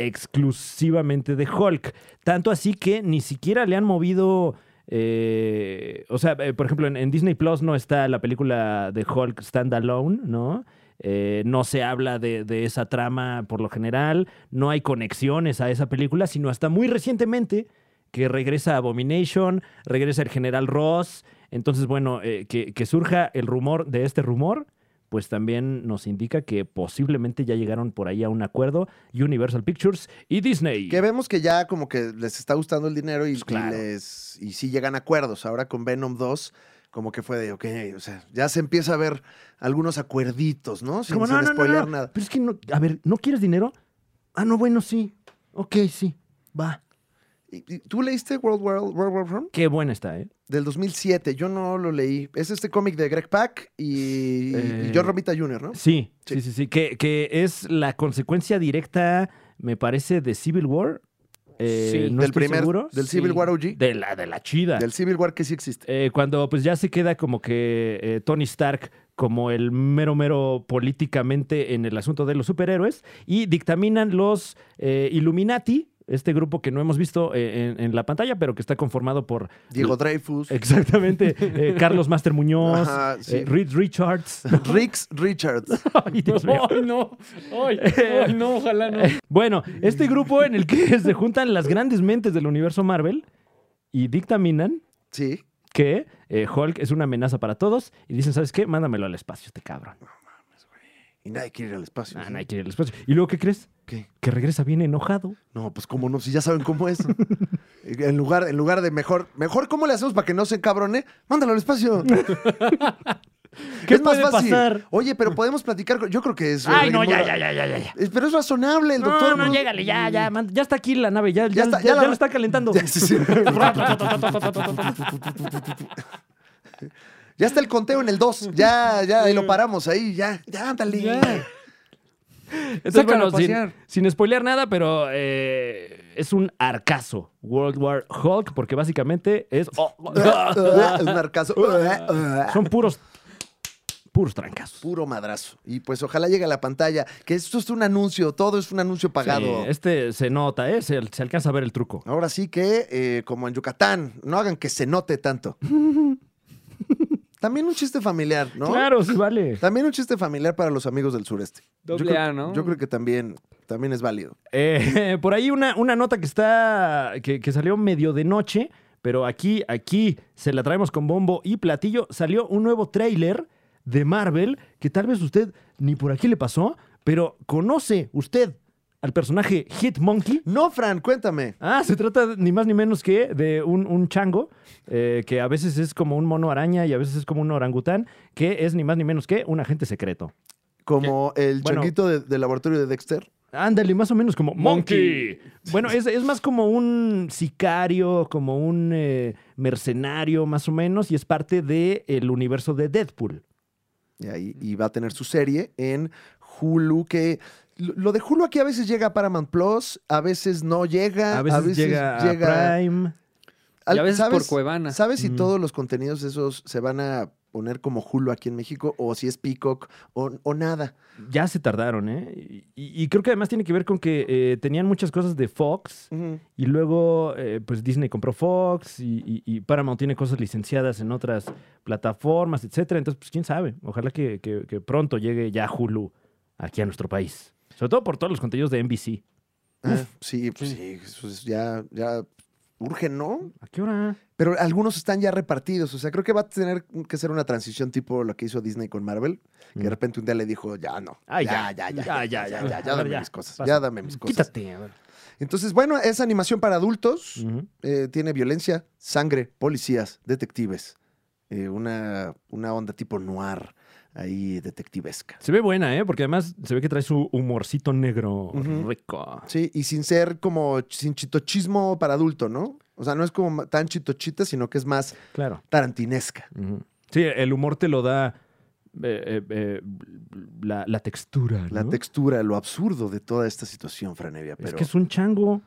Speaker 1: exclusivamente de Hulk. Tanto así que ni siquiera le han movido. eh, o sea, eh, por ejemplo, en, en Disney Plus no está la película de Hulk Standalone, ¿no? Eh, no se habla de, de esa trama por lo general, no hay conexiones a esa película, sino hasta muy recientemente que regresa Abomination, regresa el general Ross. Entonces, bueno, eh, que, que surja el rumor de este rumor, pues también nos indica que posiblemente ya llegaron por ahí a un acuerdo Universal Pictures y Disney.
Speaker 3: Que vemos que ya como que les está gustando el dinero y,
Speaker 1: Pues claro.
Speaker 3: y les y sí llegan a acuerdos. Ahora con Venom 2 como que fue de, ok, o sea, ya se empieza a ver algunos acuerditos, ¿no? Sin,
Speaker 1: Como,
Speaker 3: sin
Speaker 1: no, no, no,
Speaker 3: spoiler
Speaker 1: no.
Speaker 3: nada.
Speaker 1: Pero es que, no, a ver, ¿no quieres dinero? Ah, no, bueno, sí. Ok, sí, va.
Speaker 3: ¿Y- y ¿Tú leíste World War, World War From?
Speaker 1: Qué buena está, ¿eh?
Speaker 3: Del 2007, yo no lo leí. Es este cómic de Greg Pak y, y
Speaker 1: Eh,
Speaker 3: John Romita Jr., ¿no?
Speaker 1: Sí, sí,
Speaker 3: Sí.
Speaker 1: sí, sí. Que, que es la consecuencia directa, me parece, de Civil War. Eh,
Speaker 2: Sí,
Speaker 1: no
Speaker 3: del
Speaker 1: estoy
Speaker 3: primer,
Speaker 1: seguro.
Speaker 3: del
Speaker 1: Sí.
Speaker 3: Civil War OG,
Speaker 1: De la, de la chida.
Speaker 3: del Civil War que sí existe.
Speaker 1: Eh, cuando pues ya se queda como que eh, Tony Stark como el mero mero políticamente en el asunto de los superhéroes y dictaminan los eh, Illuminati, este grupo que no hemos visto eh, en, en la pantalla, pero que está conformado por
Speaker 3: Diego Dreyfus,
Speaker 1: exactamente eh, Carlos Master Muñoz,
Speaker 3: Ajá, sí.
Speaker 1: eh, Reed Richards.
Speaker 3: Rix Richards.
Speaker 1: Ay, Dios mío.
Speaker 2: ¡Ay, no! ¡Ay, ay, no! Ojalá no.
Speaker 1: Bueno, este grupo en el que se juntan las grandes mentes del universo Marvel y dictaminan
Speaker 3: Sí.
Speaker 1: que eh, Hulk es una amenaza para todos y dicen, ¿sabes qué? Mándamelo al espacio, este cabrón.
Speaker 3: Y nadie quiere ir al espacio.
Speaker 1: Ah,
Speaker 3: ¿sí?
Speaker 1: no hay que ir al espacio. ¿Y luego qué crees?
Speaker 3: ¿Qué?
Speaker 1: Que regresa bien enojado.
Speaker 3: No, pues cómo no, si ya saben cómo es. en, lugar, en lugar de mejor, mejor cómo le hacemos para que no se encabrone, mándalo al espacio.
Speaker 1: ¿Qué puede pasar?
Speaker 3: Oye, pero podemos platicar. con- Yo creo que es.
Speaker 1: Ay, no,
Speaker 3: Rick
Speaker 1: ya,
Speaker 3: Mora-
Speaker 1: ya, ya, ya, ya. ya.
Speaker 3: Es- Pero es razonable, el
Speaker 1: No,
Speaker 3: doctor.
Speaker 1: no, llégale, ya, ya, man- ya está aquí la nave, ya, ya,
Speaker 3: está,
Speaker 1: ya-
Speaker 3: ya la-
Speaker 1: ya lo está calentando.
Speaker 3: Ya, sí, sí. Ya está el conteo en el 2. Ya, ya, ahí lo paramos ahí. Ya, ya, ándale.
Speaker 2: Ya.
Speaker 1: Entonces,
Speaker 2: Sácalo a
Speaker 1: sin,
Speaker 2: pasear.
Speaker 1: sin spoilear nada, pero eh, es un arcazo World War Hulk, porque básicamente es. oh, oh,
Speaker 3: Es un arcazo.
Speaker 1: son puros. puros trancazos.
Speaker 3: Puro madrazo. Y pues ojalá llegue a la pantalla. Que esto es un anuncio, todo es un anuncio pagado.
Speaker 1: Sí, este se nota, ¿eh? Se, se alcanza a ver el truco.
Speaker 3: Ahora sí que, eh, como en Yucatán, no hagan que se note tanto. También un chiste familiar, ¿no?
Speaker 1: Claro, sí vale.
Speaker 3: También un chiste familiar para los amigos del sureste.
Speaker 2: Doble
Speaker 3: yo creo,
Speaker 2: A, ¿no?
Speaker 3: Yo creo que también, también es válido.
Speaker 1: Eh, por ahí una, una nota que está. Que, que salió medio de noche, pero aquí, aquí se la traemos con bombo y platillo. Salió un nuevo tráiler de Marvel que tal vez usted ni por aquí le pasó, pero conoce usted al personaje Hitmonkey.
Speaker 3: No, Fran, cuéntame.
Speaker 1: Ah, se trata de- ni más ni menos que de un, un chango, eh, que a veces es como un mono araña y a veces es como un orangután, que es ni más ni menos que un agente secreto.
Speaker 3: Como el
Speaker 1: Bueno.
Speaker 3: changuito de- del laboratorio de Dexter.
Speaker 1: Ándale, más o menos como Monkey.
Speaker 2: Monkey.
Speaker 1: Bueno, es, es más como un sicario, como un eh, mercenario, más o menos, y es parte del universo de Deadpool.
Speaker 3: Y ahí y va a tener su serie en Hulu, que lo lo de Hulu aquí a veces llega a Paramount Plus, a veces no llega,
Speaker 1: Ah, A veces, llega, a Prime.
Speaker 3: al-
Speaker 2: Y a veces
Speaker 3: ¿sabes?
Speaker 2: por Cuevana.
Speaker 3: ¿Sabes si
Speaker 1: Mm.
Speaker 3: todos los contenidos esos se van a poner como Hulu aquí en México o si es Peacock o, o nada?
Speaker 1: Ya se tardaron, ¿eh? Y, y- y creo que además tiene que ver con que eh, tenían muchas cosas de Fox y luego eh, pues Disney compró Fox y, y- y Paramount tiene cosas licenciadas en otras plataformas, etcétera. Entonces, pues quién sabe. Ojalá que, que- que pronto llegue ya Hulu aquí a nuestro país. Sobre todo por todos los contenidos de NBC.
Speaker 3: Ah, sí, pues sí, eso es- ya, ya urge, ¿no?
Speaker 1: ¿A qué hora?
Speaker 3: Pero algunos están ya repartidos, o sea, creo que va a tener que ser una transición tipo lo que hizo Disney con Marvel, que de
Speaker 1: Mm.
Speaker 3: repente un día le dijo, ya no,
Speaker 1: Ay,
Speaker 3: ya,
Speaker 1: ya,
Speaker 3: ya,
Speaker 1: ya,
Speaker 3: ya,
Speaker 1: ya, ya,
Speaker 3: ya,
Speaker 1: a
Speaker 3: ya,
Speaker 1: ver,
Speaker 3: dame
Speaker 1: ya,
Speaker 3: mis cosas,
Speaker 1: pasa.
Speaker 3: ya dame mis cosas.
Speaker 1: Quítate. a ver.
Speaker 3: Entonces, bueno, es animación para adultos, eh, tiene violencia, sangre, policías, detectives, eh, una, una onda tipo noir, ahí detectivesca.
Speaker 1: Se ve buena, ¿eh? Porque además se ve que trae su humorcito negro
Speaker 3: Ujú.
Speaker 1: rico.
Speaker 3: Sí, y sin ser como, sin chitochismo para adulto, ¿no? O sea, no es como tan chitochita, sino que es más
Speaker 1: Claro.
Speaker 3: tarantinesca.
Speaker 1: Ujú. Sí, el humor te lo da eh, eh, eh, la, la textura.
Speaker 3: La
Speaker 1: ¿no?
Speaker 3: textura, lo absurdo de toda esta situación, Franevia. Pero
Speaker 1: Es que es un chango,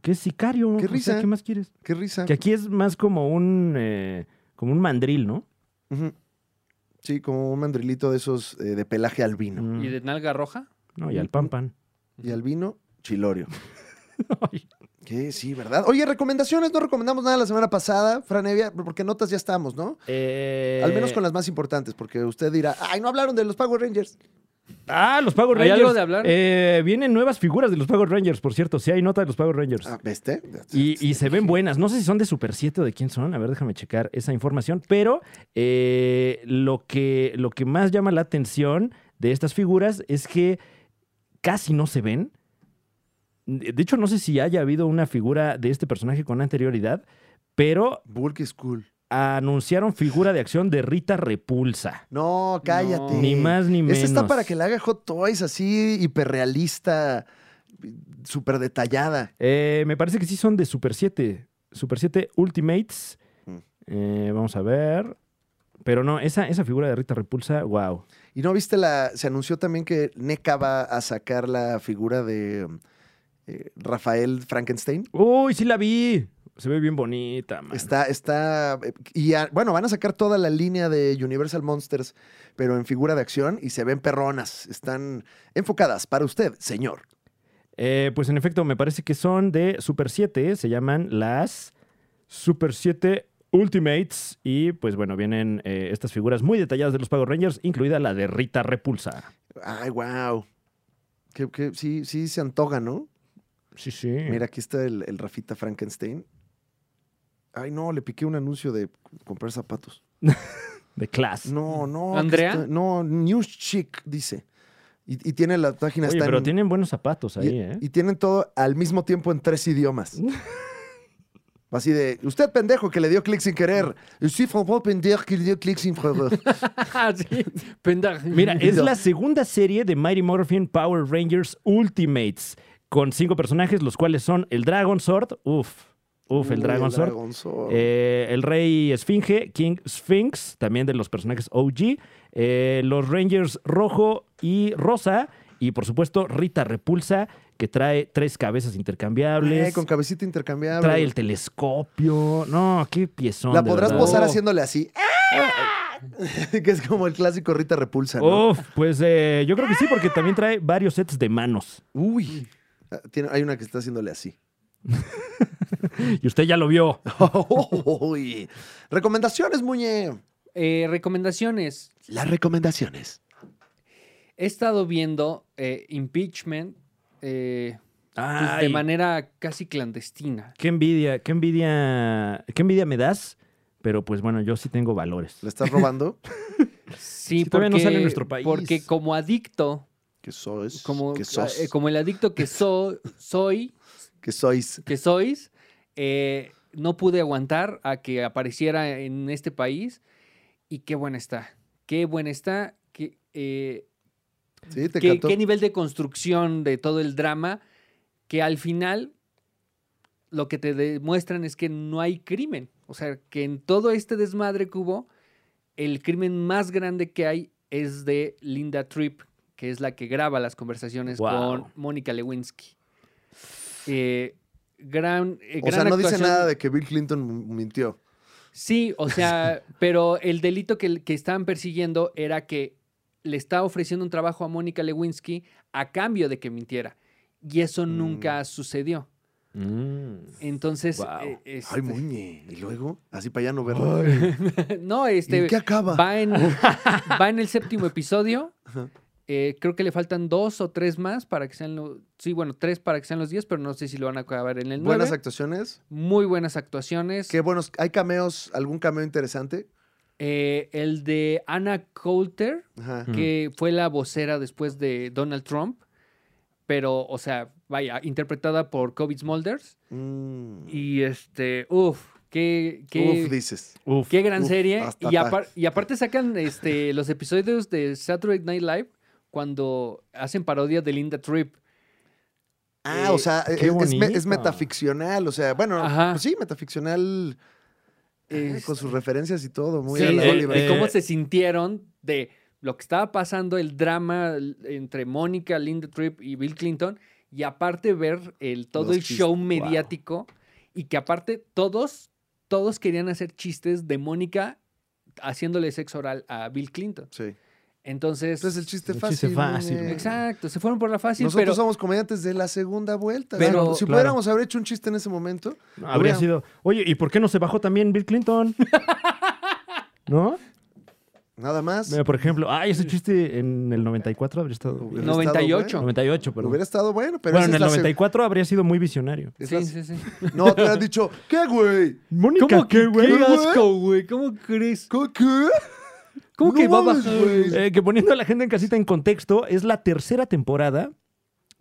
Speaker 1: que es sicario.
Speaker 3: Qué
Speaker 1: o sea,
Speaker 3: risa. Ah.
Speaker 1: ¿Qué más quieres?
Speaker 3: qué risa.
Speaker 1: Que aquí es más como un, eh, como un mandril, ¿no?
Speaker 3: Ujú. Sí, como un mandrilito de esos eh, de pelaje albino.
Speaker 1: Mm.
Speaker 2: ¿Y de nalga roja?
Speaker 1: No, y al pan pan.
Speaker 3: Y albino, chilorio.
Speaker 1: Ay.
Speaker 3: Que sí, ¿verdad? Oye, recomendaciones, no recomendamos nada la semana pasada, Franevia, porque notas ya estamos, ¿no?
Speaker 2: Eh,
Speaker 3: Al
Speaker 1: Eh.
Speaker 3: menos con las más importantes, porque usted dirá, ay, no hablaron de los Power Rangers.
Speaker 1: Ah, los Power
Speaker 2: ¿Hay
Speaker 1: Rangers.
Speaker 2: algo de hablar?
Speaker 1: Eh, vienen nuevas figuras de los Power Rangers, por cierto. Sí, hay nota de los Power Rangers.
Speaker 3: Ah, ¿Viste?
Speaker 1: Pues, Y, y se ven buenas. No sé si son de Super 7 o de quién son. A ver, déjame checar esa información. Pero eh, lo, que, lo que más llama la atención de estas figuras es que casi no se ven. De hecho, no sé si haya habido una figura de este personaje con anterioridad, pero
Speaker 3: Bulk is cool.
Speaker 1: anunciaron figura de acción de Rita Repulsa.
Speaker 3: No, cállate.
Speaker 1: Ni más ni menos.
Speaker 3: Esa está para que la haga Hot Toys así, hiperrealista, súper detallada.
Speaker 1: Eh, me parece que sí son de Super 7. Super 7 Ultimates.
Speaker 3: Mm.
Speaker 1: Eh, vamos a ver. Pero no, esa, esa figura de Rita Repulsa, wow.
Speaker 3: ¿Y no viste la...? Se anunció también que NECA va a sacar la figura de um, eh, Rafael Frankenstein.
Speaker 1: Uy, sí la vi. Se ve bien bonita, man.
Speaker 3: Está, está. eh, Y a- bueno, van a sacar toda la línea de Universal Monsters, pero en figura de acción y se ven perronas. Están enfocadas para usted, señor.
Speaker 1: Eh, pues en efecto, me parece que son de Super 7. Se llaman las Super 7 Ultimates. Y pues bueno, vienen eh, estas figuras muy detalladas de los Power Rangers, incluida la de Rita Repulsa.
Speaker 3: Ay, wow. Que, que sí, sí se antoja, ¿no?
Speaker 1: Sí, sí.
Speaker 3: Mira, aquí está el, el Rafita Frankenstein. Ay, no, le piqué un anuncio de comprar zapatos.
Speaker 1: De Class.
Speaker 3: No, no. que
Speaker 2: ¿Andrea?
Speaker 3: está- no, News Chic dice. Y, y tiene la página.
Speaker 1: Oye,
Speaker 3: está
Speaker 1: pero
Speaker 3: en-
Speaker 1: tienen buenos zapatos ahí,
Speaker 3: y,
Speaker 1: ¿eh?
Speaker 3: y tienen todo al mismo tiempo en tres idiomas. Así de, usted pendejo que le dio clic sin querer. Sí, Franco pendejo que le dio clic sin querer.
Speaker 2: Ah, sí, pendejo.
Speaker 1: Mira, es
Speaker 3: No.
Speaker 1: la segunda serie de Mighty Morphin Power Rangers Ultimates, con cinco personajes, los cuales son el Dragon Sword, uff, uff, el
Speaker 3: Uy,
Speaker 1: Dragon Sword,
Speaker 3: Dragon Sword.
Speaker 1: eh, el Rey Esfinge, King Sphinx, también de los personajes OG, eh, los Rangers Rojo y Rosa, y por supuesto Rita Repulsa, que trae tres cabezas intercambiables,
Speaker 3: Eh, con cabecita intercambiable.
Speaker 1: trae el telescopio, no, qué piezón.
Speaker 3: la
Speaker 1: de
Speaker 3: podrás
Speaker 1: verdad. Oh. Ah.
Speaker 3: posar haciéndole así. que es como el clásico Rita Repulsa. ¿no?
Speaker 1: Uf, pues eh, yo creo que sí, porque también trae varios sets de manos.
Speaker 3: Uy. Ah, tiene- hay una que está haciéndole así.
Speaker 1: Y usted ya lo vio.
Speaker 3: Uy. Recomendaciones, Muñe.
Speaker 2: Eh, recomendaciones.
Speaker 3: Las recomendaciones.
Speaker 2: He estado viendo eh, Impeachment eh, pues, de
Speaker 1: Ay,
Speaker 2: manera casi clandestina.
Speaker 1: qué envidia, qué envidia, qué envidia me das. Pero pues bueno, yo sí tengo valores.
Speaker 3: ¿Le estás robando?
Speaker 2: Sí,
Speaker 1: Es que todavía no sale en nuestro país.
Speaker 2: Porque como adicto,
Speaker 3: que sois.
Speaker 2: como,
Speaker 3: que sos.
Speaker 2: eh, como el adicto que so- soy,
Speaker 3: que sois.
Speaker 2: que sois, eh, no pude aguantar a que apareciera en este país. Y qué buena está. Qué buena está. Que, eh,
Speaker 3: Sí, te
Speaker 2: qué,
Speaker 3: cantó.
Speaker 2: qué nivel de construcción de todo el drama que al final lo que te demuestran es que no hay crimen. O sea, que en todo este desmadre que hubo, el crimen más grande que hay es de Linda Tripp, que es la que graba las conversaciones
Speaker 1: Guau.
Speaker 2: con Mónica Lewinsky. Eh, gran, eh,
Speaker 3: O sea,
Speaker 2: gran
Speaker 3: no dice
Speaker 2: actuación.
Speaker 3: nada de que Bill Clinton mintió.
Speaker 2: Sí, o sea, pero el delito que, que estaban persiguiendo era que le estaba ofreciendo un trabajo a Mónica Lewinsky a cambio de que mintiera. Y eso
Speaker 3: Mm.
Speaker 2: nunca sucedió.
Speaker 1: Mm.
Speaker 2: Entonces,
Speaker 1: Guau.
Speaker 2: eh, este-
Speaker 3: Ay, muñe. Y luego, así para allá no verlo.
Speaker 2: no,
Speaker 3: ¿Y en
Speaker 2: este
Speaker 3: qué acaba?
Speaker 2: va en, va en el séptimo episodio.
Speaker 3: Ajá.
Speaker 2: Eh, creo que le faltan dos o tres más para que sean los. Sí, bueno, tres para que sean los diez, pero no sé si lo van a acabar en el
Speaker 3: Buenas
Speaker 2: nueve.
Speaker 3: actuaciones.
Speaker 2: Muy buenas actuaciones.
Speaker 3: Qué buenos. ¿Hay cameos? ¿Algún cameo interesante?
Speaker 2: Eh, el de Anna Coulter.
Speaker 3: Ajá.
Speaker 1: Mm.
Speaker 2: que fue la vocera después de Donald Trump, pero, o sea, vaya, interpretada por Kobe Smulders.
Speaker 3: Mm.
Speaker 2: Y este, uff, qué, qué,
Speaker 3: Uf, dices.
Speaker 1: Uf,
Speaker 2: qué gran
Speaker 3: uf,
Speaker 2: serie.
Speaker 3: hasta
Speaker 2: Y,
Speaker 3: pa-
Speaker 2: apar- y aparte sacan este, los episodios de Saturday Night Live cuando hacen parodia de Linda Tripp.
Speaker 3: Ah,
Speaker 1: Eh,
Speaker 3: o sea,
Speaker 1: qué
Speaker 3: es, es me- es
Speaker 1: bonito.
Speaker 3: metaficcional, o sea, bueno,
Speaker 2: Ajá. Este.
Speaker 3: pues sí, metaficcional eh, con sus referencias y todo, muy
Speaker 2: Sí,
Speaker 3: a la
Speaker 2: de,
Speaker 3: Oliver.
Speaker 2: de cómo
Speaker 1: Eh,
Speaker 2: se sintieron de lo que estaba pasando, el drama l- entre Mónica, Linda Tripp y Bill Clinton, y aparte ver el, todo
Speaker 3: Los
Speaker 2: el show
Speaker 3: chistes, wow.
Speaker 2: mediático, y que aparte todos, todos querían hacer chistes de Mónica haciéndole sexo oral a Bill Clinton.
Speaker 3: Sí.
Speaker 2: Entonces,
Speaker 3: Entonces Pues el chiste
Speaker 1: El chiste
Speaker 3: fácil.
Speaker 1: fácil,
Speaker 3: muñe.
Speaker 1: güey.
Speaker 2: exacto, se fueron por la fácil,
Speaker 3: Nosotros
Speaker 2: pero
Speaker 3: somos comediantes de la segunda vuelta.
Speaker 2: Pero-
Speaker 3: Pero, si
Speaker 1: Claro.
Speaker 3: pudiéramos haber hecho un chiste en ese momento,
Speaker 1: Habría
Speaker 3: Habría-
Speaker 1: sido, oye, ¿y por qué no se bajó también Bill Clinton? ¿No?
Speaker 3: nada más.
Speaker 1: Mira, por ejemplo, ay, ese chiste en el 94 habría estado.
Speaker 3: hubiera
Speaker 2: No, 98.
Speaker 3: estado bueno.
Speaker 1: 98, perdón.
Speaker 3: Hubiera estado bueno, pero
Speaker 1: bueno,
Speaker 3: esa
Speaker 1: en el
Speaker 3: es la seg-
Speaker 1: 94 habría sido muy visionario.
Speaker 3: es la-
Speaker 2: Sí, sí, sí.
Speaker 3: No, te hubieran dicho, ¿qué, güey?
Speaker 1: Mónica,
Speaker 2: ¿Cómo que,
Speaker 1: qué güey.
Speaker 2: qué asco, güey? ¿Cómo crees?
Speaker 3: ¿Cómo qué?
Speaker 2: ¿Cómo
Speaker 3: No
Speaker 2: que va a
Speaker 3: mames,
Speaker 2: bajar?
Speaker 3: güey.
Speaker 1: Eh, que poniendo a la gente en casita en contexto, es la tercera temporada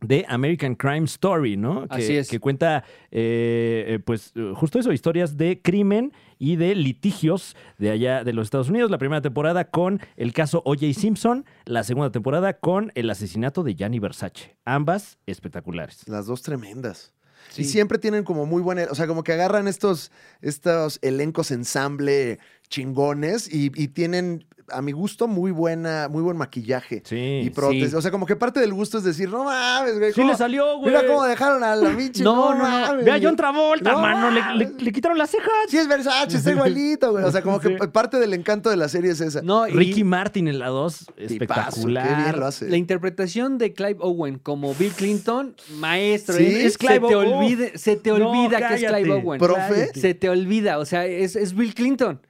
Speaker 1: de American Crime Story, ¿no? Que,
Speaker 2: Así es.
Speaker 1: Que cuenta, eh, eh, pues, eh, justo eso, historias de crimen y de litigios de allá de los Estados Unidos. La primera temporada con el caso O.J. Simpson, la segunda temporada con el asesinato de Gianni Versace. Ambas espectaculares.
Speaker 3: Las dos tremendas.
Speaker 2: Sí.
Speaker 3: Y siempre tienen como muy buena, o sea, como que agarran estos, estos elencos ensamble chingones y, y tienen, a mi gusto, muy buena, muy buen maquillaje.
Speaker 1: Sí.
Speaker 3: y prótesis. O sea, como que parte del gusto es decir, no mames, güey.
Speaker 1: Sí
Speaker 3: ¿cómo-
Speaker 1: le salió, güey.
Speaker 3: Mira cómo dejaron a la pinche.
Speaker 2: No, no, no.
Speaker 3: mames,
Speaker 1: Ve a
Speaker 3: güey.
Speaker 1: John Travolta,
Speaker 3: No
Speaker 1: mano. Le,
Speaker 3: mames.
Speaker 1: le- le quitaron las cejas.
Speaker 3: Sí, es Versace, está igualito, güey. O sea, como que parte del encanto de la serie es esa.
Speaker 2: No, y-
Speaker 1: Ricky Martin en la 2,
Speaker 3: Tipazo, qué
Speaker 1: espectacular.
Speaker 3: bien lo hace.
Speaker 2: La interpretación de Clive Owen como Bill Clinton, maestro.
Speaker 3: Sí,
Speaker 2: ¿eh?
Speaker 1: es Clive
Speaker 2: se te
Speaker 1: Owen.
Speaker 2: olvide- se te
Speaker 1: No,
Speaker 2: olvida que es
Speaker 1: cállate.
Speaker 2: Clive Owen.
Speaker 3: Profe.
Speaker 1: Cállate.
Speaker 2: Se te olvida, o sea, es, es Bill Clinton.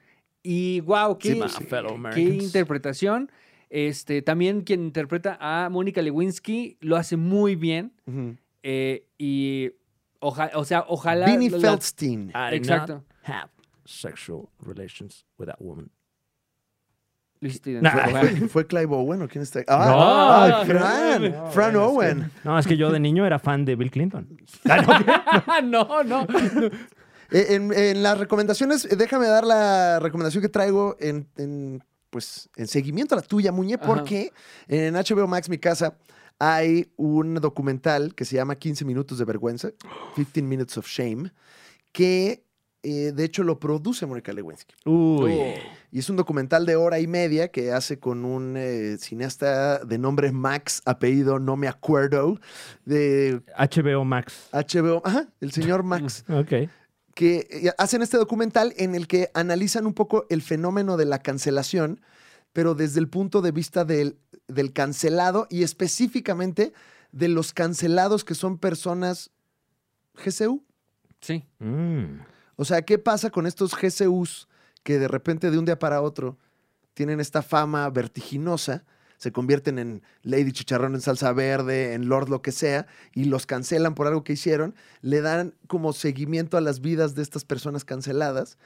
Speaker 2: Y wow, qué,
Speaker 3: Sí, my
Speaker 1: fellow
Speaker 2: qué
Speaker 1: Americans.
Speaker 2: interpretación. Este, también quien interpreta a Mónica Lewinsky lo hace muy bien.
Speaker 3: Ujú.
Speaker 2: eh, y oja- o sea, ojalá.
Speaker 3: Vinnie
Speaker 2: la-
Speaker 3: Feldstein.
Speaker 1: I did
Speaker 2: Exacto.
Speaker 1: not have sexual relations with that woman.
Speaker 2: Luis
Speaker 1: Nah.
Speaker 2: Tidens,
Speaker 3: ¿Fue, fue Clive Owen o quién está?
Speaker 1: No,
Speaker 3: ¡Ah! ¡Ay,
Speaker 1: no,
Speaker 3: Fran!
Speaker 1: no,
Speaker 3: Fran
Speaker 1: bueno, es
Speaker 3: Owen.
Speaker 1: No, es que yo de niño era fan de Bill Clinton.
Speaker 2: ojalá. no, no.
Speaker 3: Eh, En, en las recomendaciones, eh, déjame dar la recomendación que traigo en, en, pues, en seguimiento a la tuya, Muñe,
Speaker 2: Ajá.
Speaker 3: porque en HBO Max, mi casa, hay un documental que se llama 15 minutos de vergüenza, 15 minutes of shame, que eh, de hecho lo produce Mónica Lewinsky.
Speaker 1: Uy.
Speaker 3: Y es un documental de hora y media que hace con un eh, cineasta de nombre Max, apellido no me acuerdo, de
Speaker 1: HBO Max.
Speaker 3: HBO, ajá, el señor Max
Speaker 1: Ok.
Speaker 3: que eh, hacen este documental en el que analizan un poco el fenómeno de la cancelación, pero desde el punto de vista del, del cancelado y específicamente de los cancelados que son personas GCU.
Speaker 2: Sí.
Speaker 1: Mm.
Speaker 3: O sea, ¿qué pasa con estos GCUs que de repente de un día para otro tienen esta fama vertiginosa? Se convierten en Lady Chicharrón en salsa verde, en Lord lo que sea, y los cancelan por algo que hicieron. Le dan como seguimiento a las vidas de estas personas canceladas.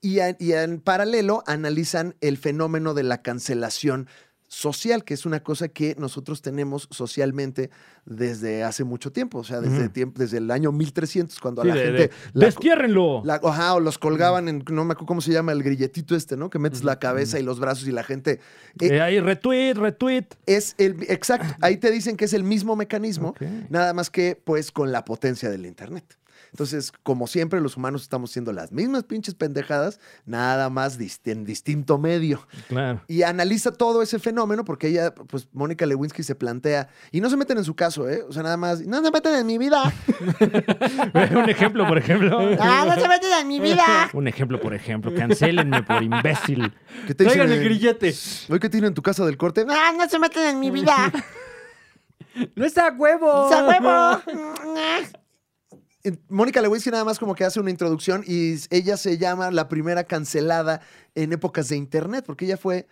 Speaker 3: Y, a- y en paralelo analizan el fenómeno de la cancelación social, que es una cosa que nosotros tenemos socialmente desde hace mucho tiempo. O sea, desde,
Speaker 1: Ujú.
Speaker 3: tiemp- desde el año 1300, cuando a
Speaker 1: Sí,
Speaker 3: la
Speaker 1: de-
Speaker 3: gente...
Speaker 1: de-
Speaker 3: la-
Speaker 1: ¡Destiérrenlo!
Speaker 3: la- ajá, o los colgaban en, no me acuerdo cómo se llama, el grilletito este, ¿no? Que metes la cabeza y los brazos y la gente. eh,
Speaker 1: Eh, ahí, retweet, retweet.
Speaker 3: Es el, exacto, ahí te dicen que es el mismo mecanismo,
Speaker 1: Ok.
Speaker 3: nada más que pues con la potencia del Internet. Entonces, como siempre, los humanos estamos haciendo las mismas pinches pendejadas, nada más dist- en distinto medio
Speaker 1: Claro.
Speaker 3: y analiza todo ese fenómeno porque ella, pues Mónica Lewinsky se plantea, y no se meten en su caso, ¿eh? O sea, nada más, no se meten en mi vida,
Speaker 1: Un ejemplo, por ejemplo.
Speaker 5: ¡Ah, no se meten en mi vida!
Speaker 1: Un ejemplo, por ejemplo. Cancelenme por imbécil.
Speaker 3: ¿Qué te
Speaker 2: Traigan el
Speaker 3: dicen en-
Speaker 2: grillete.
Speaker 3: ¿Hoy qué tienen en tu casa del corte? ¡Ah!
Speaker 5: ¡Ah, no se meten en mi vida!
Speaker 2: No está a huevo.
Speaker 5: ¡Sa huevo!
Speaker 3: en- Mónica Lewinsky nada más como que hace una introducción y s- ella se llama la primera cancelada en épocas de internet, porque ella fue,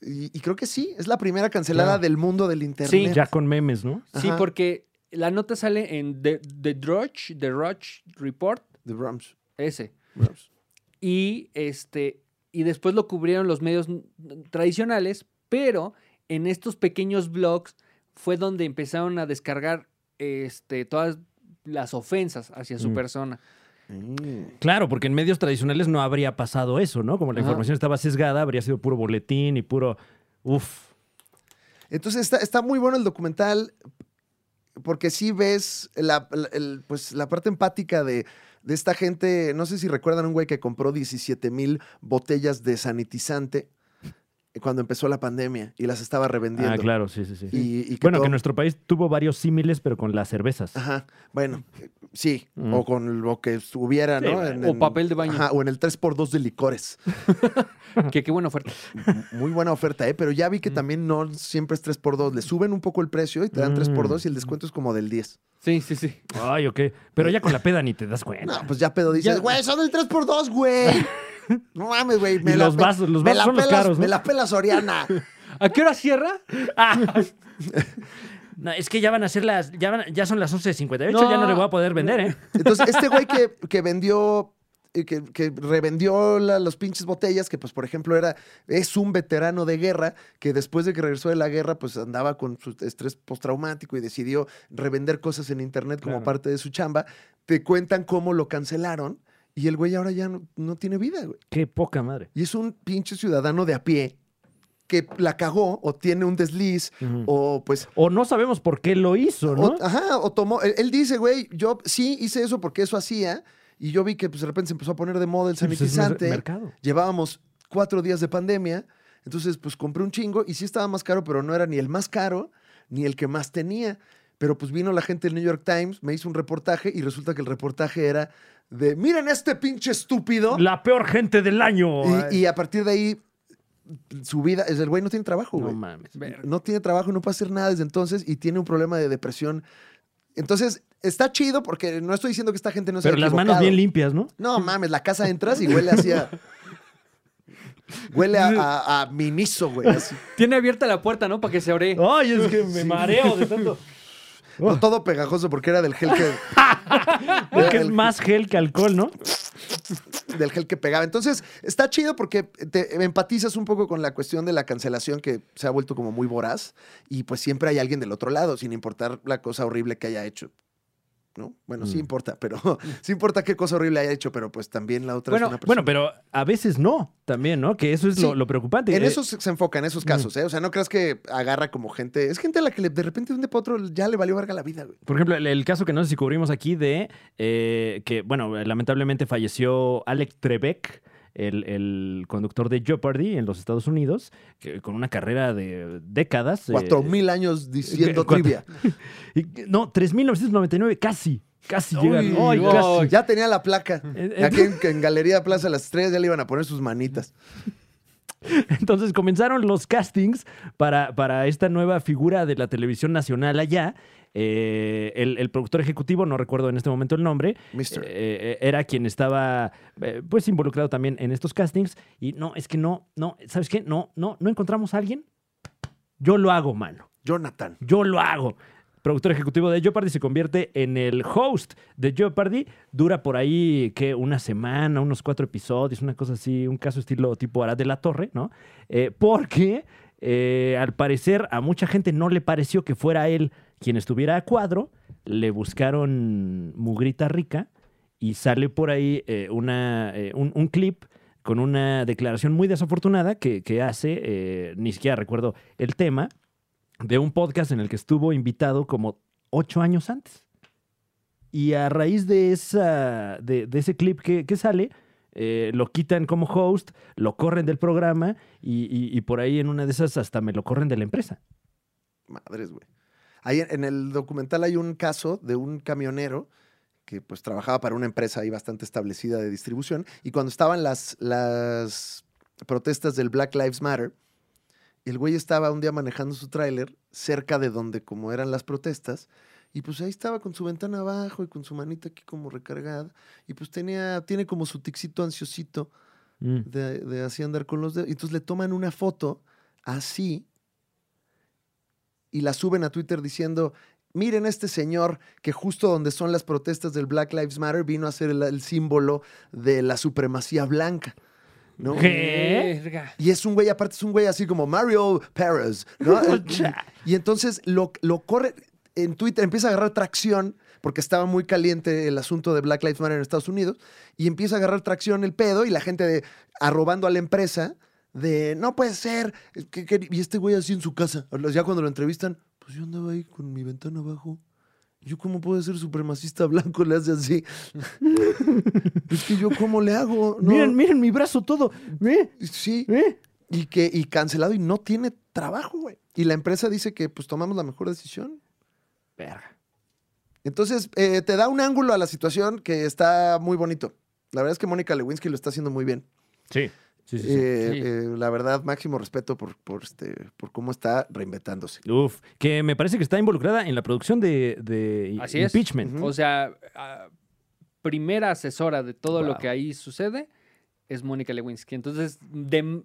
Speaker 3: y, y creo que sí, es la primera cancelada
Speaker 1: Claro.
Speaker 3: del mundo del internet.
Speaker 1: Ya con memes, ¿no?
Speaker 2: Sí,
Speaker 3: Ajá.
Speaker 2: porque la nota sale en The, The Drudge, The Rudge Report,
Speaker 3: The Brahms.
Speaker 2: ese.
Speaker 3: Brahms.
Speaker 2: Y este y después lo cubrieron los medios n- tradicionales, pero en estos pequeños blogs fue donde empezaron a descargar este todas las ofensas hacia su
Speaker 1: Mm.
Speaker 2: persona.
Speaker 3: Mm.
Speaker 1: Claro, porque en medios tradicionales no habría pasado eso, ¿no? Como la
Speaker 2: Ajá.
Speaker 1: información estaba sesgada, habría sido puro boletín y puro. Uf. Ah,
Speaker 3: Entonces está, está muy bueno el documental. porque sí ves la, la- el- pues, la parte empática de, de esta gente. No sé si recuerdan un güey que compró 17 mil botellas de sanitizante cuando empezó la pandemia y las estaba revendiendo.
Speaker 1: Ah, claro, sí, sí, sí.
Speaker 3: Y, y que
Speaker 1: bueno, que
Speaker 3: todo-
Speaker 1: nuestro país tuvo varios símiles, pero con las cervezas.
Speaker 3: Ajá, bueno, eh, sí,
Speaker 1: Mm.
Speaker 3: o con lo que hubiera,
Speaker 1: Sí,
Speaker 3: ¿no?
Speaker 1: bueno.
Speaker 2: O papel de baño.
Speaker 3: Ajá, o en el 3x2 de licores.
Speaker 2: Que qué buena oferta.
Speaker 3: M- Muy buena oferta, ¿eh? Pero ya vi que
Speaker 2: Mm.
Speaker 3: también no siempre es 3x2. Le suben un poco el precio y te dan
Speaker 1: Mm.
Speaker 3: 3x2 y el descuento es como del 10.
Speaker 2: Sí, sí, sí.
Speaker 1: Ay, ok. Pero ya con la peda ni te das
Speaker 3: No,
Speaker 1: cuenta.
Speaker 3: pues ya pedo dices,
Speaker 2: Ya-
Speaker 3: güey, son el 3x2, güey. No mames, güey. me
Speaker 1: Y
Speaker 3: la
Speaker 1: los
Speaker 3: pe-
Speaker 1: vasos, los
Speaker 3: me
Speaker 1: vasos
Speaker 3: la
Speaker 1: son los
Speaker 3: pelas-
Speaker 1: caros, ¿no?
Speaker 3: Me la pela Soriana.
Speaker 2: ¿A qué hora cierra?
Speaker 1: Ah. No, es que ya van a ser las. Ya, van- ya son las 11.58,
Speaker 2: No.
Speaker 1: ya no le voy a poder vender, ¿eh?
Speaker 3: Entonces, este güey que, que vendió, eh, que, que revendió la- los pinches botellas, que pues, por ejemplo, era, es un veterano de guerra, que después de que regresó de la guerra, pues andaba con su estrés postraumático y decidió revender cosas en internet como
Speaker 1: Claro.
Speaker 3: parte de su chamba. Te cuentan cómo lo cancelaron y el güey ahora ya no, no tiene vida, güey.
Speaker 1: Qué poca madre.
Speaker 3: Y es un pinche ciudadano de a pie que la cagó o tiene un desliz
Speaker 1: Ujú.
Speaker 3: o pues
Speaker 1: O no sabemos por qué lo hizo, ¿no?
Speaker 3: o- ajá, o tomó. Él, él dice, güey, yo sí hice eso porque eso hacía. Y yo vi que pues, de repente se empezó a poner de moda el
Speaker 1: Sí, pues, es mer-
Speaker 3: sanitizante.
Speaker 1: mercado.
Speaker 3: Llevábamos cuatro días de pandemia. Entonces, pues compré un chingo y sí estaba más caro, pero no era ni el más caro ni el que más tenía. Pero pues vino la gente del New York Times, me hizo un reportaje y resulta que el reportaje era de, miren este pinche estúpido.
Speaker 1: La eh. peor gente del año.
Speaker 3: Y, y a partir de ahí, su vida, es el güey no tiene trabajo,
Speaker 1: no
Speaker 3: güey
Speaker 1: mames.
Speaker 2: Verga.
Speaker 3: no tiene trabajo, no puede hacer nada desde entonces y tiene un problema de depresión. Entonces, está chido porque no estoy diciendo que esta gente no sea
Speaker 1: Pero las manos bien limpias, ¿no?
Speaker 3: No mames, la casa entras y huele así a. Huele a, a, a miniso, güey. así.
Speaker 2: Tiene abierta la puerta, ¿no? Para que se ore.
Speaker 1: Ay, es que me mareo de tanto. Oh.
Speaker 3: No todo pegajoso porque era del gel que,
Speaker 1: Es que es más gel que alcohol, ¿no?
Speaker 3: del gel que pegaba. Entonces, está chido porque te empatizas un poco con la cuestión de la cancelación que se ha vuelto como muy voraz y pues siempre hay alguien del otro lado, sin importar la cosa horrible que haya hecho. ¿No? Bueno, sí
Speaker 1: Mm.
Speaker 3: importa, pero sí importa qué cosa horrible haya hecho, pero pues también la otra
Speaker 2: Bueno,
Speaker 3: es una persona.
Speaker 1: Bueno, pero a veces no, también, ¿no? Que eso es lo,
Speaker 3: Sí.
Speaker 1: lo preocupante.
Speaker 3: En
Speaker 1: Eh,
Speaker 3: esos se se enfoca, en esos casos, ¿eh? O sea, no creas que agarra como gente. Es gente a la que le- de repente de un día para otro ya le valió verga la vida, güey.
Speaker 1: Por ejemplo, el, el caso que no sé si cubrimos aquí de eh, que, bueno, lamentablemente falleció Alex Trebek, el, el conductor de Jeopardy en los Estados Unidos, que con una carrera de décadas. eh,
Speaker 3: Cuatro mil años diciendo
Speaker 1: ¿cuánto?
Speaker 3: trivia.
Speaker 1: y- no, 3.999, casi, casi
Speaker 3: Uy,
Speaker 1: llegan. Ay,
Speaker 2: wow.
Speaker 1: casi.
Speaker 3: Ya tenía la placa.
Speaker 1: Eh, eh.
Speaker 3: Aquí en, en Galería Plaza las tres ya le iban a poner sus manitas.
Speaker 1: Entonces comenzaron los castings para, para esta nueva figura de la televisión nacional allá. Eh, el, el productor ejecutivo, no recuerdo en este momento el nombre,
Speaker 3: Mister.
Speaker 1: eh, era quien estaba eh, pues involucrado también en estos castings. Y no, es que no, no, ¿sabes qué? No, no, no encontramos a alguien. Yo lo hago, mano.
Speaker 3: Jonathan.
Speaker 1: Yo lo hago. Productor ejecutivo de Jeopardy se convierte en el host de Jeopardy. Dura por ahí, que Una semana, unos cuatro episodios, una cosa así, un caso estilo tipo Arad de la Torre, ¿no? Eh, porque eh, al parecer a mucha gente no le pareció que fuera él quien estuviera a cuadro. Le buscaron Mugrita Rica y sale por ahí eh, una, eh, un, un clip con una declaración muy desafortunada que, que hace, eh, ni siquiera recuerdo el tema, de un podcast en el que estuvo invitado como ocho años antes. Y a raíz de, esa, de, de ese clip que, que sale, eh, lo quitan como host, lo corren del programa y, y- y por ahí en una de esas hasta me lo corren de la empresa.
Speaker 3: Madres, güey. Ahí en- en el documental hay un caso de un camionero que pues trabajaba para una empresa ahí bastante establecida de distribución y cuando estaban las, las protestas del Black Lives Matter, el güey estaba un día manejando su tráiler cerca de donde como eran las protestas y pues ahí estaba con su ventana abajo y con su manita aquí como recargada y pues tenía, tiene como su ticito ansiosito
Speaker 1: Mm.
Speaker 3: de, de así andar con los dedos. Y entonces le toman una foto así y la suben a Twitter diciendo, miren este señor que justo donde son las protestas del Black Lives Matter vino a ser el, el símbolo de la supremacía blanca. ¿no?
Speaker 1: ¿Qué?
Speaker 2: Verga.
Speaker 3: Y es un güey, aparte es un güey así como Mario Perez, ¿no? y entonces lo, lo corre en Twitter, empieza a agarrar tracción, porque estaba muy caliente el asunto de Black Lives Matter en Estados Unidos, y empieza a agarrar tracción el pedo y la gente de, arrobando a la empresa de, no puede ser, que- que- y este güey así en su casa. Ya cuando lo entrevistan, pues yo andaba ahí con mi ventana abajo. Yo, ¿cómo puedo ser supremacista blanco? Le hace así. es que yo, ¿cómo le hago? No.
Speaker 1: Miren, miren mi brazo todo. ¿Eh?
Speaker 3: Sí.
Speaker 1: ¿Eh?
Speaker 3: Y, que, y cancelado y no tiene trabajo, güey. Y la empresa dice que pues tomamos la mejor decisión.
Speaker 1: Verga.
Speaker 3: Entonces, eh, te da un ángulo a la situación que está muy bonito. La verdad es que Mónica Lewinsky lo está haciendo muy bien.
Speaker 1: Sí. Sí, sí, sí.
Speaker 3: Eh,
Speaker 2: Sí.
Speaker 3: eh, la verdad, máximo respeto por, por, este, por cómo está reinventándose.
Speaker 1: Uf, que me parece que está involucrada en la producción de, de
Speaker 2: Así es.
Speaker 1: Impeachment.
Speaker 2: O sea, ah, primera asesora de todo lo
Speaker 1: Wow.
Speaker 2: que ahí sucede es Mónica Lewinsky. Entonces, de,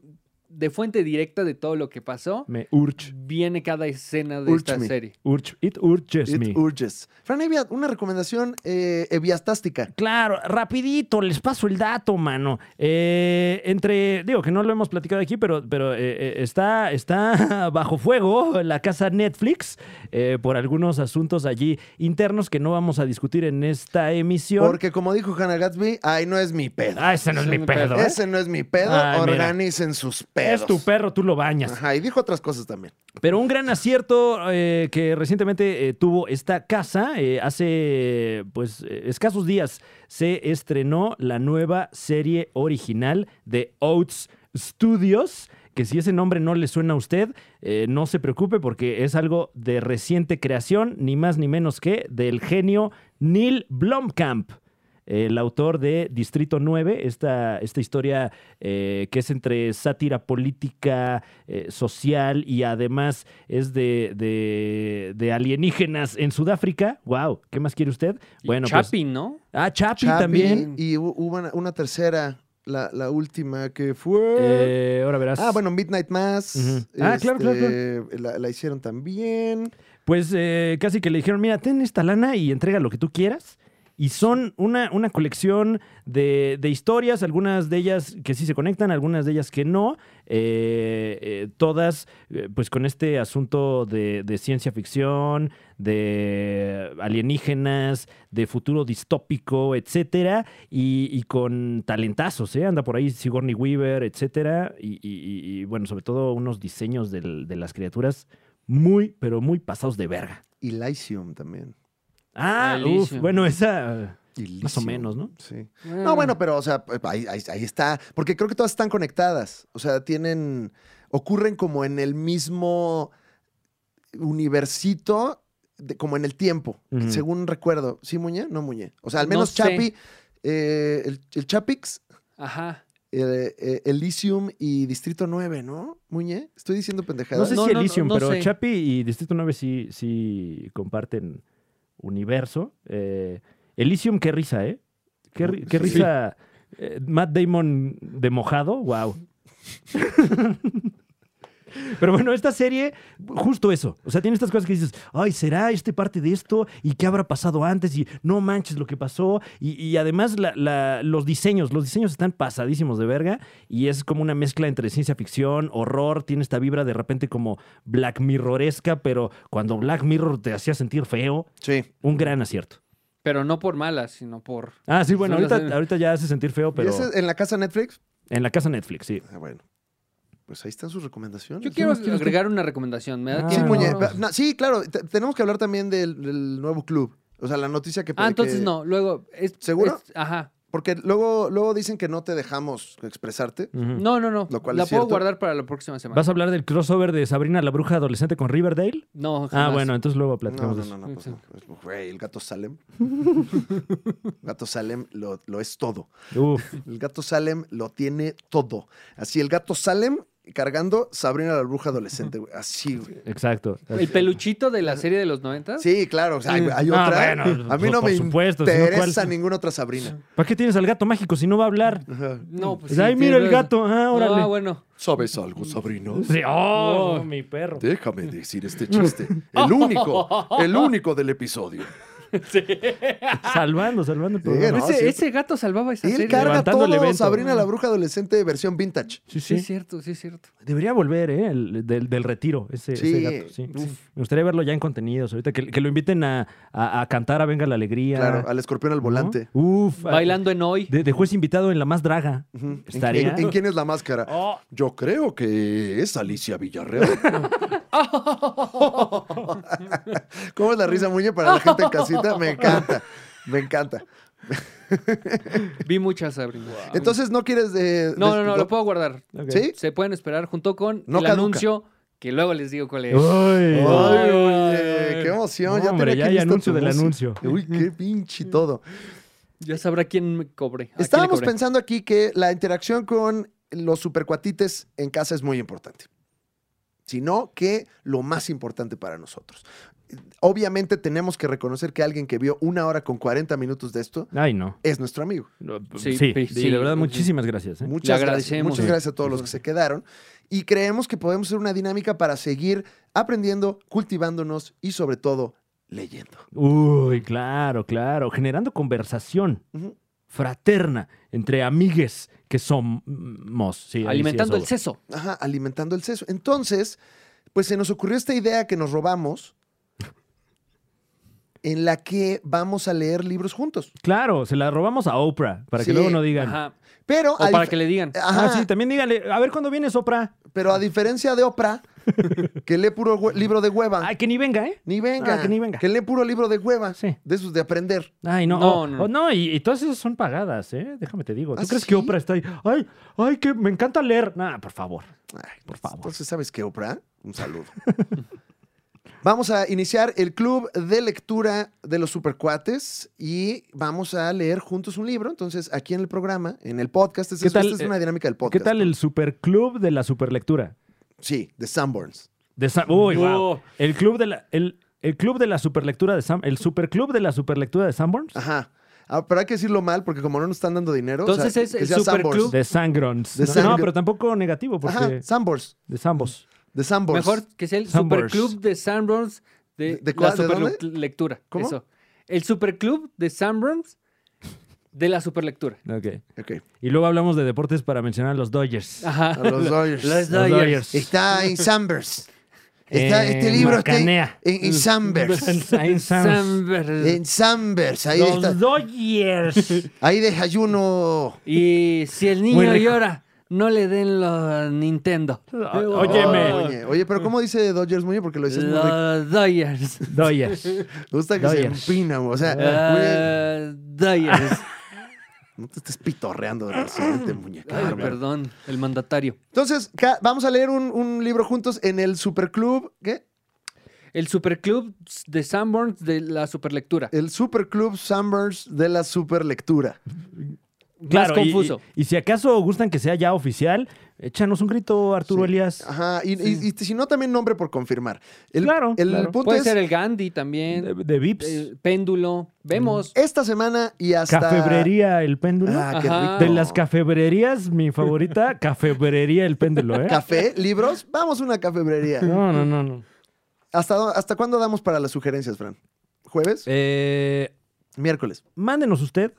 Speaker 2: de fuente directa de todo lo que pasó,
Speaker 1: Me urge.
Speaker 2: viene cada escena de
Speaker 3: Urge
Speaker 2: esta
Speaker 3: me.
Speaker 2: serie.
Speaker 1: Urge. It urges
Speaker 3: It
Speaker 1: me.
Speaker 3: urges. Fran Eviat, una recomendación eh, eviastástica.
Speaker 1: Claro, rapidito, les paso el dato, mano. Eh, entre, digo que no lo hemos platicado aquí, pero, pero eh, eh, está, está bajo fuego la casa Netflix eh, por algunos asuntos allí internos que no vamos a discutir en esta emisión.
Speaker 3: Porque como dijo Hannah Gatsby, ay, no es mi pedo.
Speaker 1: Ah, ese no es
Speaker 2: Ese
Speaker 1: mi
Speaker 2: no es
Speaker 1: pedo. ¿eh?
Speaker 3: Ese no es mi pedo.
Speaker 1: Ay, mira.
Speaker 3: Organicen sus pedos.
Speaker 1: Es tu perro, tú lo bañas.
Speaker 3: Ajá, y dijo otras cosas también.
Speaker 1: Pero un gran acierto eh, que recientemente eh, tuvo esta casa, eh, hace pues eh, escasos días se estrenó la nueva serie original de Oats Studios. Que si ese nombre no le suena a usted, eh, no se preocupe porque es algo de reciente creación, ni más ni menos que del genio Neil Blomkamp el autor de Distrito 9, esta, esta historia eh, que es entre sátira política, eh, social y además es de, de- de alienígenas en Sudáfrica. ¡Wow! ¿Qué más quiere usted?
Speaker 2: Y
Speaker 1: Bueno, pues-
Speaker 2: Chappie, ¿no?
Speaker 1: ah, Chapi
Speaker 3: Chapi,
Speaker 1: también.
Speaker 3: Y hu- hubo una, una tercera, la, la última que fue.
Speaker 1: Eh, ahora verás.
Speaker 3: ah, bueno, Midnight Mass.
Speaker 1: Ujú. Ah, claro, claro,
Speaker 3: este, La, la hicieron también.
Speaker 1: Pues eh, casi que le dijeron, mira, ten esta lana y entrega lo que tú quieras. Y son una, una colección de, de historias, algunas de ellas que sí se conectan, algunas de ellas que no, eh, eh, todas eh, pues con este asunto de, de ciencia ficción, de alienígenas, de futuro distópico, etcétera, y, y con talentazos, ¿eh? anda por ahí Sigourney Weaver, etcétera, y, y- y, bueno, sobre todo unos diseños del- de las criaturas muy, pero muy pasados de verga.
Speaker 3: Y Lycium también.
Speaker 1: Ah, uf,
Speaker 2: Elysium.
Speaker 1: bueno, esa.
Speaker 3: Y
Speaker 1: Más o
Speaker 3: Lycium,
Speaker 1: menos, ¿no?
Speaker 3: Sí.
Speaker 2: Mm. Ah,
Speaker 3: No, bueno, pero, o sea, pues, ahí, ahí- ahí está. Porque creo que todas están conectadas. O sea, tienen. ocurren como en el mismo universito, de- como en el tiempo,
Speaker 1: Ujú.
Speaker 3: según recuerdo. ¿Sí, Muñe? No, Muñe. O sea, al
Speaker 2: No
Speaker 3: menos
Speaker 2: sé.
Speaker 3: Chapi, eh, el, el Chapix,
Speaker 2: Ajá.
Speaker 3: eh, eh, Elysium y Distrito 9, ¿no, Muñe? Estoy diciendo
Speaker 1: No
Speaker 3: pendejadas.
Speaker 1: sé
Speaker 2: No,
Speaker 1: si
Speaker 2: no, no,
Speaker 1: Elysium,
Speaker 2: no
Speaker 1: pero
Speaker 2: sé.
Speaker 1: Chapi y Distrito 9 sí, sí comparten universo. Eh, Elysium, qué risa, ¿eh? Qué, ri- qué
Speaker 3: Sí.
Speaker 1: risa. eh, Matt Damon de mojado, wow. Pero bueno, esta serie, justo eso. O sea, tiene estas cosas que dices, ay, ¿será este parte de esto? ¿Y qué habrá pasado antes? Y no manches lo que pasó. Y, y además la- la- los diseños, los diseños están pasadísimos de verga. Y es como una mezcla entre ciencia ficción, horror, tiene esta vibra de repente como Black Mirroresca, pero cuando Black Mirror te hacía sentir feo,
Speaker 3: Sí.
Speaker 1: un gran acierto.
Speaker 2: Pero no por malas, sino por...
Speaker 1: Ah, sí, bueno,
Speaker 2: Solo
Speaker 1: ahorita,
Speaker 2: sé-
Speaker 1: ahorita ya hace sentir feo,
Speaker 3: ¿Y
Speaker 1: pero
Speaker 3: ese en la casa Netflix?
Speaker 1: en la casa Netflix, sí.
Speaker 3: Ah, bueno. Pues ahí están sus recomendaciones.
Speaker 2: Yo quiero
Speaker 1: más quieres tú?
Speaker 2: agregar una recomendación. ¿Me da
Speaker 1: Ah. Ah.
Speaker 3: Sí,
Speaker 2: tiempo?
Speaker 3: Muñe,
Speaker 1: No.
Speaker 3: pero- no, sí, claro. te- tenemos que hablar también del, del nuevo club. O sea, la noticia que...
Speaker 2: Ah, entonces
Speaker 3: que-
Speaker 2: no. Luego... es-
Speaker 3: ¿Seguro?
Speaker 2: es- ajá.
Speaker 3: Porque luego, luego dicen que no te dejamos expresarte.
Speaker 1: Ujú.
Speaker 2: No, no, no.
Speaker 3: Lo cual
Speaker 2: la
Speaker 3: es
Speaker 2: puedo
Speaker 3: cierto.
Speaker 2: guardar para la próxima semana.
Speaker 1: ¿Vas a hablar del crossover de Sabrina la bruja adolescente con Riverdale?
Speaker 2: No, jamás.
Speaker 1: Ah, bueno, entonces luego
Speaker 3: No,
Speaker 1: platicamos de
Speaker 3: no,
Speaker 1: eso.
Speaker 3: no, no, pues
Speaker 2: Sí.
Speaker 3: no. Pues, Güey, el gato Salem. gato Salem lo, lo es todo.
Speaker 1: Uf,
Speaker 3: El gato Salem lo tiene todo. Así, el gato Salem cargando Sabrina la bruja adolescente, güey. Así, güey.
Speaker 1: exacto.
Speaker 2: El peluchito de la serie de los 90.
Speaker 3: Sí, claro. o sea, hay, hay
Speaker 1: Ah,
Speaker 3: otra.
Speaker 1: bueno,
Speaker 3: a mí no
Speaker 1: por
Speaker 3: me
Speaker 1: supuesto, si no,
Speaker 3: interesa
Speaker 1: ¿cuál?
Speaker 3: ninguna otra Sabrina.
Speaker 1: ¿Para qué tienes al gato mágico si no va a hablar?
Speaker 3: Ajá.
Speaker 2: No, pues.
Speaker 1: Pues, Ay,
Speaker 2: sí,
Speaker 1: mira el
Speaker 2: tienes-
Speaker 1: gato. Ah, órale.
Speaker 2: Ah, bueno.
Speaker 3: ¿Sabes algo, Sabrina?
Speaker 1: Sí, oh,
Speaker 2: Oh.
Speaker 1: no, mi perro.
Speaker 3: Déjame decir este chiste. El único, el único del episodio.
Speaker 1: Salvando, salvando el programa.
Speaker 3: no,
Speaker 2: ese,
Speaker 3: sí.
Speaker 2: ese gato salvaba esa
Speaker 3: Él
Speaker 2: serie.
Speaker 3: carga
Speaker 1: Levantando el
Speaker 3: todo
Speaker 1: evento.
Speaker 3: Sabrina la bruja adolescente versión vintage.
Speaker 1: Sí,
Speaker 2: Sí,
Speaker 1: sí.
Speaker 2: es cierto, sí, es cierto.
Speaker 1: Debería volver, ¿eh? El- del, del retiro, ese,
Speaker 3: Sí.
Speaker 1: ese gato. sí.
Speaker 3: Uf.
Speaker 1: Me gustaría verlo ya en contenidos. Ahorita que, que lo inviten a, a- a cantar a Venga la Alegría.
Speaker 3: Claro, al escorpión al
Speaker 1: ¿no?
Speaker 3: volante.
Speaker 1: Uf. a-
Speaker 2: Bailando en hoy.
Speaker 1: De, de juez invitado en La Más Draga.
Speaker 3: Ujú. ¿En
Speaker 1: Estaría.
Speaker 2: Oh.
Speaker 3: quién- ¿En, quién es la máscara?
Speaker 1: Oh,
Speaker 3: Yo creo que es Alicia Villarreal. ¿Cómo es la risa muñe para la gente en casita? Me encanta, me encanta.
Speaker 2: Vi muchas, Sabrina.
Speaker 3: Entonces, ¿no quieres eh, de...?
Speaker 2: Ah, no, no,
Speaker 3: de-
Speaker 2: no, lo puedo guardar.
Speaker 1: Ok.
Speaker 3: ¿Sí?
Speaker 2: Se pueden esperar junto con
Speaker 3: No
Speaker 2: el
Speaker 3: caduca.
Speaker 2: anuncio que luego les digo cuál es.
Speaker 1: Ay,
Speaker 3: Ay,
Speaker 2: Ay,
Speaker 3: oye, qué emoción.
Speaker 1: No,
Speaker 3: ya
Speaker 1: hombre, ya
Speaker 3: tenía aquí
Speaker 1: hay
Speaker 3: lista
Speaker 1: anuncio
Speaker 3: tu
Speaker 1: del
Speaker 3: música.
Speaker 1: anuncio.
Speaker 3: Uy, qué pinche todo.
Speaker 2: Ya sabrá quién me cobre. a quién le
Speaker 3: Estábamos
Speaker 2: cobré.
Speaker 3: pensando aquí que la interacción con los supercuatites en casa es muy importante. Sino que lo más importante para nosotros. Obviamente tenemos que reconocer que alguien que vio una hora con 40 minutos de esto
Speaker 1: Ay, no.
Speaker 3: es nuestro amigo.
Speaker 1: No, p-
Speaker 2: Sí,
Speaker 1: Sí,
Speaker 2: pues, sí,
Speaker 1: y de verdad,
Speaker 2: sí.
Speaker 1: muchísimas gracias. ¿eh?
Speaker 3: Muchas
Speaker 2: Le
Speaker 3: gracias.
Speaker 2: agradecemos.
Speaker 3: Muchas
Speaker 2: Sí.
Speaker 3: gracias a todos los que se quedaron. Y creemos que podemos hacer una dinámica para seguir aprendiendo, cultivándonos y sobre todo leyendo.
Speaker 1: Uy, claro, claro. Generando conversación
Speaker 3: Ujú.
Speaker 1: fraterna entre amigues que somos. Sí, ahí sí
Speaker 2: Alimentando el
Speaker 1: es
Speaker 2: seso.
Speaker 3: Ajá, alimentando el seso. Entonces, pues se nos ocurrió esta idea que nos robamos en la que vamos a leer libros juntos.
Speaker 1: over. Claro, se la robamos a Oprah para
Speaker 3: Sí.
Speaker 1: que luego no digan.
Speaker 2: Ajá.
Speaker 3: Pero, a,
Speaker 2: O para
Speaker 3: dif-
Speaker 2: que le digan.
Speaker 3: Ajá,
Speaker 1: Ah, sí, también díganle, a ver cuándo vienes, Oprah.
Speaker 3: pero a diferencia de Oprah, que lee puro hue- libro de hueva,
Speaker 1: Ay, que ni venga, ¿eh?
Speaker 3: ni venga,
Speaker 1: ah, que ni venga.
Speaker 3: lee puro libro de hueva,
Speaker 1: Sí.
Speaker 3: de esos de aprender.
Speaker 1: Ay, no.
Speaker 2: No,
Speaker 1: oh, oh,
Speaker 2: no.
Speaker 1: no, y, y todas esas son pagadas, ¿eh? Déjame te digo. ¿Tú
Speaker 3: ¿Ah,
Speaker 1: crees
Speaker 3: sí?
Speaker 1: que Oprah está ahí? Ay, ay, que me encanta leer. Nah, por favor.
Speaker 3: Ay,
Speaker 1: Por favor.
Speaker 3: Entonces, ¿sabes qué, Oprah? Un saludo. vamos a iniciar el club de lectura de los supercuates y vamos a leer juntos un libro. Entonces, aquí en el programa, en el podcast, esta
Speaker 1: ¿Qué
Speaker 3: es,
Speaker 1: tal,
Speaker 3: esta es
Speaker 1: eh,
Speaker 3: una dinámica del podcast.
Speaker 1: ¿Qué tal el superclub de la superlectura?
Speaker 3: Sí, de Sanborns.
Speaker 1: De Sam- Uy, wow.
Speaker 2: Wow.
Speaker 1: El club de la, el, el club de la superlectura de Sam, el superclub de la superlectura de Sanborns.
Speaker 3: Ajá. Ah, pero hay que decirlo mal porque como no nos están dando dinero.
Speaker 2: Entonces es
Speaker 3: que
Speaker 2: el
Speaker 3: sea
Speaker 2: superclub.
Speaker 3: Sanborns.
Speaker 1: De Sangrons.
Speaker 3: De
Speaker 1: no,
Speaker 3: Sangr-
Speaker 1: no, pero tampoco negativo, porque
Speaker 3: Ajá, Sanborns.
Speaker 1: de Sambos.
Speaker 3: De Sanborns.
Speaker 2: Mejor que sea el
Speaker 1: Sanborns.
Speaker 2: Superclub de Sanborns de,
Speaker 3: ¿De- de
Speaker 2: la
Speaker 3: cuál? ¿De dónde?
Speaker 2: superlectura.
Speaker 3: ¿Cómo?
Speaker 2: Eso. El Superclub de Sanborns de la superlectura.
Speaker 1: Ok.
Speaker 3: Ok.
Speaker 1: Y luego hablamos de deportes para mencionar a los Dodgers.
Speaker 2: Ajá.
Speaker 3: A los Ah, Dodgers.
Speaker 2: Los
Speaker 1: Los
Speaker 2: Dodgers.
Speaker 1: Dodgers.
Speaker 3: Está en Sanborns. Está-
Speaker 1: Eh,
Speaker 3: este libro está en,
Speaker 1: Macanea.
Speaker 3: en, en Sanborns.
Speaker 1: Ahí en Sanborns.
Speaker 2: Sanborns.
Speaker 3: En Sanborns. Ahí,
Speaker 1: Los
Speaker 3: está-
Speaker 1: Dodgers.
Speaker 3: ahí desayuno.
Speaker 2: Y si el
Speaker 1: Muy
Speaker 2: niño
Speaker 1: rico.
Speaker 2: llora, no le den los Nintendo.
Speaker 1: Óyeme.
Speaker 2: Oh,
Speaker 3: Oye, oye, pero ¿cómo dice Dodgers Muñe? Porque lo dices muy rico.
Speaker 2: Los Dodgers.
Speaker 1: Dodgers.
Speaker 3: Me gusta que
Speaker 1: Dodgers.
Speaker 3: se empina, güey. o
Speaker 1: Eh,
Speaker 3: sea, güey,
Speaker 2: Ah, Dodgers.
Speaker 3: no te estés pitorreando de restaurante, muñeca.
Speaker 2: Ay,
Speaker 3: Bárbaro.
Speaker 2: Ah, perdón, el mandatario.
Speaker 3: Entonces, ca- vamos a leer un, un libro juntos en el Superclub. ¿Qué?
Speaker 2: El Superclub de Sanborns de la superlectura.
Speaker 1: Eh,
Speaker 3: El Superclub Summers de la Superlectura.
Speaker 1: Claro, y-
Speaker 2: confuso.
Speaker 1: Y, y si acaso gustan que sea ya oficial, échanos un grito, Arturo
Speaker 3: Sí. Ah,
Speaker 1: Elías.
Speaker 3: Ajá, y, y- y si no, también nombre por confirmar. El,
Speaker 1: Claro,
Speaker 3: El
Speaker 1: claro.
Speaker 3: punto
Speaker 2: Puede
Speaker 3: es,
Speaker 2: ser el Gandhi también.
Speaker 1: De, de Vips.
Speaker 2: eh, péndulo.
Speaker 1: mm,
Speaker 2: Vemos.
Speaker 3: esta semana y hasta...
Speaker 1: Cafebrería El Péndulo.
Speaker 3: Ah, qué
Speaker 2: Ajá.
Speaker 3: rico.
Speaker 1: de las cafebrerías, mi favorita, Cafebrería El Péndulo, ¿eh?
Speaker 3: Café, libros, vamos a una cafebrería.
Speaker 1: No, no, no, no.
Speaker 3: ¿Hasta, dó- ¿Hasta cuándo damos para las sugerencias, Fran? ¿Jueves?
Speaker 1: Eh,
Speaker 3: Miércoles.
Speaker 1: mándenos usted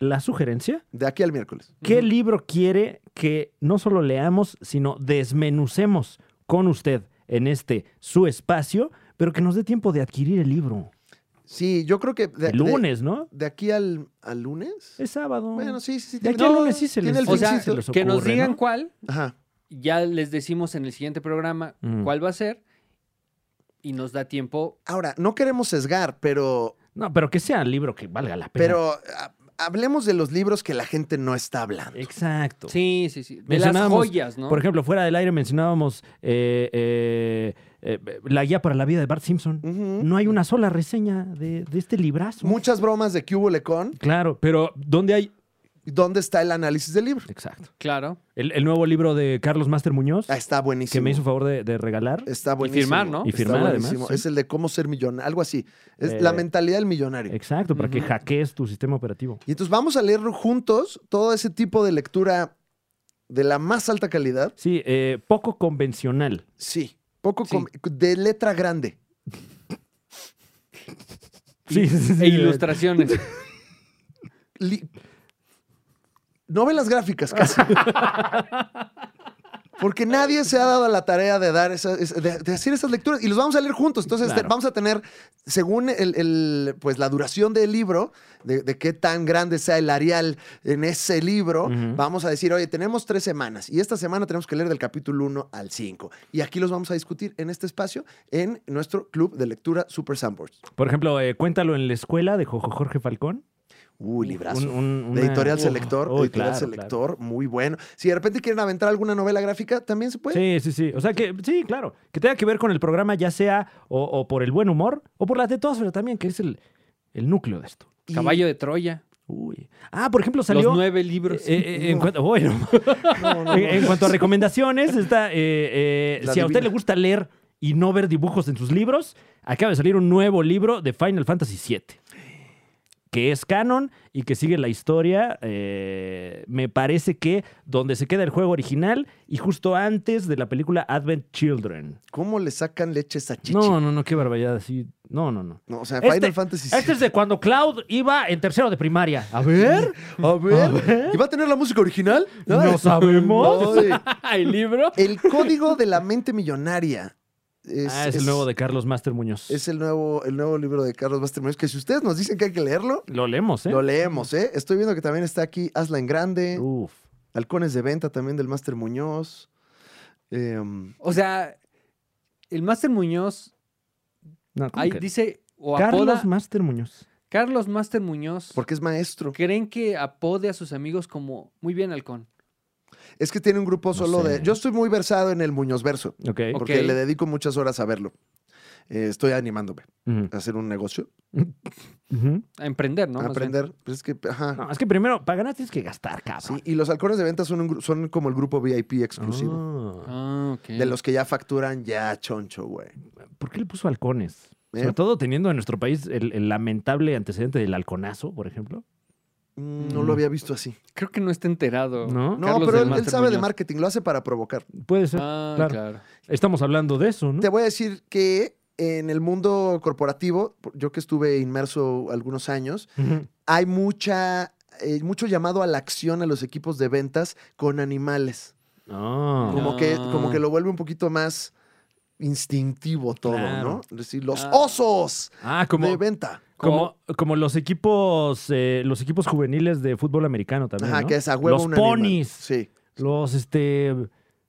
Speaker 1: la sugerencia.
Speaker 3: De aquí al miércoles.
Speaker 1: ¿Qué
Speaker 2: Ujú.
Speaker 1: libro quiere que no solo leamos, sino desmenucemos con usted en este su espacio, pero que nos dé tiempo de adquirir el libro?
Speaker 3: Sí, yo creo que... De,
Speaker 1: El lunes, ¿no?
Speaker 3: De, de aquí al, al lunes.
Speaker 1: Es sábado.
Speaker 3: Bueno, sí, sí, sí.
Speaker 1: De
Speaker 3: tiene-
Speaker 1: aquí al
Speaker 3: no,
Speaker 1: lunes sí se
Speaker 3: tiene
Speaker 1: les-
Speaker 3: el
Speaker 2: O sea,
Speaker 3: fincito.
Speaker 1: se les
Speaker 2: que nos
Speaker 1: ocurre,
Speaker 2: digan
Speaker 1: ¿no?
Speaker 2: cuál.
Speaker 3: Ajá.
Speaker 2: Ya les decimos en el siguiente programa
Speaker 1: Mm.
Speaker 2: cuál va a ser. Y nos da tiempo.
Speaker 3: Ahora, no queremos sesgar, pero,
Speaker 1: No, pero que sea un libro que valga la pena.
Speaker 3: pero ah, hablemos de los libros que la gente no está hablando.
Speaker 1: Exacto.
Speaker 2: Sí, sí, sí. De las
Speaker 1: Mencionábamos,
Speaker 2: joyas, ¿no?
Speaker 1: Por ejemplo, fuera del aire mencionábamos eh, eh, eh, la guía para la vida de Bart Simpson.
Speaker 3: Ujú.
Speaker 1: No hay una sola reseña de, de este librazo.
Speaker 3: Muchas bromas de Cubo Lecon.
Speaker 1: Claro, pero ¿dónde hay?
Speaker 3: ¿Dónde está el análisis del libro?
Speaker 1: Exacto.
Speaker 2: Claro.
Speaker 1: El, el nuevo libro de Carlos Master Muñoz,
Speaker 3: Ah, está buenísimo.
Speaker 1: que me hizo favor de, de regalar.
Speaker 3: Está buenísimo.
Speaker 2: firmar, ¿no?
Speaker 1: Y
Speaker 3: Está
Speaker 1: firmar, además,
Speaker 3: buenísimo.
Speaker 1: sí.
Speaker 3: Es el de cómo ser millonario, algo así. Es
Speaker 1: Eh,
Speaker 3: la mentalidad del millonario.
Speaker 1: Exacto, para que
Speaker 2: Ujú.
Speaker 1: hackees tu sistema operativo.
Speaker 3: Y entonces vamos a leer juntos todo ese tipo de lectura de la más alta calidad.
Speaker 1: Sí, eh, poco convencional.
Speaker 3: Sí. Poco
Speaker 2: Sí.
Speaker 3: com- de letra grande.
Speaker 1: Sí, sí, sí.
Speaker 2: E ilustraciones.
Speaker 3: Li- Novelas gráficas casi. Porque nadie se ha dado a la tarea de dar esa- es- de, de hacer esas lecturas y los vamos a leer juntos. Entonces
Speaker 1: Claro.
Speaker 3: te- vamos a tener, según el, el, pues, la duración del libro, de, de qué tan grande sea el Arial en ese libro,
Speaker 1: Ujú.
Speaker 3: vamos a decir, oye, tenemos tres semanas y esta semana tenemos que leer del capítulo 1 al 5. Y aquí los vamos a discutir en este espacio en nuestro club de lectura Super Sandboards.
Speaker 1: Por ejemplo, eh, cuéntalo en la escuela de Jojo Jorge Falcón.
Speaker 3: Uh, librazo.
Speaker 1: Un- un- una-
Speaker 3: De Editorial
Speaker 1: Uf,
Speaker 3: Selector,
Speaker 1: uy,
Speaker 3: Editorial
Speaker 1: claro, claro.
Speaker 3: Selector, muy bueno. Si de repente quieren aventar alguna novela gráfica, también se puede.
Speaker 1: Sí, sí, sí. O sea que, sí, claro. Que tenga que ver con el programa, ya sea o, o por el buen humor o por la tetosfera también, que es el, el núcleo de esto.
Speaker 3: Y-
Speaker 2: Caballo de Troya.
Speaker 1: Uy. Ah, por ejemplo, salió.
Speaker 2: Los nueve libros.
Speaker 1: eh, eh, en, cuanto, bueno,
Speaker 3: No, no,
Speaker 1: en,
Speaker 3: no.
Speaker 1: en cuanto a recomendaciones, está, eh, eh,
Speaker 3: La
Speaker 1: si a usted
Speaker 3: divina.
Speaker 1: le gusta leer y no ver dibujos en sus libros, acaba de salir un nuevo libro de Final Fantasy VII, que es canon y que sigue la historia, eh, me parece que donde se queda el juego original y justo antes de la película Advent Children.
Speaker 3: ¿Cómo le sacan leche a esa chichi?
Speaker 1: No, no, no, qué barbaridad. Sí. No, no, no.
Speaker 3: No, o sea,
Speaker 1: Este-
Speaker 3: Final Fantasy
Speaker 1: Este es de cuando Cloud iba en tercero de primaria. A ver,
Speaker 3: A ver. ¿Y va a tener la música original?
Speaker 1: no
Speaker 3: Ay.
Speaker 1: sabemos.
Speaker 3: Ay.
Speaker 2: Ah,
Speaker 1: ¿El libro?
Speaker 3: El código de la mente millonaria. Es,
Speaker 1: ah, es, el nuevo de Carlos Master Muñoz.
Speaker 3: es el nuevo, el nuevo libro de Carlos Bastermeos, que si ustedes nos dicen que hay que leerlo,
Speaker 1: Lo leemos, ¿eh?
Speaker 3: lo leemos, ¿eh? Estoy viendo que también está aquí Hazla en Grande,
Speaker 1: Uf.
Speaker 3: Halcones de Venta también del Master Muñoz. Em,
Speaker 2: O sea, el Máster Muñoz
Speaker 1: No, ¿cómo
Speaker 2: ahí
Speaker 1: que?
Speaker 2: dice o
Speaker 1: Carlos
Speaker 2: apoda
Speaker 1: Master Muñoz.
Speaker 2: Carlos Máster Muñoz.
Speaker 3: porque es maestro.
Speaker 2: ¿Creen que apode a sus amigos como muy bien halcón?
Speaker 3: Es que tiene un grupo
Speaker 1: No
Speaker 3: solo
Speaker 1: sé.
Speaker 3: de... Yo estoy muy versado en el Muñoz Verso,
Speaker 1: Ok.
Speaker 3: porque
Speaker 2: Ok.
Speaker 3: le dedico muchas horas a verlo. Eh, estoy animándome
Speaker 1: Ujú,
Speaker 3: a hacer un negocio,
Speaker 1: ujú.
Speaker 2: A emprender, ¿no?
Speaker 3: a
Speaker 2: Más bien.
Speaker 3: aprender. Pues es que, ajá.
Speaker 1: No, es que primero, para ganar tienes que gastar, cabrón.
Speaker 3: Sí, y los halcones de venta son, un gru- son como el grupo VIP exclusivo.
Speaker 1: Ah,
Speaker 2: Ah, ok.
Speaker 3: De los que ya facturan ya choncho, güey.
Speaker 1: ¿Por qué le puso halcones?
Speaker 3: ¿Eh?
Speaker 1: Sobre todo teniendo en nuestro país el, el lamentable antecedente del halconazo, por ejemplo.
Speaker 3: Mm, No lo había visto así.
Speaker 2: Creo que no está enterado.
Speaker 1: No.
Speaker 3: No,
Speaker 2: Carlos
Speaker 3: pero
Speaker 2: del
Speaker 3: él, él
Speaker 2: Máster
Speaker 3: sabe de
Speaker 2: Muñoz.
Speaker 3: marketing, lo hace para provocar.
Speaker 1: Puede ser.
Speaker 2: Ah,
Speaker 1: claro.
Speaker 2: claro.
Speaker 1: Estamos hablando de eso,
Speaker 2: ¿Mm?
Speaker 1: ¿no?
Speaker 3: Te voy a decir que en el mundo corporativo, por- yo que estuve inmerso algunos años,
Speaker 1: Ujú.
Speaker 3: hay mucha, eh, mucho llamado a la acción a los equipos de ventas con animales.
Speaker 1: Ah.
Speaker 3: Como, que, como
Speaker 2: Ah.
Speaker 3: que lo vuelve un poquito más instintivo todo,
Speaker 1: Claro.
Speaker 3: ¿no? Es decir, los
Speaker 2: Ah.
Speaker 3: osos
Speaker 1: Ah, como,
Speaker 3: de venta.
Speaker 1: como, como los equipos eh, los equipos juveniles de fútbol americano también.
Speaker 3: Ajá,
Speaker 1: ¿no?
Speaker 3: que es a huevo
Speaker 1: Los
Speaker 3: un animal.
Speaker 1: ponis.
Speaker 3: Sí.
Speaker 1: Los este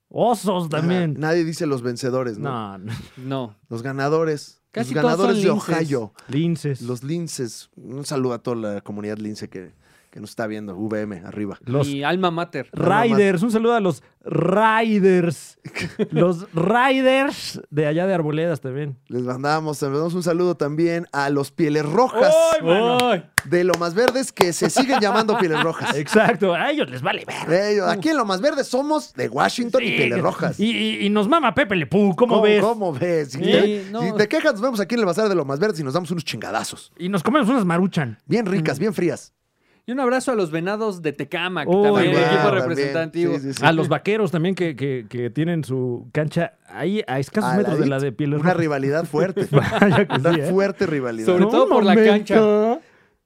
Speaker 1: osos también.
Speaker 3: Ajá, Nadie dice los vencedores, ¿no?
Speaker 1: No, no.
Speaker 2: No.
Speaker 3: Los ganadores.
Speaker 2: Casi
Speaker 3: los
Speaker 2: todos son
Speaker 3: ganadores de
Speaker 2: linces.
Speaker 3: Ohio.
Speaker 1: Linces. Los,
Speaker 3: Los linces. Un saludo a toda la comunidad lince que, que nos está viendo. VM, arriba.
Speaker 2: Mi alma mater.
Speaker 1: Riders. Un saludo a los Riders. los Riders de allá de Arboledas también.
Speaker 3: Les mandamos, les mandamos un saludo también a los pieles rojas
Speaker 2: ¡Ay!
Speaker 3: de lo más verdes que se siguen llamando pieles rojas.
Speaker 1: Exacto. A ellos les vale ver.
Speaker 3: Ellos, aquí en lo más verde somos de Washington y pieles Eh, rojas.
Speaker 1: Y, y- y nos mama Pepe Le Pew, ¿cómo, ves?
Speaker 3: ¿Cómo ves? Si,
Speaker 2: Sí,
Speaker 3: te,
Speaker 2: no.
Speaker 3: si te quejas, nos vemos aquí en el bazar de lo más verdes y nos damos unos chingadazos.
Speaker 1: Y nos comemos unas maruchan.
Speaker 3: Bien ricas,
Speaker 1: Mm.
Speaker 3: bien frías.
Speaker 2: Y un abrazo a los venados de Tecama, que
Speaker 1: Uy,
Speaker 2: también
Speaker 1: wow,
Speaker 2: el equipo
Speaker 3: también.
Speaker 2: representativo.
Speaker 3: Sí, sí, sí.
Speaker 1: A los vaqueros también que, que- que tienen su cancha ahí a escasos
Speaker 3: Al
Speaker 1: metros de la
Speaker 3: ladito.
Speaker 1: de piel
Speaker 3: Una rivalidad fuerte.
Speaker 1: Vaya que
Speaker 3: Una
Speaker 1: sí, ¿eh?
Speaker 3: fuerte rivalidad.
Speaker 2: Sobre todo por la cancha.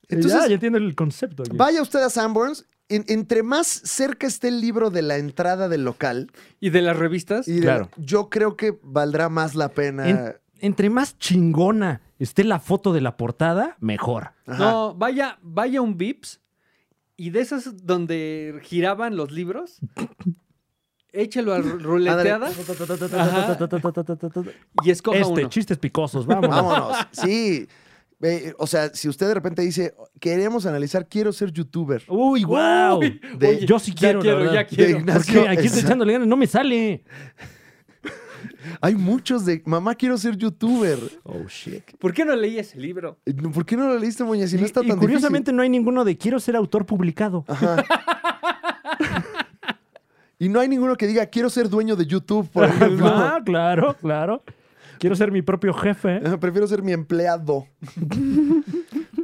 Speaker 3: Entonces-
Speaker 1: ya, ya entiendo el concepto. aquí.
Speaker 3: Vaya usted a Sanborns. en- entre más cerca esté el libro de la entrada del local,
Speaker 2: ¿Y de las revistas?
Speaker 3: y de-
Speaker 1: Claro.
Speaker 3: yo creo que valdrá más la pena.
Speaker 1: En- entre más chingona esté la foto de la portada, mejor.
Speaker 3: Ajá.
Speaker 2: No, vaya, vaya un Vips y de esas donde giraban los libros, échelo a ru- ruleteada Ajá. y escoja
Speaker 1: Este,
Speaker 2: uno.
Speaker 1: chistes picosos, vamos.
Speaker 3: Vámonos. Sí. Eh, o sea, si usted de repente dice, queremos analizar, quiero ser youtuber.
Speaker 1: Uy, wow.
Speaker 2: Uy,
Speaker 3: De-
Speaker 2: oye,
Speaker 1: Yo sí
Speaker 2: ya
Speaker 1: quiero, la verdad.
Speaker 2: ya
Speaker 3: De
Speaker 2: quiero.
Speaker 3: Ignacio.
Speaker 1: Porque aquí estoy
Speaker 3: Exa-
Speaker 1: echándole ganas, no me sale.
Speaker 3: Hay muchos de, mamá, quiero ser youtuber.
Speaker 1: Oh, shit.
Speaker 2: ¿Por qué no leí ese libro?
Speaker 3: ¿Por qué no lo leíste, Moña? Si no está
Speaker 1: y
Speaker 3: tan
Speaker 1: curiosamente
Speaker 3: difícil. Ah,
Speaker 1: no hay ninguno de quiero ser autor publicado.
Speaker 3: Y no hay ninguno que diga, quiero ser dueño de YouTube, por ejemplo.
Speaker 1: Ah, claro, claro. Quiero ser mi propio jefe.
Speaker 3: Ajá, Prefiero ser mi empleado.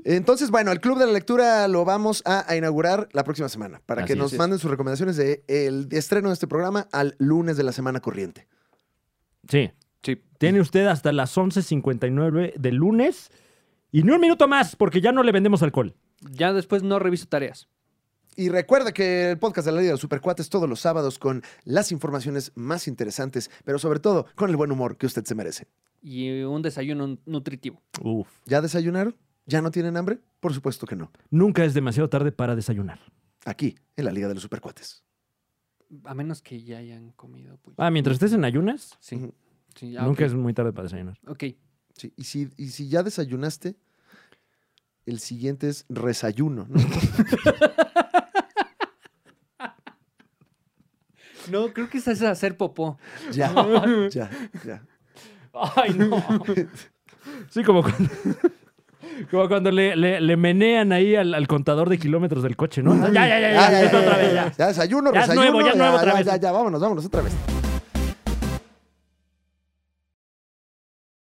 Speaker 3: Entonces, bueno, el Club de la Lectura lo vamos a, a inaugurar la próxima semana para que
Speaker 1: Así
Speaker 3: nos
Speaker 1: es.
Speaker 3: manden sus recomendaciones de el estreno de este programa al lunes de la semana corriente.
Speaker 1: Sí.
Speaker 2: Sí.
Speaker 1: Tiene usted hasta las 11.59 del lunes. Y ni un minuto más, porque ya no le vendemos alcohol.
Speaker 2: Ya después no reviso tareas.
Speaker 3: Y recuerda que el podcast de la Liga de los Supercuates todos los sábados con las informaciones más interesantes, pero sobre todo con el buen humor que usted se merece.
Speaker 2: Y un desayuno nutritivo.
Speaker 1: Uf.
Speaker 3: ¿Ya desayunaron? ¿Ya no tienen hambre? Por supuesto que no.
Speaker 1: Nunca es demasiado tarde para desayunar.
Speaker 3: Aquí, en la Liga de los Supercuates.
Speaker 2: A menos que ya hayan comido. pues,
Speaker 1: Ah, mientras estés en ayunas,
Speaker 2: Sí.
Speaker 3: Ujú.
Speaker 2: sí, ah,
Speaker 1: nunca
Speaker 2: ok,
Speaker 1: es muy tarde para desayunar.
Speaker 2: Ok.
Speaker 3: Sí, y, si, y si ya desayunaste, el siguiente es resayuno. ¿no?
Speaker 2: No, creo que esa es hacer popó.
Speaker 3: ya, ya, ya.
Speaker 1: Ay, no. Sí, como cuando, como cuando le, le- le menean ahí al, al contador de kilómetros del coche, ¿no? Ya, ya, ya, ya,
Speaker 3: Ya, ya,
Speaker 1: esto
Speaker 3: Ah, ya,
Speaker 1: otra
Speaker 3: ya,
Speaker 1: vez,
Speaker 3: ya.
Speaker 1: ya.
Speaker 3: Ya desayuno,
Speaker 1: Ya es
Speaker 3: resayuno.
Speaker 1: nuevo, ya es nuevo otra
Speaker 3: ya,
Speaker 1: vez.
Speaker 3: ya, ya, vámonos, vámonos otra vez.